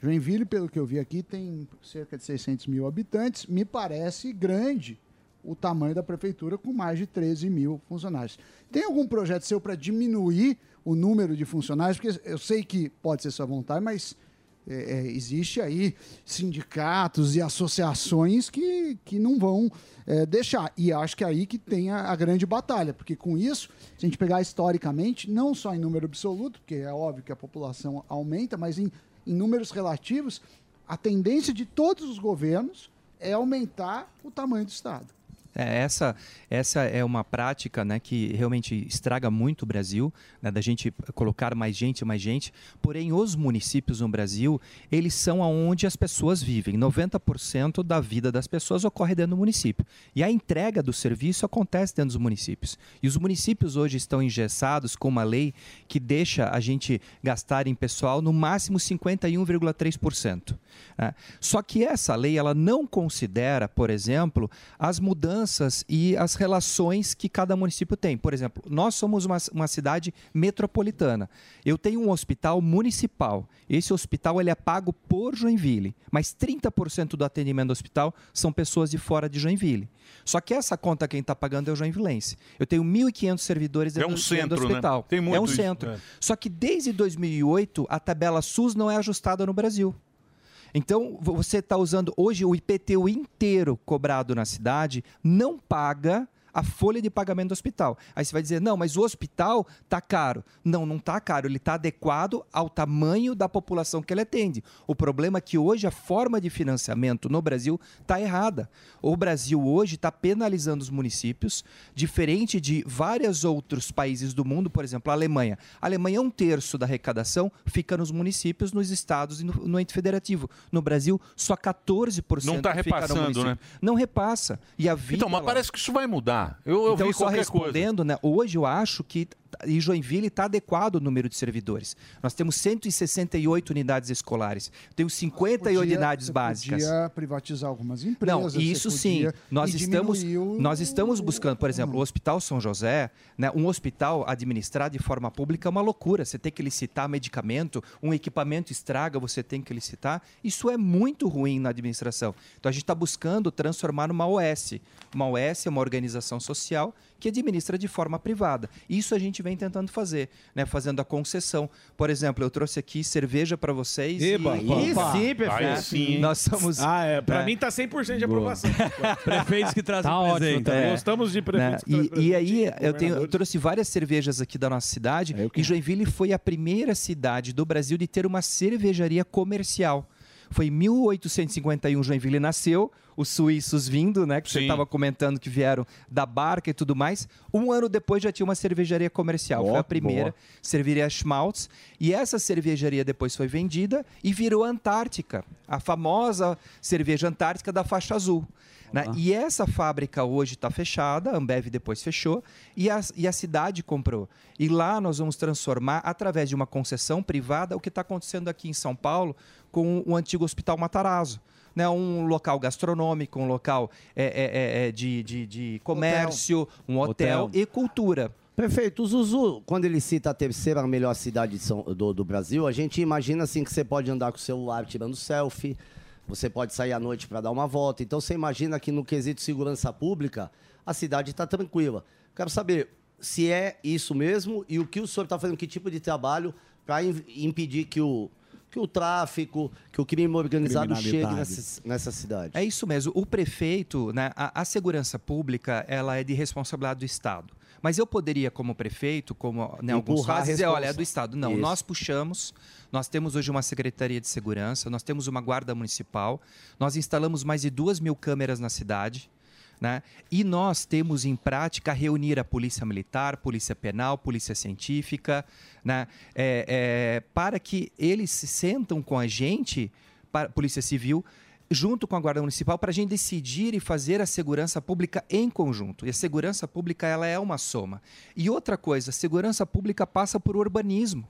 Joinville, pelo que eu vi aqui, tem cerca de 600 mil habitantes. Me parece grande o tamanho da prefeitura, com mais de 13 mil funcionários. Tem algum projeto seu para diminuir o número de funcionários? Porque eu sei que pode ser sua vontade, mas é, é, existe aí sindicatos e associações que, que não vão é, deixar. E acho que é aí que tem a, a grande batalha, porque com isso, se a gente pegar historicamente, não só em número absoluto, porque é óbvio que a população aumenta, mas em, em números relativos, a tendência de todos os governos é aumentar o tamanho do Estado.
É, essa, essa é uma prática né, que realmente estraga muito o Brasil, né, da gente colocar mais gente, mais gente. Porém, os municípios no Brasil, eles são aonde as pessoas vivem. 90% da vida das pessoas ocorre dentro do município. E a entrega do serviço acontece dentro dos municípios. E os municípios hoje estão engessados com uma lei que deixa a gente gastar em pessoal no máximo 51,3%. né? Só que essa lei ela não considera, por exemplo, as mudanças e as relações que cada município tem. Por exemplo, nós somos uma, uma cidade metropolitana. Eu tenho um hospital municipal. Esse hospital ele é pago por Joinville, mas 30% do atendimento do hospital são pessoas de fora de Joinville. Só que essa conta quem está pagando é o joinvilense. Eu tenho 1.500 servidores
É
dentro,
um
do- dentro do
centro, né?
hospital.
Tem muito
é um
isso,
centro.
é.
Só que desde 2008 a tabela SUS não é ajustada no Brasil. Então, vo- você está usando hoje o IPTU inteiro cobrado na cidade, não paga a folha de pagamento do hospital. Aí você vai dizer, não, mas o hospital tá caro. Não, não tá caro, ele tá adequado ao tamanho da população que ele atende. O problema é que hoje a forma de financiamento no Brasil tá errada. O Brasil hoje está penalizando os municípios, diferente de vários outros países do mundo, por exemplo, a Alemanha. A Alemanha, um terço da arrecadação fica nos municípios, nos estados e no, no ente federativo. No Brasil, só 14%
Não tá
fica no
repassando,
município.
né?
Não repassa. E a vida
Então, mas
lá-
parece que isso vai mudar. Eu, eu
então,
vi
só
qualquer coisa.
respondendo, né? Hoje eu acho que t- em Joinville está adequado o número de servidores. Nós temos 168 unidades escolares, temos 50
Podia-
unidades
você
básicas.
Podia privatizar algumas
Não,
empresas. você
isso sim.
podia-
Nós
e
estamos,
um diminuiu-
nós estamos buscando, por exemplo, o Hospital São José, né, um hospital administrado de forma pública é uma loucura. Você tem que licitar medicamento, um equipamento estraga, você tem que licitar. Isso é muito ruim na administração. Então a gente está buscando transformar numa OS. Uma OS é uma organização social que administra de forma privada. Isso a gente vem tentando fazer, né, fazendo a concessão. Por exemplo, eu trouxe aqui cerveja para vocês. e-
Eba,
e,
aí
Opa!
sim, prefeito.
Aí sim, hein? Nós somos.
Ah, é. Pra
né?
mim tá 100% de aprovação.
<laughs> Prefeitos que trazem
um
Tá ótimo
presente.
É.
também.
Gostamos de
Né?
prefeitos que
E,
trazem
e aí, eu, tenho, eu
governadores.
trouxe várias cervejas aqui da nossa cidade. e Joinville foi a primeira cidade do Brasil de ter uma cervejaria comercial. Foi em 1851 Joinville nasceu, os suíços vindo, né? Que você estava comentando que vieram da barca e tudo mais. Um ano depois já tinha uma cervejaria comercial. foi a primeira
boa.
cervejaria Schmaltz. E essa cervejaria depois foi vendida e virou Antártica, a famosa cerveja Antártica da faixa azul. né? E essa fábrica hoje está fechada, a Ambev depois fechou, e a, e a cidade comprou. E lá nós vamos transformar, através tá de uma concessão privada, o que está acontecendo aqui em São Paulo com o antigo Hospital Matarazzo. né, um local gastronômico, um local é, é, é, é, de, de, de comércio, um hotel, e cultura.
Prefeito, o Zuzu, quando ele cita a terceira melhor cidade de São- do, do Brasil, a gente imagina assim que você pode andar com o celular tirando selfie, você pode sair à noite para dar uma volta. Então você imagina que no quesito segurança pública, a cidade está tranquila. Quero saber se é isso mesmo e o que o senhor está fazendo, que tipo de trabalho para impedir que o, que o tráfico, que o crime organizado chegue
Criminalidade.
nessa, nessa cidade.
É isso mesmo. O prefeito, né, a, a segurança pública, ela é de responsabilidade do Estado. Mas eu poderia, como prefeito, como né, alguns Empurrar a casos, dizer, responsa. olha, é do Estado. Não, Isso. nós puxamos, nós temos hoje uma Secretaria de Segurança, nós temos uma Guarda Municipal, nós instalamos mais de duas mil câmeras na cidade. Né? E nós temos em prática reunir a polícia militar, polícia penal, polícia científica, né? É, é, para que eles se sentam com a gente, para, polícia civil, junto com a guarda municipal, para a gente decidir e fazer a segurança pública em conjunto. E a segurança pública ela é uma soma. E outra coisa, a segurança pública passa por urbanismo.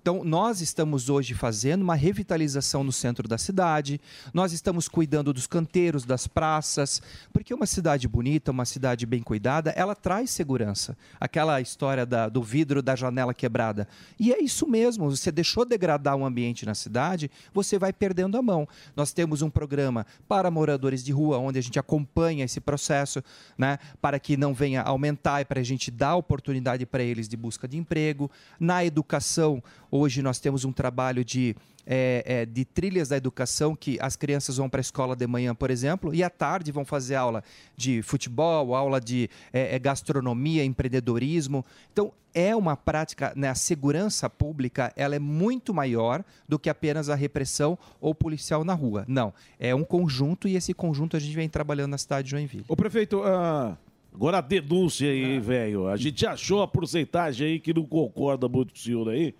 Então, nós estamos hoje fazendo uma revitalização no centro da cidade, nós estamos cuidando dos canteiros, das praças, porque uma cidade bonita, uma cidade bem cuidada, ela traz segurança. Aquela história da- do vidro da janela quebrada. E é isso mesmo, você deixou degradar o ambiente na cidade, você vai perdendo a mão. Nós temos um programa para moradores de rua, onde a gente acompanha esse processo, né, para que não venha aumentar e para a gente dar oportunidade para eles de busca de emprego. Na educação, hoje nós temos um trabalho de. eh, eh, de trilhas da educação que as crianças vão para a escola de manhã, por exemplo, e à tarde vão fazer aula de futebol, aula de eh, eh, gastronomia, empreendedorismo. Então é uma prática, né, a segurança pública ela é muito maior do que apenas a repressão ou policial na rua. Não, é um conjunto e esse conjunto a gente vem trabalhando na cidade de Joinville.
Ô, prefeito, ah, agora a denúncia
Ah.
aí, velho. A gente achou a porcentagem aí que não concorda muito com o senhor aí,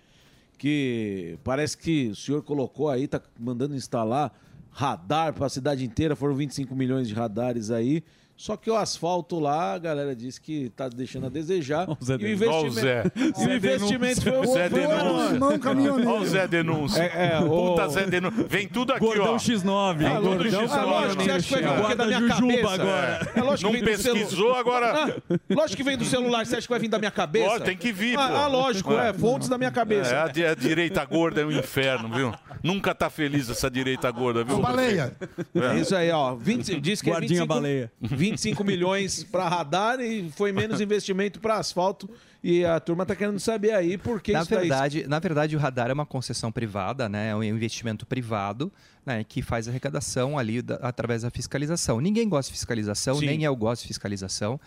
que parece que o senhor colocou aí, tá mandando instalar radar pra cidade inteira, foram 25 milhões de radares aí. Só que o asfalto lá, a galera disse que tá deixando a desejar. e o
Denúncia.
investimento,
Ó o Zé.
e o investimento foi o
Zé Denúncia.
Não, caminhoneiro.
Olha o Zé Denúncia.
É, é, o-
Puta Zé Denúncia. Vem tudo aqui,
Gordão
ó.
X9.
Vem
Ah,
tudo
Gordão
X9.
X9. Ah, lógico, você acha que foi
É.
porque é da minha Guarda Jujuba cabeça? agora.
É, lógico
Não
que vem do celu-
pesquisou, agora...
Ah, lógico que vem do celular. Você acha que vai vir da minha cabeça?
Ó, tem que vir, pô.
Ah, ah, lógico, é.
É.
Fontes da minha cabeça.
É, a, di- a direita gorda é um inferno, viu? Nunca tá feliz essa direita gorda, viu?
Baleia. É isso aí, ó. 20, diz que
Guardinha
é 25,
baleia.
25 milhões para radar e foi menos investimento para asfalto. E a turma tá querendo saber aí por que
na
isso daí-
verdade, na verdade, o radar é uma concessão privada, né? É um investimento privado, né? Que faz arrecadação ali da- através da fiscalização. Ninguém gosta de fiscalização,
Sim.
nem eu gosto de fiscalização.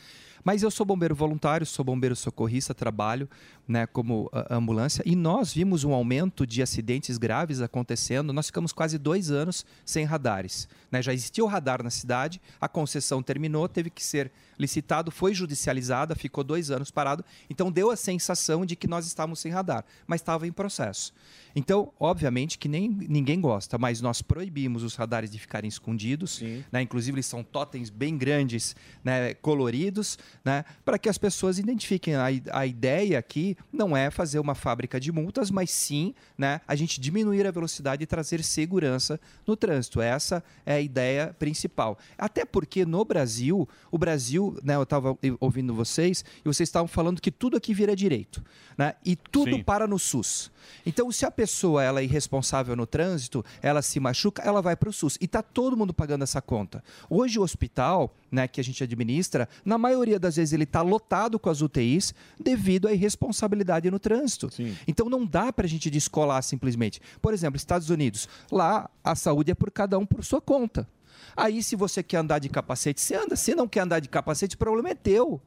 Mas eu sou bombeiro voluntário, sou bombeiro socorrista, trabalho né, como ah, ambulância. E nós vimos um aumento de acidentes graves acontecendo. Nós ficamos quase dois anos sem radares. né? Já existia o radar na cidade, a concessão terminou, teve que ser licitado, foi judicializada, ficou dois anos parado. Então deu a sensação de que nós estávamos sem radar, mas estava em processo. Então, obviamente que nem, ninguém gosta, mas nós proibimos os radares de ficarem escondidos. Né? Inclusive, eles são totens bem grandes, né? coloridos, né? para que as pessoas identifiquem. A, i- a ideia aqui não é fazer uma fábrica de multas, mas sim né? a gente diminuir a velocidade e trazer segurança no trânsito. Essa é a ideia principal. Até porque no Brasil, o Brasil, né, eu estava ouvindo vocês, e vocês estavam falando que tudo aqui vira direito. Né? E tudo
Sim.
para no SUS. Então, se a pessoa ela é irresponsável no trânsito, ela se machuca, ela vai para o SUS. E está todo mundo pagando essa conta. Hoje, o hospital né, que a gente administra, na maioria das vezes, ele está lotado com as UTIs devido à irresponsabilidade no trânsito. Então, não dá para a gente descolar simplesmente. Por exemplo, Estados Unidos. Lá, a saúde é por cada um por sua conta. Aí, se você quer andar de capacete, você anda. Se não quer andar de capacete, o problema é teu.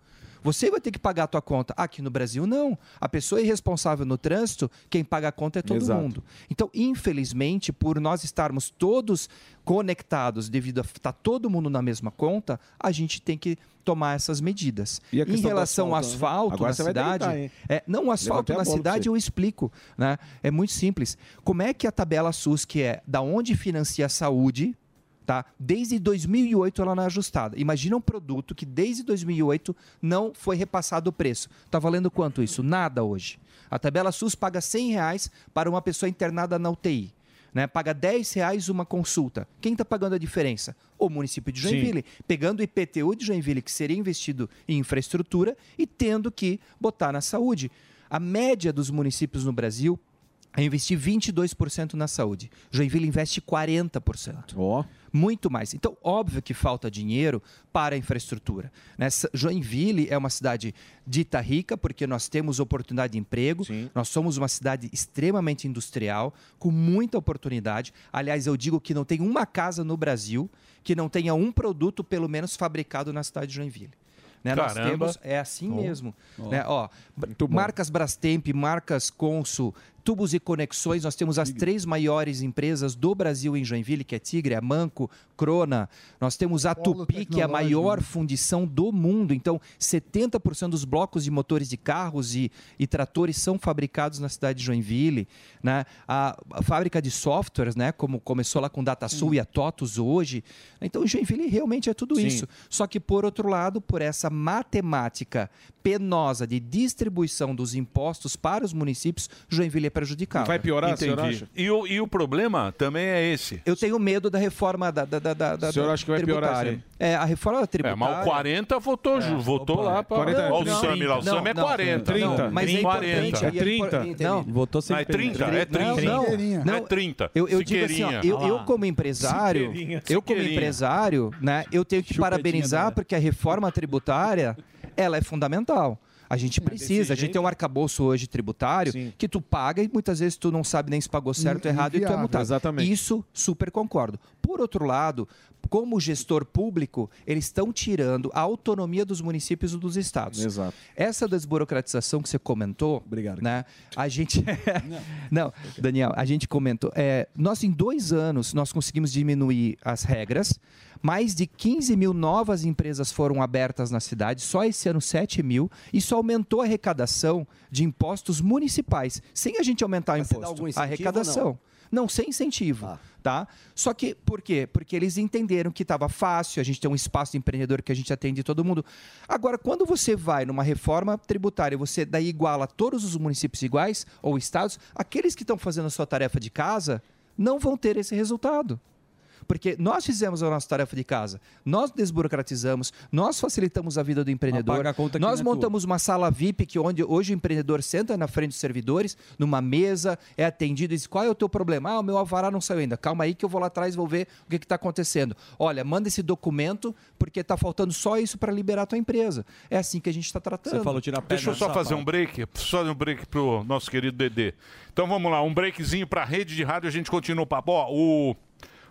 Você vai ter que pagar a tua conta. Aqui no Brasil, não. A pessoa é irresponsável no trânsito, quem paga a conta é todo
Exato.
mundo. Então, infelizmente, por nós estarmos todos conectados devido a estar todo mundo na mesma conta, a gente tem que tomar essas medidas.
E a
em
questão do
relação ao
asfalto, né?
asfalto
Agora
na
você vai
cidade...
deitar, hein?
é, não, o asfalto
Levantei a
na
bola pra
cidade
você.
eu explico. Né? É muito simples. Como é que a tabela SUS, que é da onde financia a saúde... Tá? Desde 2008 ela não é ajustada. Imagina um produto que desde 2008 não foi repassado o preço. Está valendo quanto isso? Nada hoje. A tabela SUS paga R$ 100 reais para uma pessoa internada na UTI. né? Paga 10 reais uma consulta. Quem está pagando a diferença? O município de
Sim.
Joinville, pegando o IPTU de Joinville, que seria investido em infraestrutura, e tendo que botar na saúde. A média dos municípios no Brasil é investir 22% na saúde. Joinville investe 40%. Muito mais. Então, óbvio que falta dinheiro para a infraestrutura. né? Sa- Joinville é uma cidade dita rica, porque nós temos oportunidade de emprego, nós somos uma cidade extremamente industrial, com muita oportunidade. Aliás, eu digo que não tem uma casa no Brasil que não tenha um produto, pelo menos, fabricado na cidade de Joinville. Né? Nós
Caramba.
temos- é assim
Ó.
mesmo.
Ó.
Né? Ó, br- marcas Brastemp, marcas Consul, Tubos e Conexões, nós temos as três maiores empresas do Brasil em Joinville, que é Tigre, a Manco, Crona. Nós temos a
Polo
Tupi, que é a maior
tecnológico. né?
fundição do mundo. Então, 70% dos blocos de motores de carros e, e tratores são fabricados na cidade de Joinville. Né? A, a fábrica de softwares, né? como começou lá com DataSul e a TOTUS hoje. Então, Joinville realmente é tudo
Sim.
isso. Só que, por outro lado, por essa matemática penosa de distribuição dos impostos para os municípios, Joinville é prejudicado.
Entendi. E o, e o problema também é esse.
Eu tenho medo da reforma da, da, da, da, da
O senhor acha que vai piorar
tributária.
isso
É, a reforma
É,
tributária...
mas o 40
É.
votou, ju- votou lá para... Olha o Sami lá, o Sami é 40.
Não, mas é
40.
importante... e Não,
Votou sem é 30, é 30.
Não, não,
É 30.
Eu, eu digo assim, ó, eu, eu como empresário,
Siqueirinha,
eu como
Siqueirinha.
empresário, né, eu tenho que parabenizar porque a reforma tributária, ela é fundamental. A gente precisa, a gente tem um arcabouço hoje tributário que tu paga e muitas vezes tu não sabe nem se pagou certo ou errado e tu é
inviável.
multado.
Exatamente.
Isso super concordo. Por outro lado, como gestor público, eles estão tirando a autonomia dos municípios e dos estados.
Exato.
Essa desburocratização que você comentou, Obrigado. né? A gente <laughs> Não, Daniel, a gente comentou. é, nós, em dois anos, nós conseguimos diminuir as regras. Mais de 15 mil novas empresas foram abertas na cidade, só esse ano 7 mil. Isso aumentou a arrecadação de impostos municipais, sem a gente aumentar o
dá
imposto.
algum
A
incentivo ou não?
arrecadação. Não, sem incentivo, tá? Só que, por quê? Porque eles entenderam que estava fácil, a gente tem um espaço empreendedor que a gente atende todo mundo. Agora, quando você vai numa reforma tributária, você daí iguala todos os municípios iguais ou estados, aqueles que estão fazendo a sua tarefa de casa não vão ter esse resultado. Porque nós fizemos a nossa tarefa de casa, nós desburocratizamos, nós facilitamos a vida do empreendedor,
paga a conta que
nós
não é tua.
montamos temos uma sala VIP que onde hoje o empreendedor senta na frente dos servidores, numa mesa, é atendido e diz: qual é o teu problema? Ah, o meu alvará não saiu ainda. Calma aí que eu vou lá atrás e vou ver o que está acontecendo. Olha, manda esse documento porque está faltando só isso para liberar a tua empresa. É assim que a gente está tratando.
Deixa eu só fazer um break, só um break pro nosso querido Dedê. Então vamos lá, um breakzinho pra rede de rádio, a gente continua o papo. Ó, o,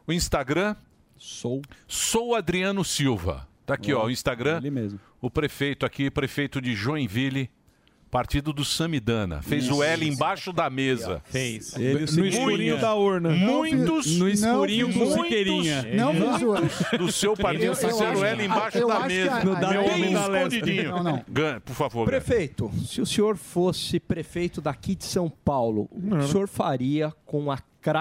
o Instagram.
Sou.
Sou Adriano Silva. Tá aqui, ó, o Instagram. Ele
mesmo.
O prefeito aqui, prefeito de Joinville. Partido do Samidana. Fez
Isso.
o L embaixo da mesa. Fez.
Ele, o
no
Siqueirinha.
escurinho da
urna.
Muitos.
No escurinho do
muitos-
Siqueirinha.
Não,
Muitos
do seu partido. Fizeram o L embaixo da mesa. Bem escondidinho. Gan- Por favor, Gan.
Prefeito, se o senhor fosse prefeito daqui de São Paulo, o que o senhor faria com a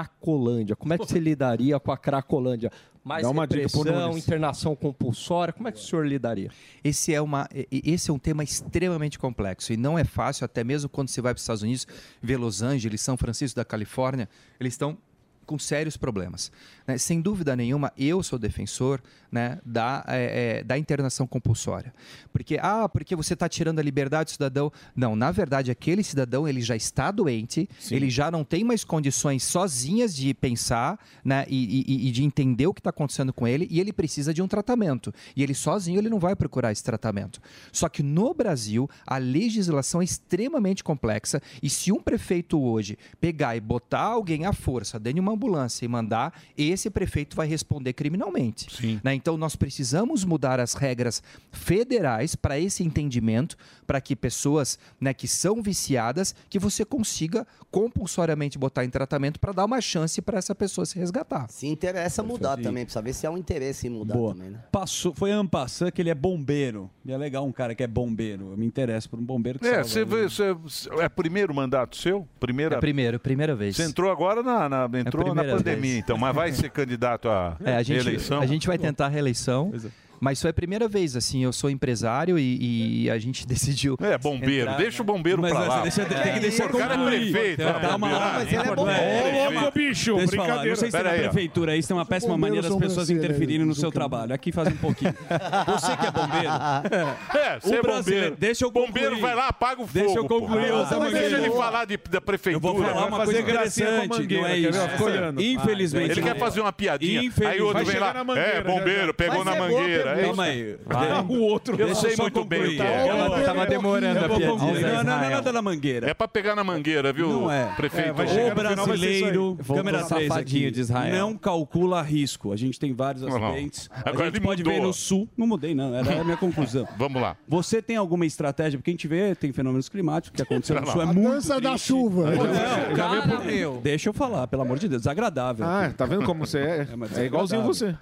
Cracolândia? Como
<laughs>
é que você lidaria com a Cracolândia? Mais
Dá uma dica pro
repressão,
Nunes.
internação compulsória, como é que o senhor lidaria?
Esse é, uma, e- e- esse é um tema extremamente complexo e não é fácil, até mesmo quando você vai para os Estados Unidos, ver Los Angeles, São Francisco da Califórnia, eles estão com sérios problemas. né? Sem dúvida nenhuma, eu sou defensor né, da, eh, eh, da internação compulsória. Porque, ah, porque você está tirando a liberdade do cidadão. Não, na verdade, aquele cidadão ele já está doente, ele já não tem mais condições sozinhas de pensar né, e, e- e de entender o que está acontecendo com ele e ele precisa de um tratamento. E ele sozinho ele não vai procurar esse tratamento. Só que no Brasil, a legislação é extremamente complexa e se um prefeito hoje pegar e botar alguém à força dentro de uma ambulância e mandar, esse prefeito vai responder criminalmente. Né? Então nós precisamos mudar as regras federais para esse entendimento, para que pessoas né, que são viciadas, que você consiga compulsoriamente botar em tratamento para dar uma chance para essa pessoa se resgatar.
Se interessa mudar também, precisa ver se há um interesse em mudar
Boa.
também, né?
Passou, foi Ampassan que ele é bombeiro. E é legal um cara que é bombeiro. Eu me interesso por um bombeiro que
É,
salva
você, vê- você- é primeiro mandato seu? Primeira...
É primeiro, primeira vez. É
Você entrou agora na, na- entrou na
primeira
pandemia,
vez. <laughs>
então, mas vai ser candidato à
É, a gente,
eleição? é.
a gente vai tentar a reeleição. Mas foi a primeira vez, assim, eu sou empresário e, e a gente <laughs> decidiu. né?
É, bombeiro, deixa o bombeiro pra lá. tem que deixar o cara é prefeito. né,
Calma
bombeiro? É
lá,
importante.
bicho, Deixa eu falar,
brincadeira.
Não sei se é
Pera
na
aí, ó.
prefeitura, isso é uma péssima
bombeiros
maneira das
são
pessoas
brasileiros,
interferirem no
é
seu trabalho. Aqui faz um pouquinho. Você que
<laughs>
é bombeiro.
<laughs> É, você
o
é
brasileiro-
bombeiro.
Deixa eu concluir.
Bombeiro vai lá, apaga o fogo.
Deixa eu concluir,
porra.
ô, Zé
Mas deixa
Mangueira.
ele falar de- da prefeitura.
Eu vou falar uma Vai fazer coisa gracinha com a interessante, mangueira, não é quer isso. ver? Vai, Coisa- vai, vai. Infelizmente,
Ele quer
não.
fazer uma piadinha. Ah, Aí o
Infelizmente.
outro vem
Vai
lá.
chegar na mangueira,
É,
já,
bombeiro,
já.
pegou
Mas
na
é boa
mangueira.
pergunta.
é
Calma
isso.
aí.
Vai.
O outro.
Eu
Deixa eu
sei
só
muito bem. o que
concluir.
é.
Ela
Eu
tava
vou-
demorando a
eu vou
piadinha.
concluir.
Não, não, não, nada da
mangueira. É pra pegar na mangueira, viu?
Não é.
Prefeito.
É, vai chegar no final, vai ser isso aí. o brasileiro, câmera 3 aqui, não calcula risco. A gente tem vários
Não, não.
acidentes.
Agora
a gente
ele
pode
mudou.
ver no sul. Não mudei, não. Era a minha conclusão.
<laughs> Vamos lá.
Você tem alguma estratégia? Porque a gente vê, tem fenômenos climáticos que aconteceram no
Não,
sul. É
não.
muito
Dança da
triste.
chuva.
Não, já
Cara,
veio por-
meu.
Deixa eu falar, pelo amor de Deus. Desagradável.
Ah, tá vendo como você é?
<laughs> mas
É igualzinho você.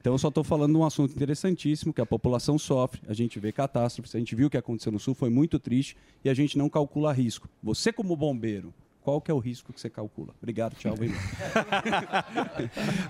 Então eu só estou falando de um assunto interessantíssimo que a população sofre, a gente vê catástrofes, a gente viu o que aconteceu no Sul, foi muito triste e a gente não calcula risco. Você como bombeiro, qual que é o risco que você calcula? Obrigado, tchau. vem.
<laughs>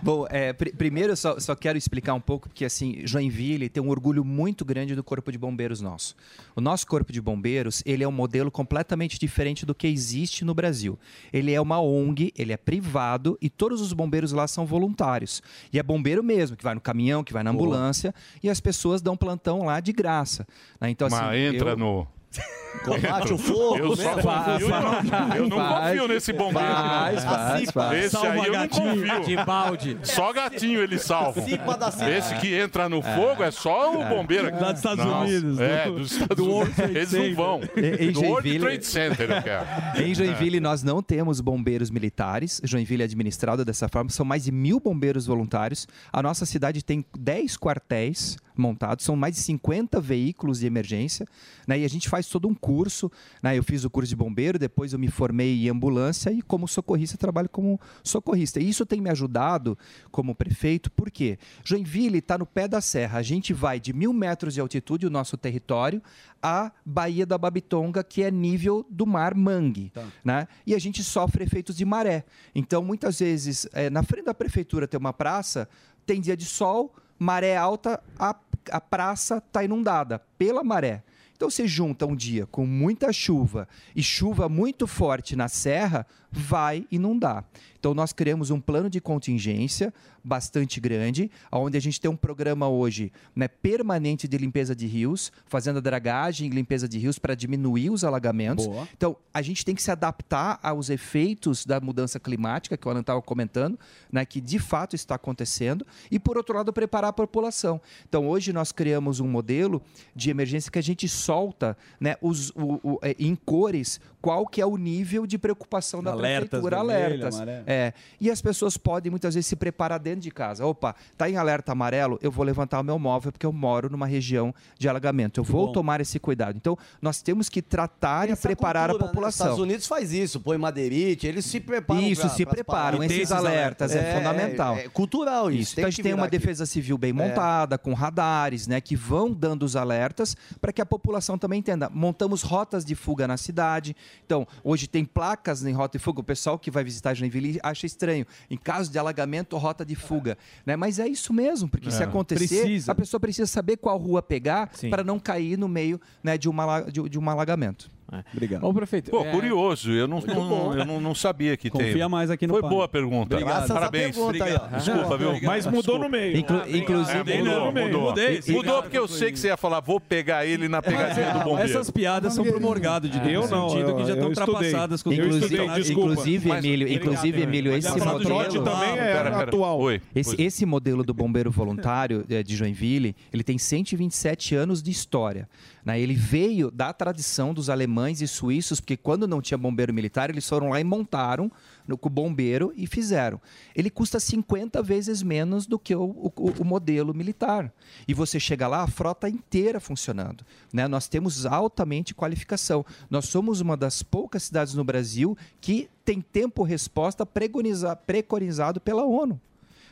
Bom, é, pri- primeiro eu só, só quero explicar um pouco, porque assim, Joinville tem um orgulho muito grande do Corpo de Bombeiros nosso. O nosso Corpo de Bombeiros, ele é um modelo completamente diferente do que existe no Brasil. Ele é uma ONG, ele é privado e todos os bombeiros lá são voluntários. E é bombeiro mesmo, que vai no caminhão, que vai na
Boa.
ambulância, e as pessoas dão plantão lá de graça. né? Então, assim,
Mas entra
eu-
no. <laughs>
Combate o fogo,
Eu, só
né?
confio,
Faz,
eu não
faz,
confio nesse bombeiro.
faz,
não.
faz, faz.
Esse
Salva
aí eu não
gatinho.
confio.
De balde.
Só gatinho ele salva.
Cipa da cipa.
Esse que entra no fogo é só o
É.
bombeiro.
Lá dos Estados
Não,
Unidos, né?
É,
do-
dos Estados
do World
Unidos.
Trade
Eles não
Center.
vão.
Em- em
Do World
Joinville-
Trade Center eu quero.
Em Joinville, nós não temos bombeiros militares. Joinville é administrada dessa forma. São mais de mil bombeiros voluntários. A nossa cidade tem 10 quartéis montados. São mais de 50 veículos de emergência. Né? E a gente faz todo um curso. Né? Eu fiz o curso de bombeiro, depois eu me formei em ambulância e como socorrista trabalho como socorrista. E isso tem me ajudado como prefeito. Por quê? Joinville está no pé da serra. A gente vai de mil metros de altitude, o nosso território, à Baía da Babitonga, que é nível do mar mangue. Né? E a gente sofre efeitos de maré. Então, muitas vezes, eh, na frente da prefeitura tem uma praça, tem dia de sol, maré alta, a, a praça está inundada pela maré. Então você junta um dia com muita chuva e chuva muito forte na serra, vai inundar. Então nós criamos um plano de contingência bastante grande, onde a gente tem um programa hoje né, permanente de limpeza de rios, fazendo a dragagem e limpeza de rios para diminuir os alagamentos.
Boa.
Então, a gente tem que se adaptar aos efeitos da mudança climática, que o Alan estava comentando, né, que de fato está acontecendo, e por outro lado, preparar a população. Então, hoje nós criamos um modelo de emergência que a gente solta né, os, o- o- é, em cores qual que é o nível de preocupação da
Alertas,
prefeitura,
vermelho,
alertas.
amarelo.
É, e as pessoas podem muitas vezes se preparar dentro de casa. Opa, tá em alerta amarelo, eu vou levantar o meu móvel porque eu moro numa região de alagamento. Eu vou
bom.
tomar esse cuidado. Então, nós temos que tratar e preparar
cultura,
a
né? Os Estados
população.
Unidos faz isso, põe madeirite, eles se preparam.
Isso,
pra-
se
pras
preparam,
paradas.
esses alertas, é, fundamental.
é cultural isso.
então a
que
gente tem
virar
uma
aqui.
defesa civil bem
É.
montada, com radares, né, que vão dando os alertas para que a população também entenda. Montamos rotas de fuga na cidade. Então, hoje tem placas em rota de fuga. O pessoal que vai visitar Joinville acha estranho. Em caso de alagamento, rota de fuga. Né? Mas é isso mesmo, porque se
É.
acontecer,
Precisa.
a pessoa precisa saber qual rua pegar para não cair no meio né, de, uma, ala- de, de um alagamento.
É.
Obrigado.
Ô, prefeito.
Pô,
é-
curioso. Eu não,
Muito
não-
bom.
eu não, não sabia que tem.
Confia mais aqui no
Foi
Pan.
boa a pergunta.
Obrigado. Graças à
Parabéns.
pergunta aí, ó.
Desculpa, viu?
Obrigado. Mas mudou
Desculpa.
no meio. Inclu-
Ah, obrigado.
inclusive-
É,
Mudei
mudou,
no meio.
mudou.
Mudei,
Mudou porque eu sei que você ia falar, vou pegar ele na
é,
pegadinha do bombeiro.
Essas piadas são pro Morgado de
Eu
um
não,
sentido
eu-
que já estão
eu estudei.
ultrapassadas com
Eu estudei,
personagens.
desculpa. Inclusive, Mas- Emílio,
um.
Obrigado, inclusive, Emílio,
Mas
esse
a fala do
modelo-
Jorge também é
Pera, pera.
atual.
Esse, esse modelo do bombeiro voluntário eh, de Joinville, ele tem 127 anos de história. né? Ele veio da tradição dos alemães e suíços, porque quando não tinha bombeiro militar, eles foram lá e montaram no, com o bombeiro e fizeram. Ele custa 50 vezes menos do que o, o- o modelo militar. E você chega lá, a frota inteira funcionando. né? Nós temos altamente qualificação. Nós somos uma das poucas cidades no Brasil que tem tempo-resposta preconiza- preconizado pela ONU.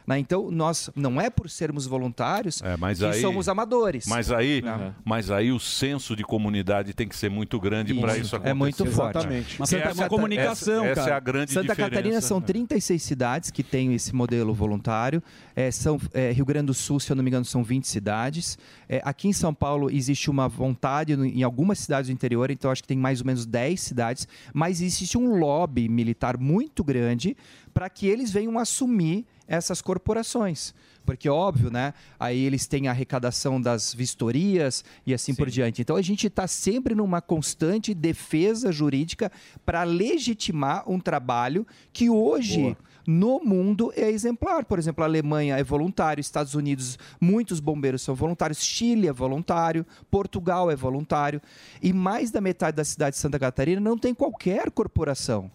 né? Então, nós não é por sermos voluntários
É, Mas
que
aí-
somos amadores. Né?
Mas aí, mas aí o senso de comunidade tem que ser muito grande para
Isso.
isso acontecer.
É muito forte.
Mas essa, é
Cata-
essa, essa é a grande
Santa
diferença. né?
Catarina são 36 cidades que têm esse modelo voluntário. É, são, é, Rio Grande do Sul, se eu não me engano, são 20 cidades. É, aqui em São Paulo existe uma vontade no- em algumas cidades do interior, então acho que tem mais ou menos 10 cidades. Mas existe um lobby militar muito grande para que eles venham assumir essas corporações. Porque, óbvio, né? Aí eles têm a arrecadação das vistorias e assim por diante. Então a gente está sempre numa constante defesa jurídica para legitimar um trabalho que hoje. No mundo é exemplar. Por exemplo, a Alemanha é voluntário, Estados Unidos, muitos bombeiros são voluntários, Chile é voluntário, Portugal é voluntário. E mais da metade da cidade de Santa Catarina não tem qualquer corporação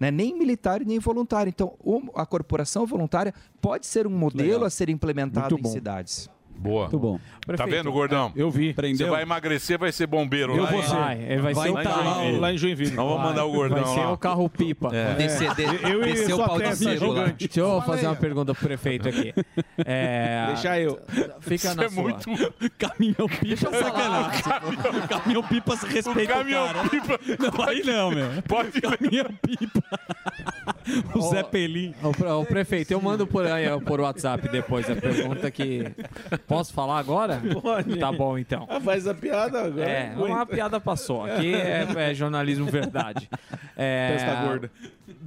né? nem militar e nem voluntário. Então, o- a corporação voluntária pode ser um modelo a ser implementado
Muito
em
bom.
cidades.
Boa.
Muito bom.
Tá
Prefeito,
vendo, gordão?
Eu vi.
Você
Prendeu.
vai emagrecer, vai ser bombeiro
Eu
lá.
vou
em-
ser. Vai, ele vai ser o tal- lá em Joinville.
Nós Então vamos
Vai.
mandar o gordão
Vai ser
lá.
o carro-pipa.
É.
É.
Eu e sua testa gigante.
Deixa eu
Fala
fazer
aí.
uma pergunta pro prefeito aqui.
<laughs>
É,
Deixa eu.
Fica
Isso
na
é
sua. <laughs>
muito-
<laughs> Caminhão pipa.
Deixa eu falar.
O caminhão pipa se respeita.
O caminhão
pipa. Não, aí não, meu.
<laughs>
Pode
caminhão pipa. O Zé Pelim.
Ô, pre- ô, prefeito, eu mando por, aí, ó, por WhatsApp depois a pergunta que... Posso falar agora?
Pode.
Tá bom, então.
Ah, faz a piada agora.
É,
Aguenta.
uma piada passou. Aqui é, é jornalismo verdade. É,
Testa gorda.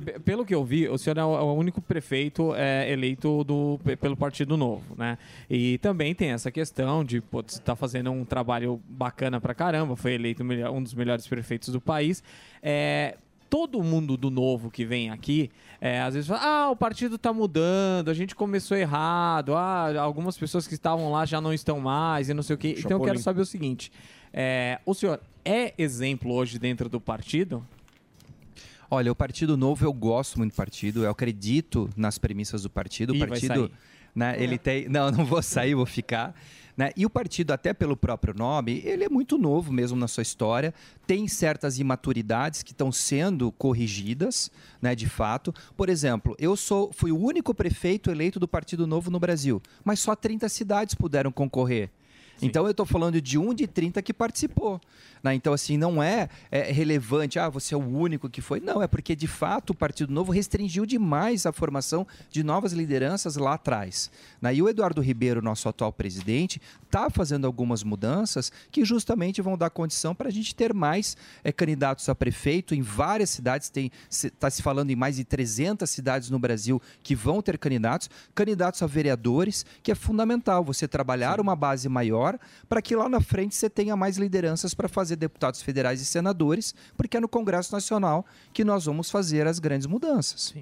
pe- Pelo que eu vi, o senhor é o é o único prefeito é, eleito do, pe- pelo Partido Novo, né? E também tem essa questão de pô, você tá fazendo um trabalho bacana pra caramba, foi eleito o melhor- um dos melhores prefeitos do país. É, todo mundo do novo que vem aqui, é, às vezes fala, ah, o partido tá mudando, a gente começou errado, ah, algumas pessoas que estavam lá já não estão mais e não sei o quê. Então eu quero
Chapolin.
saber o seguinte, é, o senhor é exemplo hoje dentro do partido?
Olha, o Partido Novo, eu gosto muito do partido, eu acredito nas premissas do partido. O
Ih, vai
partido,
sair. É.
né, ele tem, não, não vou sair, vou ficar, né? E o partido até pelo próprio nome, ele é muito novo mesmo na sua história, tem certas imaturidades que estão sendo corrigidas, né, de fato. Por exemplo, eu sou fui o único prefeito eleito do Partido Novo no Brasil, mas só 30 cidades puderam concorrer. Então eu estou falando de um de 30 que participou. né? Então, assim, não é, é, relevante, ah, você é o único que foi. Não, é porque, de fato, o Partido Novo restringiu demais a formação de novas lideranças lá atrás. né? E o Eduardo Ribeiro, nosso atual presidente, está fazendo algumas mudanças que justamente vão dar condição para a gente ter mais eh, candidatos a prefeito em várias cidades. Está se falando em mais de 300 cidades no Brasil que vão ter candidatos, candidatos a vereadores, que é fundamental você trabalhar uma base maior para que lá na frente você tenha mais lideranças para fazer deputados federais e senadores, porque é no Congresso Nacional que nós vamos fazer as grandes mudanças.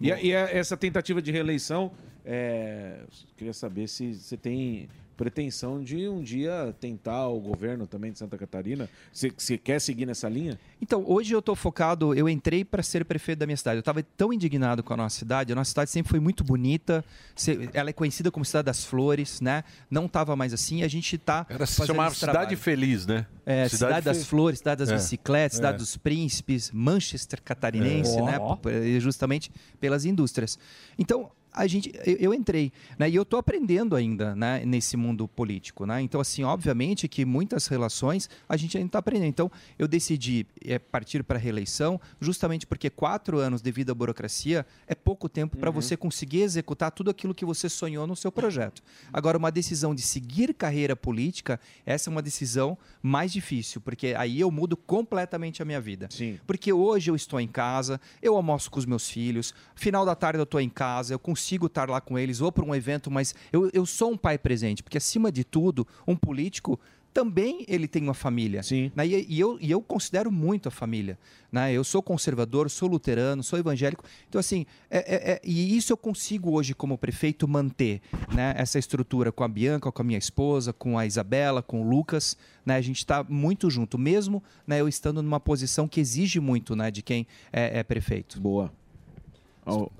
E, a- e a- essa tentativa de reeleição, é, queria saber se você tem pretensão de um dia tentar o governo também de Santa Catarina. Você, você quer seguir nessa linha?
Então, hoje eu estou focado, eu entrei para ser prefeito da minha cidade. Eu estava tão indignado com a nossa cidade. A nossa cidade sempre foi muito bonita. se- Ela é conhecida como cidade das flores, né? Não estava mais assim. A gente está
Era se chamava Cidade Feliz, né?
É, Cidade, das
Fe-
Flores, Cidade das
É.
Bicicletas, Cidade
É.
dos Príncipes, Manchester Catarinense,
É.
né?
Ó.
p- Justamente pelas indústrias. Então, a gente, eu, eu entrei, né? E eu estou aprendendo ainda, né? Nesse mundo político, né? Então, assim, obviamente que muitas relações a gente ainda está aprendendo. Então, eu decidi é, partir para a reeleição, justamente porque quatro anos devido à burocracia é pouco tempo
Uhum.
para você conseguir executar tudo aquilo que você sonhou no seu projeto. Agora, uma decisão de seguir carreira política, essa é uma decisão mais difícil, porque aí eu mudo completamente a minha vida. Porque hoje eu estou em casa, eu almoço com os meus filhos, final da tarde eu estou em casa, eu consigo estar lá com eles, vou para um evento, mas eu, eu sou um pai presente, porque acima de tudo, um político também ele tem uma família. né? E, e eu, e eu considero muito a família. né? Eu sou conservador, sou luterano, sou evangélico. Então, assim, é- é- é- e isso eu consigo hoje, como prefeito, manter né? essa estrutura com a Bianca, com a minha esposa, com a Isabela, com o Lucas. né? A gente está muito junto, mesmo né, eu estando numa posição que exige muito né, de quem é, é prefeito.
Boa.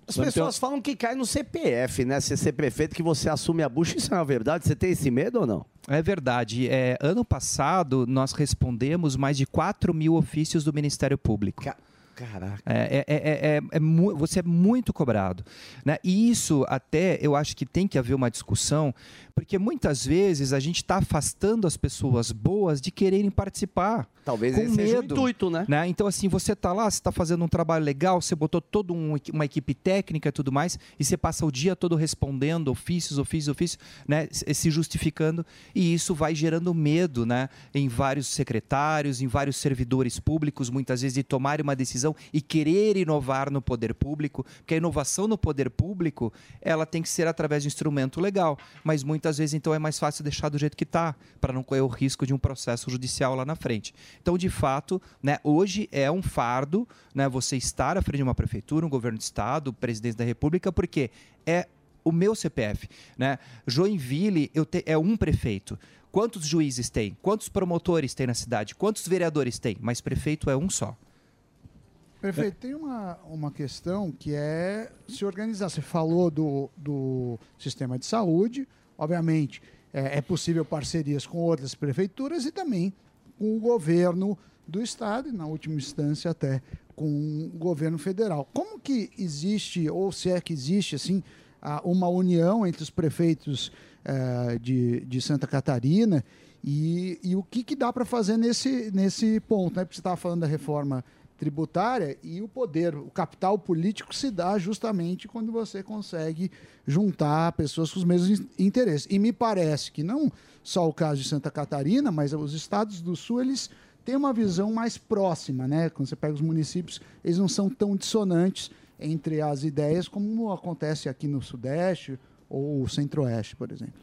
As
um-
pessoas falam que cai no CPF, né? Você ser prefeito, que você assume a bucha, isso é uma verdade? Você tem esse medo ou não?
É verdade. É, ano passado, nós respondemos mais de 4 mil ofícios do Ministério Público.
Caraca.
É, é- é- é- é- é mu- você é muito cobrado. Né? E isso até eu acho que tem que haver uma discussão, porque muitas vezes a gente está afastando as pessoas boas de quererem participar.
Talvez
com
esse
medo,
seja o intuito, né?
Então, assim, você está lá, você está fazendo um trabalho legal, você botou toda uma equipe técnica e tudo mais, e você passa o dia todo respondendo ofícios, ofícios, ofícios, né? Se se justificando, e isso vai gerando medo, né? Em vários secretários, em vários servidores públicos, muitas vezes, de tomarem uma decisão e querer inovar no poder público, porque a inovação no poder público, ela tem que ser através de um instrumento legal, mas muitas vezes, então, é mais fácil deixar do jeito que está, para não correr o risco de um processo judicial lá na frente. Então, de fato, né, hoje é um fardo né, você estar à frente de uma prefeitura, um governo de estado, presidente da república, porque é o meu CPF. Né? Joinville eu te- é um prefeito. Quantos juízes tem? Quantos promotores tem na cidade? Quantos vereadores tem? Mas prefeito é um só.
Prefeito, tem uma, uma questão que é se organizar. Você falou do, do sistema de saúde, obviamente é, é possível parcerias com outras prefeituras e também com o governo do estado e, na última instância, até com o governo federal. Como que existe, ou se é que existe, assim, a- uma união entre os prefeitos eh, de, de Santa Catarina e, e o que, que dá para fazer nesse, nesse ponto, né? Porque você estava falando da reforma tributária e o poder, o capital político se dá justamente quando você consegue juntar pessoas com os mesmos in- interesses. E me parece que não só o caso de Santa Catarina, mas os estados do sul, eles têm uma visão mais próxima, né? Quando você pega os municípios, eles não são tão dissonantes entre as ideias como acontece aqui no Sudeste ou Centro-Oeste, por exemplo.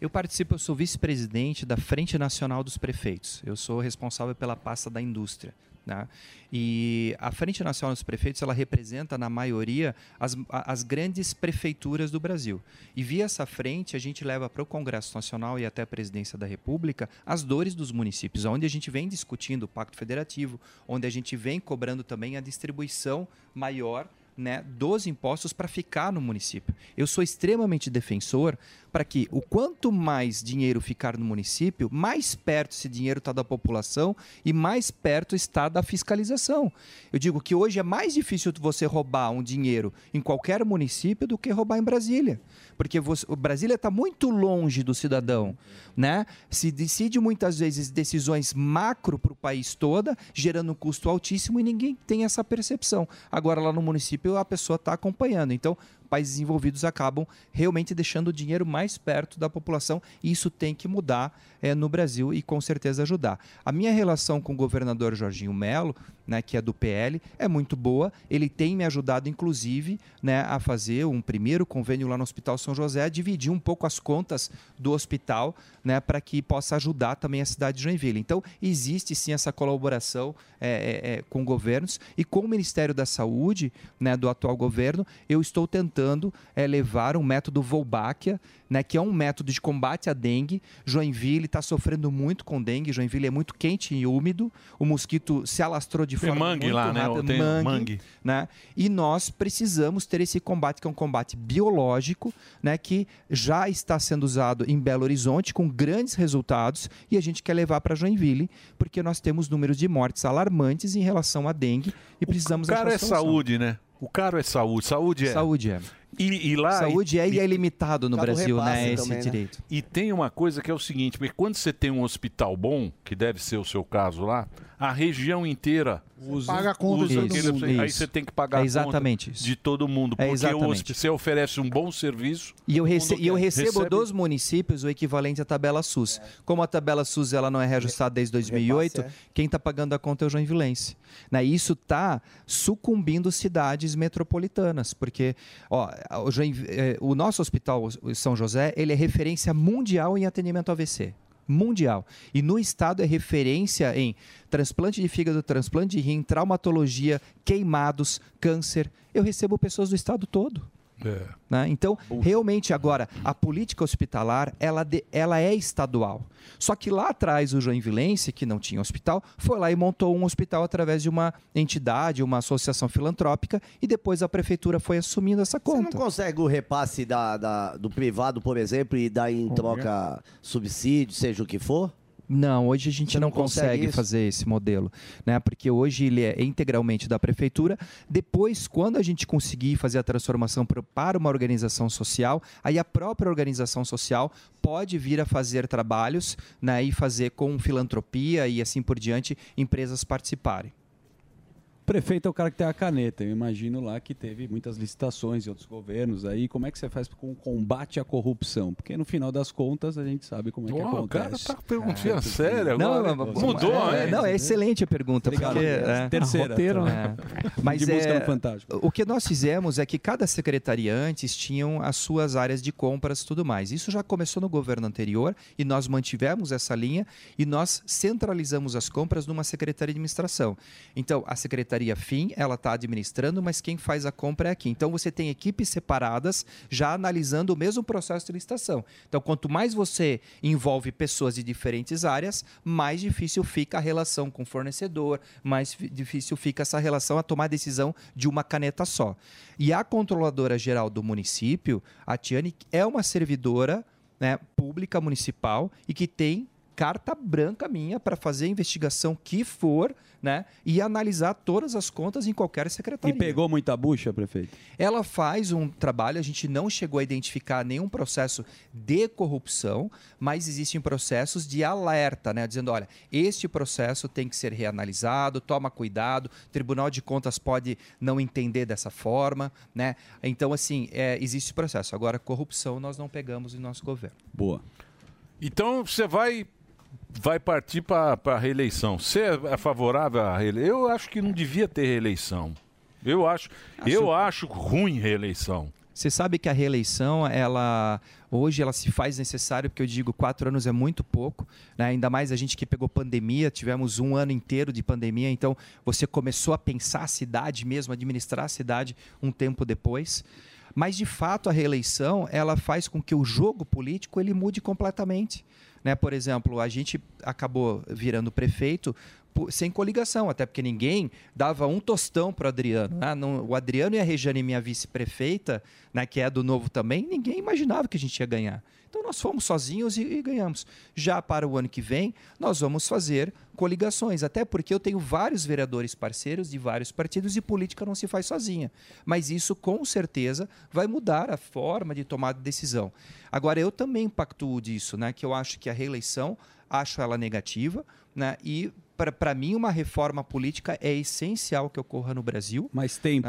Eu participo, eu sou vice-presidente da Frente Nacional dos Prefeitos. Eu sou responsável pela pasta da indústria. né? E a Frente Nacional dos Prefeitos ela representa, na maioria, as, a- as grandes prefeituras do Brasil. E via essa frente, a gente leva para o Congresso Nacional e até a Presidência da República as dores dos municípios, onde a gente vem discutindo o Pacto Federativo, onde a gente vem cobrando também a distribuição maior né, dos impostos para ficar no município. Eu sou extremamente defensor para que o quanto mais dinheiro ficar no município, mais perto esse dinheiro está da população e mais perto está da fiscalização. Eu digo que hoje é mais difícil você roubar um dinheiro em qualquer município do que roubar em Brasília, porque você- o Brasília está muito longe do cidadão, né? Se decide muitas vezes decisões macro para o país toda, gerando um custo altíssimo e ninguém tem essa percepção. Agora lá no município a pessoa está acompanhando. Então, países desenvolvidos acabam realmente deixando o dinheiro mais perto da população e isso tem que mudar eh, no Brasil e com certeza ajudar. A minha relação com o governador Jorginho Melo, né, que é do PL, é muito boa. Ele tem me ajudado, inclusive, né, a fazer um primeiro convênio lá no Hospital São José, a dividir um pouco as contas do hospital né, para que possa ajudar também a cidade de Joinville. Então, existe sim essa colaboração eh, eh, eh, com governos e com o Ministério da Saúde, né, do atual governo, eu estou tentando eh, levar um método Volbáquia, né, que é um método de combate à dengue. Joinville está sofrendo muito com dengue, Joinville é muito quente e úmido, o mosquito se alastrou de
Tem
forma
mangue
muito
lá, né?
rápida,
Tem
mangue,
mangue.
né? E nós precisamos ter esse combate, que é um combate biológico, né? que já está sendo usado em Belo Horizonte, com grandes resultados, e a gente quer levar para Joinville, porque nós temos números de mortes alarmantes em relação à dengue e precisamos
O caro
achar
é
solução.
saúde, né? O caro é saúde. Saúde é.
Saúde é.
E, e lá.
Saúde é e é limitado no
Tá no
Brasil, né?
repasse
Esse
também, né?
direito.
E tem uma coisa que é o seguinte: porque quando você tem um hospital bom, que deve ser o seu caso lá, a região inteira usa,
paga a conta de
usa
todo
aquele-
mundo.
aí
Isso.
você tem que pagar
É
a
exatamente
conta
isso.
de todo mundo,
É
porque o
exatamente.
hospi- você oferece um bom serviço.
E eu, rece-
todo mundo
e eu
quer.
recebo
Recebe- É.
dos municípios o equivalente à tabela SUS. Como a tabela SUS ela não é reajustada desde 2008,
Repasse,
quem está pagando a conta é o Joinvilense. Né? E Isso está sucumbindo cidades metropolitanas, porque ó, o, Joinvi- eh, o nosso hospital o São José ele é referência mundial em atendimento AVC. Mundial. E no estado é referência em transplante de fígado, transplante de rim, traumatologia, queimados, câncer. Eu recebo pessoas do estado todo.
É.
Né? Então, realmente, agora, a política hospitalar, ela, de- ela é estadual. Só que lá atrás, o Joinvilense, que não tinha hospital, foi lá e montou um hospital através de uma entidade, uma associação filantrópica, e depois a prefeitura foi assumindo essa
Você
conta.
não consegue o repasse da, da- do privado, por exemplo, e dar em troca subsídio, seja o que for?
Não, hoje a gente
Você
não,
não consegue
consegue,
isso?
fazer esse modelo, né? Porque hoje ele é integralmente da prefeitura. Depois, quando a gente conseguir fazer a transformação pro- para uma organização social, aí a própria organização social pode vir a fazer trabalhos, né? E fazer com filantropia e assim por diante, empresas participarem.
Prefeito é o cara que tem a caneta. Eu imagino lá que teve muitas licitações em outros governos aí. Como é que você faz com o combate à corrupção? Porque no final das contas a gente sabe como é que
Ó, o cara
acontece. É,
tá com perguntinha séria agora, hein?
vamos-
Mudou,
é,
hein?
Não, é excelente a pergunta.
Obrigado.
Porque,
Terceira. Roteiro, né?
É. <laughs> Mas
De música
é,
no Fantástico.
O que nós fizemos é que cada secretaria antes tinham as suas áreas de compras e tudo mais. Isso já começou no governo anterior e nós mantivemos essa linha e nós centralizamos as compras numa secretaria de administração. Então, a secretaria FIM, ela está administrando, mas quem faz a compra é aqui. Então, você tem equipes separadas já analisando o mesmo processo de licitação. Então, quanto mais você envolve pessoas de diferentes áreas, mais difícil fica a relação com o fornecedor, mais fi- difícil fica essa relação a tomar decisão de uma caneta só. E a controladora geral do município, a Tiane, é uma servidora né, pública municipal e que tem carta branca minha para fazer a investigação que for, né, e analisar todas as contas em qualquer secretaria.
E pegou muita bucha, prefeito?
Ela faz um trabalho, a gente não chegou a identificar nenhum processo de corrupção, mas existem processos de alerta, né? Dizendo, olha, este processo tem que ser reanalisado, toma cuidado, o Tribunal de Contas pode não entender dessa forma, né? Então, assim, é, existe processo. Agora, corrupção nós não pegamos em nosso governo.
Boa.
Então você vai vai partir para a reeleição. Você é favorável à reeleição? Eu acho que não devia ter reeleição. Eu acho, eu acho ruim reeleição.
Você sabe que a reeleição, ela hoje ela se faz necessário, porque eu digo quatro anos é muito pouco, né? ainda mais a gente que pegou pandemia, tivemos um ano inteiro de pandemia, então você começou a pensar a cidade mesmo, administrar a cidade um tempo depois. Mas de fato a reeleição ela faz com que o jogo político ele mude completamente. Né? Por exemplo, a gente acabou virando prefeito po- sem coligação, até porque ninguém dava um tostão para o Adriano. Ah, não- o Adriano e a Regiane, minha vice-prefeita, né, que é do Novo também, ninguém imaginava que a gente ia ganhar. Então nós fomos sozinhos e, e ganhamos. Já para o ano que vem, nós vamos fazer coligações, até porque eu tenho vários vereadores parceiros de vários partidos e política não se faz sozinha. Mas isso com certeza vai mudar a forma de tomada de decisão. Agora eu também pactuo disso, né, que eu acho que a reeleição, acho ela negativa, né, e para mim uma reforma política é essencial que ocorra no Brasil. né,
Mais tempo.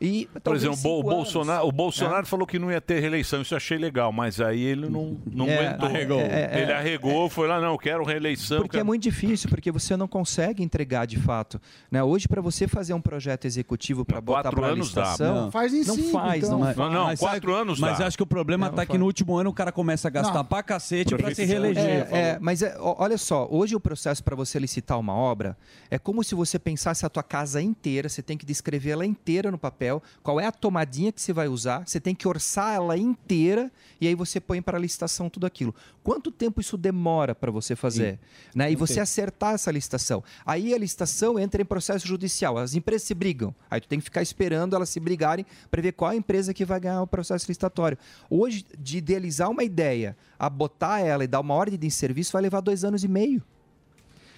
E
Por
talvez
exemplo, o Bo-
cinco
o
anos,
Bolsonaro, o
né?
Bolsonaro falou que não ia ter reeleição, isso eu achei legal, mas aí ele não, não
É,
aguentou.
arregou. É, é,
ele
é.
arregou, foi lá, não, eu quero reeleição.
Porque é muito difícil, porque você não consegue entregar de fato. Né? Hoje, para você fazer um projeto executivo para botar
quatro
para
anos dá.
licitação,
Não.
Faz então.
não faz,
então.
não faz.
Mas acho que o problema tá que no último ano o cara começa a gastar
Não.
pra cacete pra se
É,
reeleger.
é, mas é, ó, olha só, hoje o processo para você licitar uma obra é como se você pensasse a tua casa inteira, você tem que descrever ela inteira no papel, qual é a tomadinha que você vai usar, você tem que orçar ela inteira e aí você põe para licitação tudo aquilo. Quanto tempo isso demora para você fazer? Né? E
Não
você
tem.
acertar essa licitação. Aí a licitação entra em processo judicial, as empresas se brigam. Aí tu tem que ficar esperando elas se brigarem para ver qual a empresa que vai ganhar o processo licitatório. Hoje, de idealizar uma ideia, a botar ela e dar uma ordem de serviço vai levar dois anos e meio.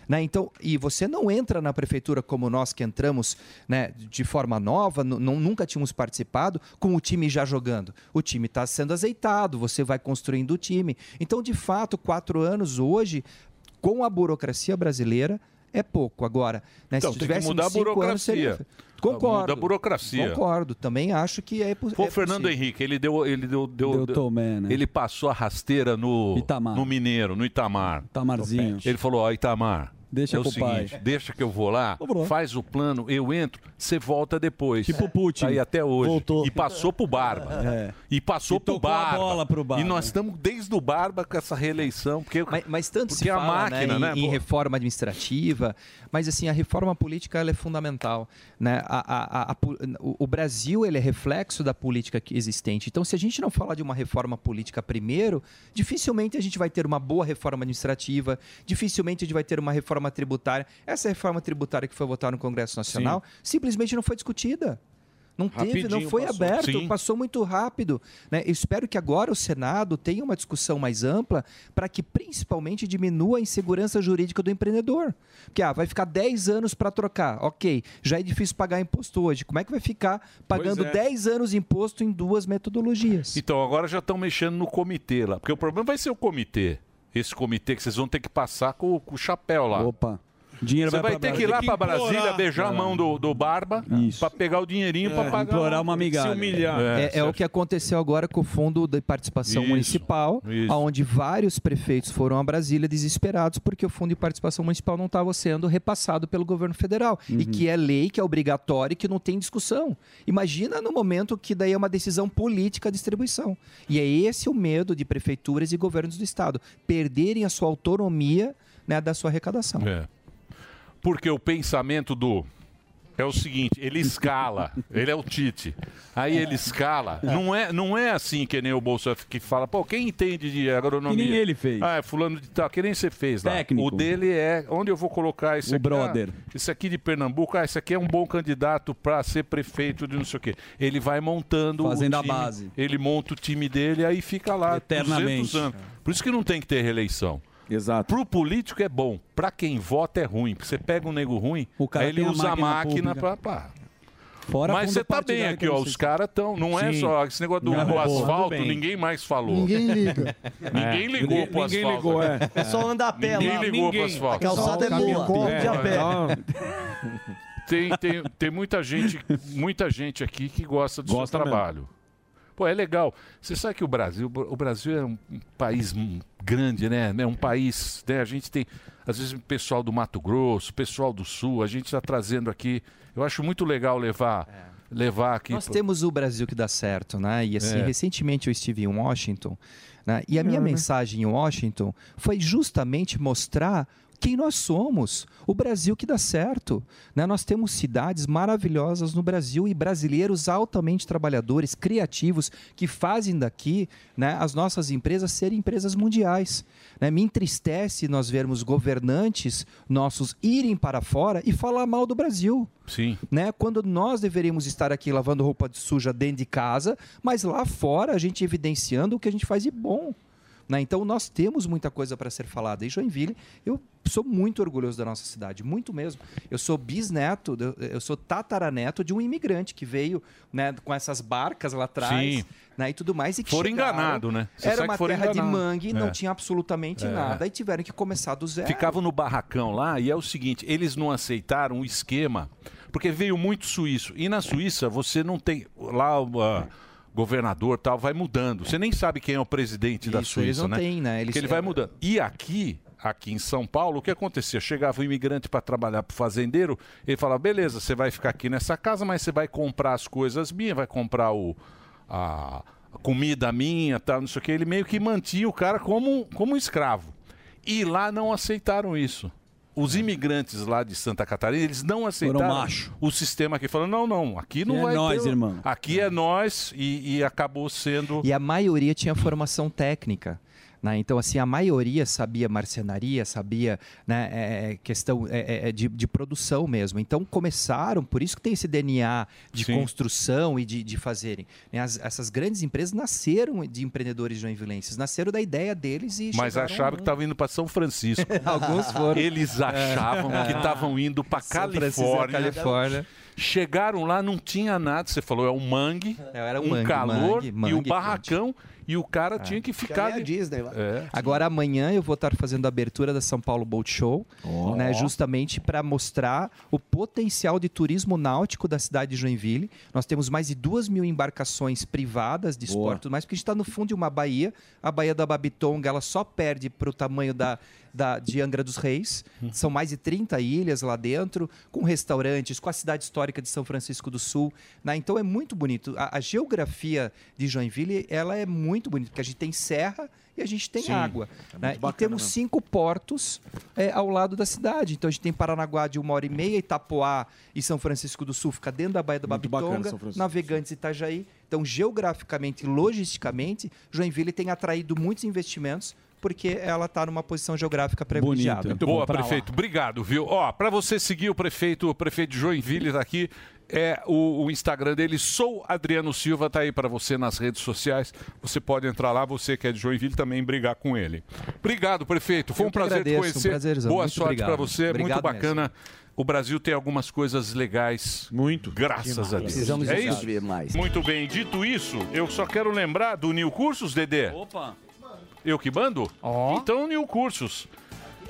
Né? Então, e você não entra na prefeitura como nós que entramos né, de forma nova, nu- nu- nunca tínhamos participado, com o time já jogando. O time está sendo azeitado, você vai construindo o time. Então, de fato, quatro anos hoje, com a burocracia brasileira, é pouco. Agora, né,
Então,
se
tem que
tivesse
mudar a
Anos, seria...
burocracia.
Concordo.
Muda a burocracia.
Concordo. Também acho que é, pos-
Foi
é
o Fernando
possível.
Henrique, ele deu. Ele deu, deu,
Deu Tomé, né?
Ele passou a rasteira no, no Mineiro, no Itamar.
Itamarzinho.
Ele falou: Ó, Itamar.
Deixa
é o
pro pai.
seguinte, deixa que eu vou lá, faz o plano, eu entro, você volta depois. Tipo
Putin.
Aí até hoje. E passou pro Barba.
É.
E passou pro
tocou a
Barba.
bola pro Barba.
E nós estamos desde o Barba com essa reeleição. Porque,
mas, tanto
porque
se
a
fala, né,
máquina, né?
em- em,
pô?
reforma administrativa, mas assim a reforma política ela é fundamental, né? A- a- a- a po- o, o Brasil ele é reflexo da política que- existente. Então, se a gente não falar de uma reforma política primeiro, dificilmente a gente vai ter uma boa reforma administrativa, dificilmente a gente vai ter uma reforma tributária. Essa reforma tributária que foi votada no Congresso Nacional simplesmente não foi discutida. Não teve, não
Rapidinho
foi
passou.
aberto,
Sim.
passou muito rápido. Né? Eu espero que agora o Senado tenha uma discussão mais ampla para que principalmente diminua a insegurança jurídica do empreendedor. Porque ah, vai ficar 10 anos para trocar. Ok, já é difícil pagar imposto hoje. Como é que vai ficar pagando
é.
10 anos de imposto em duas metodologias?
Então, agora já estão mexendo no comitê lá. Porque o problema vai ser o comitê. Esse comitê que vocês vão ter que passar com, o- com o chapéu lá. Opa.
Dinheiro
Você vai,
vai pra
ter que ir lá
Brasília.
para
Tem que
Brasília,
implorar.
beijar a mão do, do Barba, para pegar o dinheirinho para
É,
pagar.
implorar
uma migalha.
Se humilhar.
É, é o que aconteceu agora com o Fundo de Participação
Isso,
Municipal,
isso.
onde vários prefeitos foram a Brasília desesperados porque o Fundo de Participação Municipal não estava sendo repassado pelo governo federal.
Uhum.
E que é lei, que é obrigatório e que não tem discussão. Imagina no momento que daí é uma decisão política a distribuição. E é esse o medo de prefeituras e governos do Estado, perderem a sua autonomia né, da sua arrecadação.
É. Porque o pensamento do. É o seguinte, ele escala, ele é o Tite. Aí ele escala. Não é, não é assim que nem o Bolsonaro que fala, pô, quem entende de agronomia?
Que nem ele fez.
Ah, é fulano de tal, que nem você fez lá.
Técnico.
O dele é, onde eu vou colocar esse
O
aqui?
brother.
Ah, esse aqui de Pernambuco, ah, esse aqui é um bom candidato para ser prefeito de não sei o quê. Ele vai montando
Fazendo
o
a
time,
base.
Ele monta o time dele, aí fica lá
Eternamente. É.
200 anos. Por isso que não tem que ter reeleição.
Exato.
Pro político é bom, pra quem vota é ruim. Porque você pega um nego ruim,
cara
aí ele
tem a
usa a
máquina
máquina
pública.
pra. pá.
Fora
Mas
fundo
você tá
partidário
bem aqui,
que
ó.
vocês-
Os caras tão. Não é
Sim.
só. Esse negócio do,
Não,
do
pô,
asfalto,
tudo bem.
ninguém mais falou.
Ninguém liga.
<laughs> ninguém ligou
Ninguém-
pro
É. ninguém
asfalto.
ligou, é.
aqui.
É só andar a pé
Ninguém
lá.
ligou
Ninguém.
pro asfalto.
A calçada é Só o boa, caminhão
boa.
de a pé.
É. Tem, tem, tem muita, gente, muita gente aqui que gosta do
Gosta
seu
mesmo.
trabalho. Pô, é legal. Você sabe que o Brasil, o Brasil é um país m- grande, né? É um país, né? A gente tem, às vezes, o pessoal do Mato Grosso, o pessoal do Sul, a gente está trazendo aqui. Eu acho muito legal levar, levar aqui.
Nós
pro-
temos o Brasil que dá certo, né? E assim,
É.
recentemente eu estive em Washington, né? E a minha
É, né?
mensagem em Washington foi justamente mostrar quem nós somos, o Brasil que dá certo. Né? Nós temos cidades maravilhosas no Brasil e brasileiros altamente trabalhadores, criativos, que fazem daqui né, as nossas empresas serem empresas mundiais. né? Me entristece nós vermos governantes nossos irem para fora e falar mal do Brasil
Sim.
né? Quando nós deveríamos estar aqui lavando roupa de suja dentro de casa, mas lá fora a gente evidenciando o que a gente faz de bom. Né? Então nós temos muita coisa para ser falada. E Joinville, eu sou muito orgulhoso da nossa cidade, muito mesmo. Eu sou bisneto, eu- eu sou tataraneto de um imigrante que veio né, com essas barcas lá atrás
Sim.
né, e tudo mais. E que
Foram
chegaram,
enganado, né? Você
era
sabe que
uma
foram
terra de
enganado.
mangue, não
É.
tinha absolutamente
É.
nada. E tiveram que começar do zero.
Ficavam no barracão lá e é o seguinte, eles não aceitaram o esquema, porque veio muito suíço. E na Suíça você não tem lá o ah, governador tal vai mudando. Você nem sabe quem é o presidente da
Isso,
Suíça,
eles não
né?
têm, né? Eles-
Porque ele vai mudando. E aqui Aqui em São Paulo, o que acontecia? Chegava um imigrante para trabalhar para o fazendeiro, ele falava: beleza, você vai ficar aqui nessa casa, mas você vai comprar as coisas minhas, vai comprar o, a comida minha, tal, não sei o que. Ele meio que mantinha o cara como, como um escravo. E lá não aceitaram isso. Os
É.
imigrantes lá de Santa Catarina, eles não aceitaram
macho.
o sistema aqui. Falando, não, não, aqui não
Aqui é
vai
nós,
ter...
irmão."
Aqui é nós e, e acabou sendo...
E a maioria tinha formação técnica. Né? Então, assim, a maioria sabia marcenaria, sabia né, é, é, questão é, é, é, de, de produção mesmo. Então, começaram, por isso que tem esse DNA de
Sim.
construção e de, de fazerem. né? As- essas grandes empresas nasceram de empreendedores joinvilenses, nasceram da ideia deles e
Mas
chegaram ao
achavam que
mundo.
estavam indo para São Francisco.
<laughs> Alguns foram. É.
Eles achavam que estavam indo para
São Francisco é
Califórnia.
Califórnia.
Chegaram lá, não tinha nada. Você falou, é um mangue,
era um
um
mangue,
calor
mangue, É.
e o
mangue,
barracão. E o cara tinha que ficar...
nem a
ali.
Disney lá.
É.
Agora amanhã eu vou estar fazendo a abertura da São Paulo Boat Show, né, justamente para mostrar o potencial de turismo náutico da cidade de Joinville. Nós temos mais de duas mil embarcações privadas de esporte, e tudo mais porque a gente está no fundo de uma baía, a baía da Babitonga, ela só perde para o tamanho da, da- de Angra dos Reis. São mais de 30 ilhas lá dentro, com restaurantes, com a cidade histórica de São Francisco do Sul. né? Então é muito bonito. A, a geografia de Joinville ela é muito bonita, porque a gente tem serra e a gente tem
Sim,
água.
é
né?
muito
E
bacana
temos
mesmo.
cinco portos é, ao lado da cidade. Então a gente tem Paranaguá de uma hora e meia, Itapoá e São Francisco do Sul fica dentro da Baía da
bacana,
Babitonga,
São Francisco.
Navegantes e Itajaí. Então, geograficamente e logisticamente, Joinville tem atraído muitos investimentos porque ela está numa posição geográfica privilegiada.
Muito boa,
tá
prefeito. Obrigado, viu? Ó, para você seguir o prefeito, o prefeito de Joinville tá aqui. É o, o Instagram dele, sou Adriano Silva, tá aí para você nas redes sociais. Você pode entrar lá, você que é de Joinville também brigar com ele. Obrigado, prefeito. Foi
Eu
um
que
prazer
agradeço, um
te conhecer.
prazerzão.
boa
Muito
sorte
obrigado.
para você, é muito
Obrigado
bacana. O Brasil tem algumas coisas legais. Muito. Graças a
Demais.
Deus.
Precisamos
é isso?
desenvolver mais.
Muito bem. Dito isso, eu só quero lembrar do Nil Cursos, Dedê.
Opa!
Eu que mando? Então, New Cursos.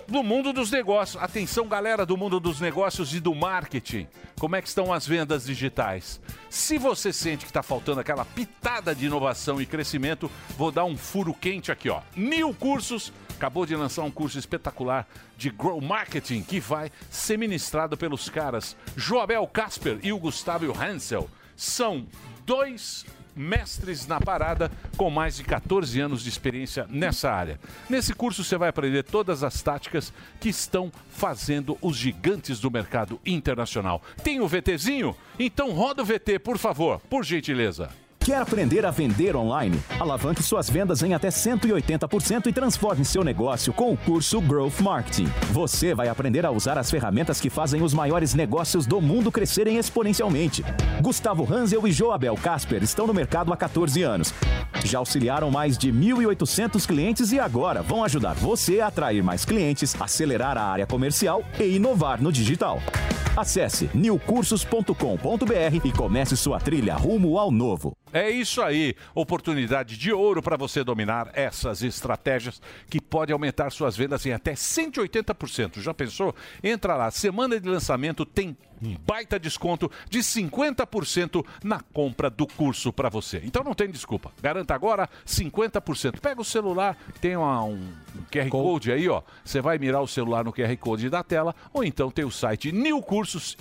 No mundo dos negócios. Atenção, galera do mundo dos negócios e do marketing. Como é que estão as vendas digitais? Se você sente que está faltando aquela pitada de inovação e crescimento, vou dar um furo quente aqui, ó. New Cursos acabou de lançar um curso espetacular de Grow Marketing que vai ser ministrado pelos caras Joabel Casper e o Gustavo Hansel. São dois mestres na parada com mais de 14 anos de experiência nessa área. Nesse curso você vai aprender todas as táticas que estão fazendo os gigantes do mercado internacional. Tem o VTzinho? Então roda o VT, por favor, por gentileza.
Quer aprender a vender online? Alavanque suas vendas em até 180% e transforme seu negócio com o curso Growth Marketing. Você vai aprender a usar as ferramentas que fazem os maiores negócios do mundo crescerem exponencialmente. Gustavo Hansel e Joabel Casper estão no mercado há 14 anos. Já auxiliaram mais de 1.800 clientes e agora vão ajudar você a atrair mais clientes, acelerar a área comercial e inovar no digital. Acesse newcursos.com.br e comece sua trilha rumo ao novo.
É isso aí, oportunidade de ouro para você dominar essas estratégias que pode aumentar suas vendas em até 180%. Já pensou? Entra lá, semana de lançamento tem um baita desconto de 50% na compra do curso para você. Então não tem desculpa. Garanta agora 50%. Pega o celular, tem uma- um QR Code aí, ó. Você vai mirar o celular no QR Code da tela ou então tem o site newcursos,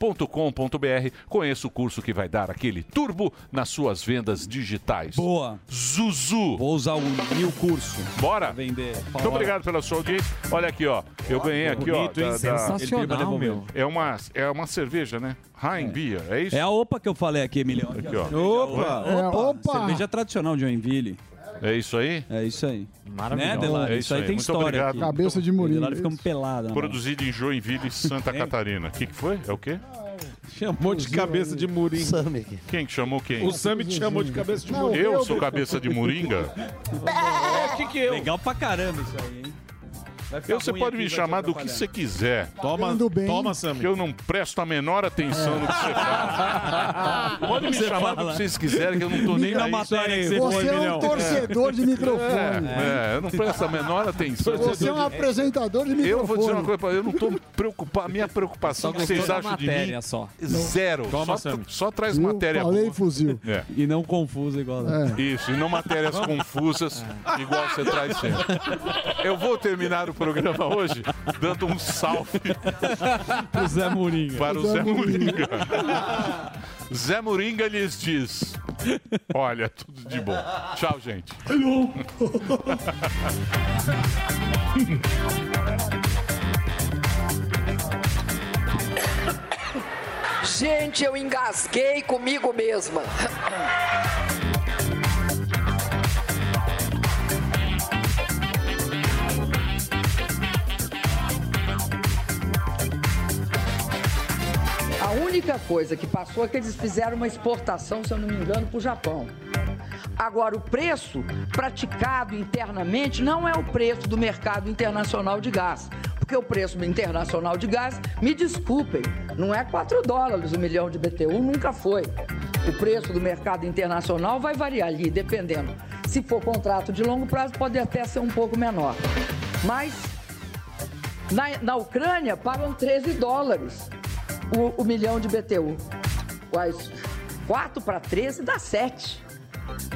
niucursos.com.br. Conheça o curso que vai dar aquele turbo nas suas vendas digitais.
Boa.
Zuzu.
Vou usar o New Curso.
Bora.
Vender.
Muito obrigado pela sua audiência. Olha aqui, ó. Eu ganhei aqui, ó.
Bonito, hein? Sensacional, meu.
É uma, é uma cerveja, né? Rhein Beer, é isso?
É a OPA que eu falei aqui, Emiliano.
Aqui, ó.
Opa,
É,
opa,
opa.
Cerveja tradicional de Joinville.
É isso aí?
É isso aí.
Maravilhosa.
Né, Delari?
É
isso
isso
aí
aí.
tem
Muito
história.
obrigado.
aqui. um
Cabeça de
Murilo,
Delari ficamos pelados.
Produzido em Joinville, Santa Catarina. O que, que foi? É o quê?
Chamou um de cabeça de murim.
Quem que chamou quem?
O Sami te chamou de cabeça de
Não,
murim.
eu sou cabeça de moringa?
É, que que eu? Legal pra caramba isso aí, hein? Vai ficar
Eu, você
ruim
pode me
aqui, vai te
tá
chamar do que
atrapalhar.
você quiser.
Toma, toma, Sami.
Que eu não presto a menor atenção no que você
<laughs>
fala. Pode me
Você
chamar do
fala.
que vocês quiserem, que eu não tô nem
Liga a
aí.
matéria que
você Você foi, é um Milhão. torcedor de microfone.
É, é, eu não presto a menor atenção.
Você é um apresentador de microfone.
Eu vou dizer uma coisa, pra- eu não tô preocupado. Minha preocupação é que vocês
gostou da
acham de
matéria
mim
só.
zero.
Toma,
só,
Sam.
só traz
Viu?
matéria
Falei
boa.
fuzil.
É.
E não confuso igual.
É.
Isso, e não matérias confusas, igual você traz sempre. Eu vou terminar o programa hoje dando um salve
Pro Zé Moringa.
para o Zé Moringa. Zé Moringa lhes diz: Olha, tudo de bom. Tchau, gente.
Gente, eu engasguei comigo mesma. A única coisa que passou é que eles fizeram uma exportação, se eu não me engano, para o Japão. Agora, o preço praticado internamente não é o preço do mercado internacional de gás. Porque o preço internacional de gás, me desculpem, não é 4 dólares o milhão de BTU, nunca foi. O preço do mercado internacional vai variar ali, dependendo. Se for contrato de longo prazo, pode até ser um pouco menor. Mas na, na Ucrânia, pagam 13 dólares o, o milhão de BTU. Quais? 4 para 13 dá 7.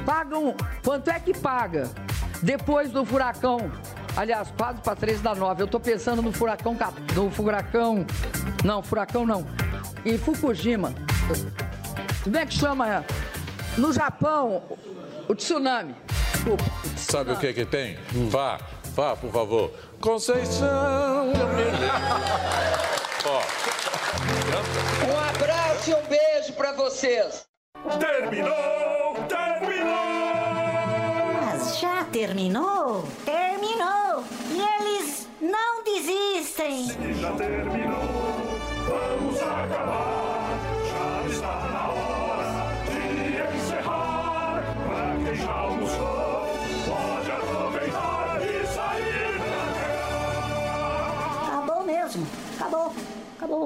Pagam. Quanto é que paga? Depois do furacão. Aliás, 4 para 13 dá 9. Eu estou pensando no furacão. ca- No furacão. Não, furacão não. Em Fukushima. Como é que chama? No Japão, o tsunami. Desculpa.
Sabe o que que tem? Vá, vá, por favor. Conceição, eu me lembro. Ó.
Um abraço e um beijo para vocês.
Terminou, terminou!
Mas já
<laughs> terminou? Terminou! E eles não desistem!
Já terminou, vamos acabar. Já está na hora de encerrar. Pra quem já almoçou, pode aproveitar e sair
Acabou mesmo! Acabou! Acabou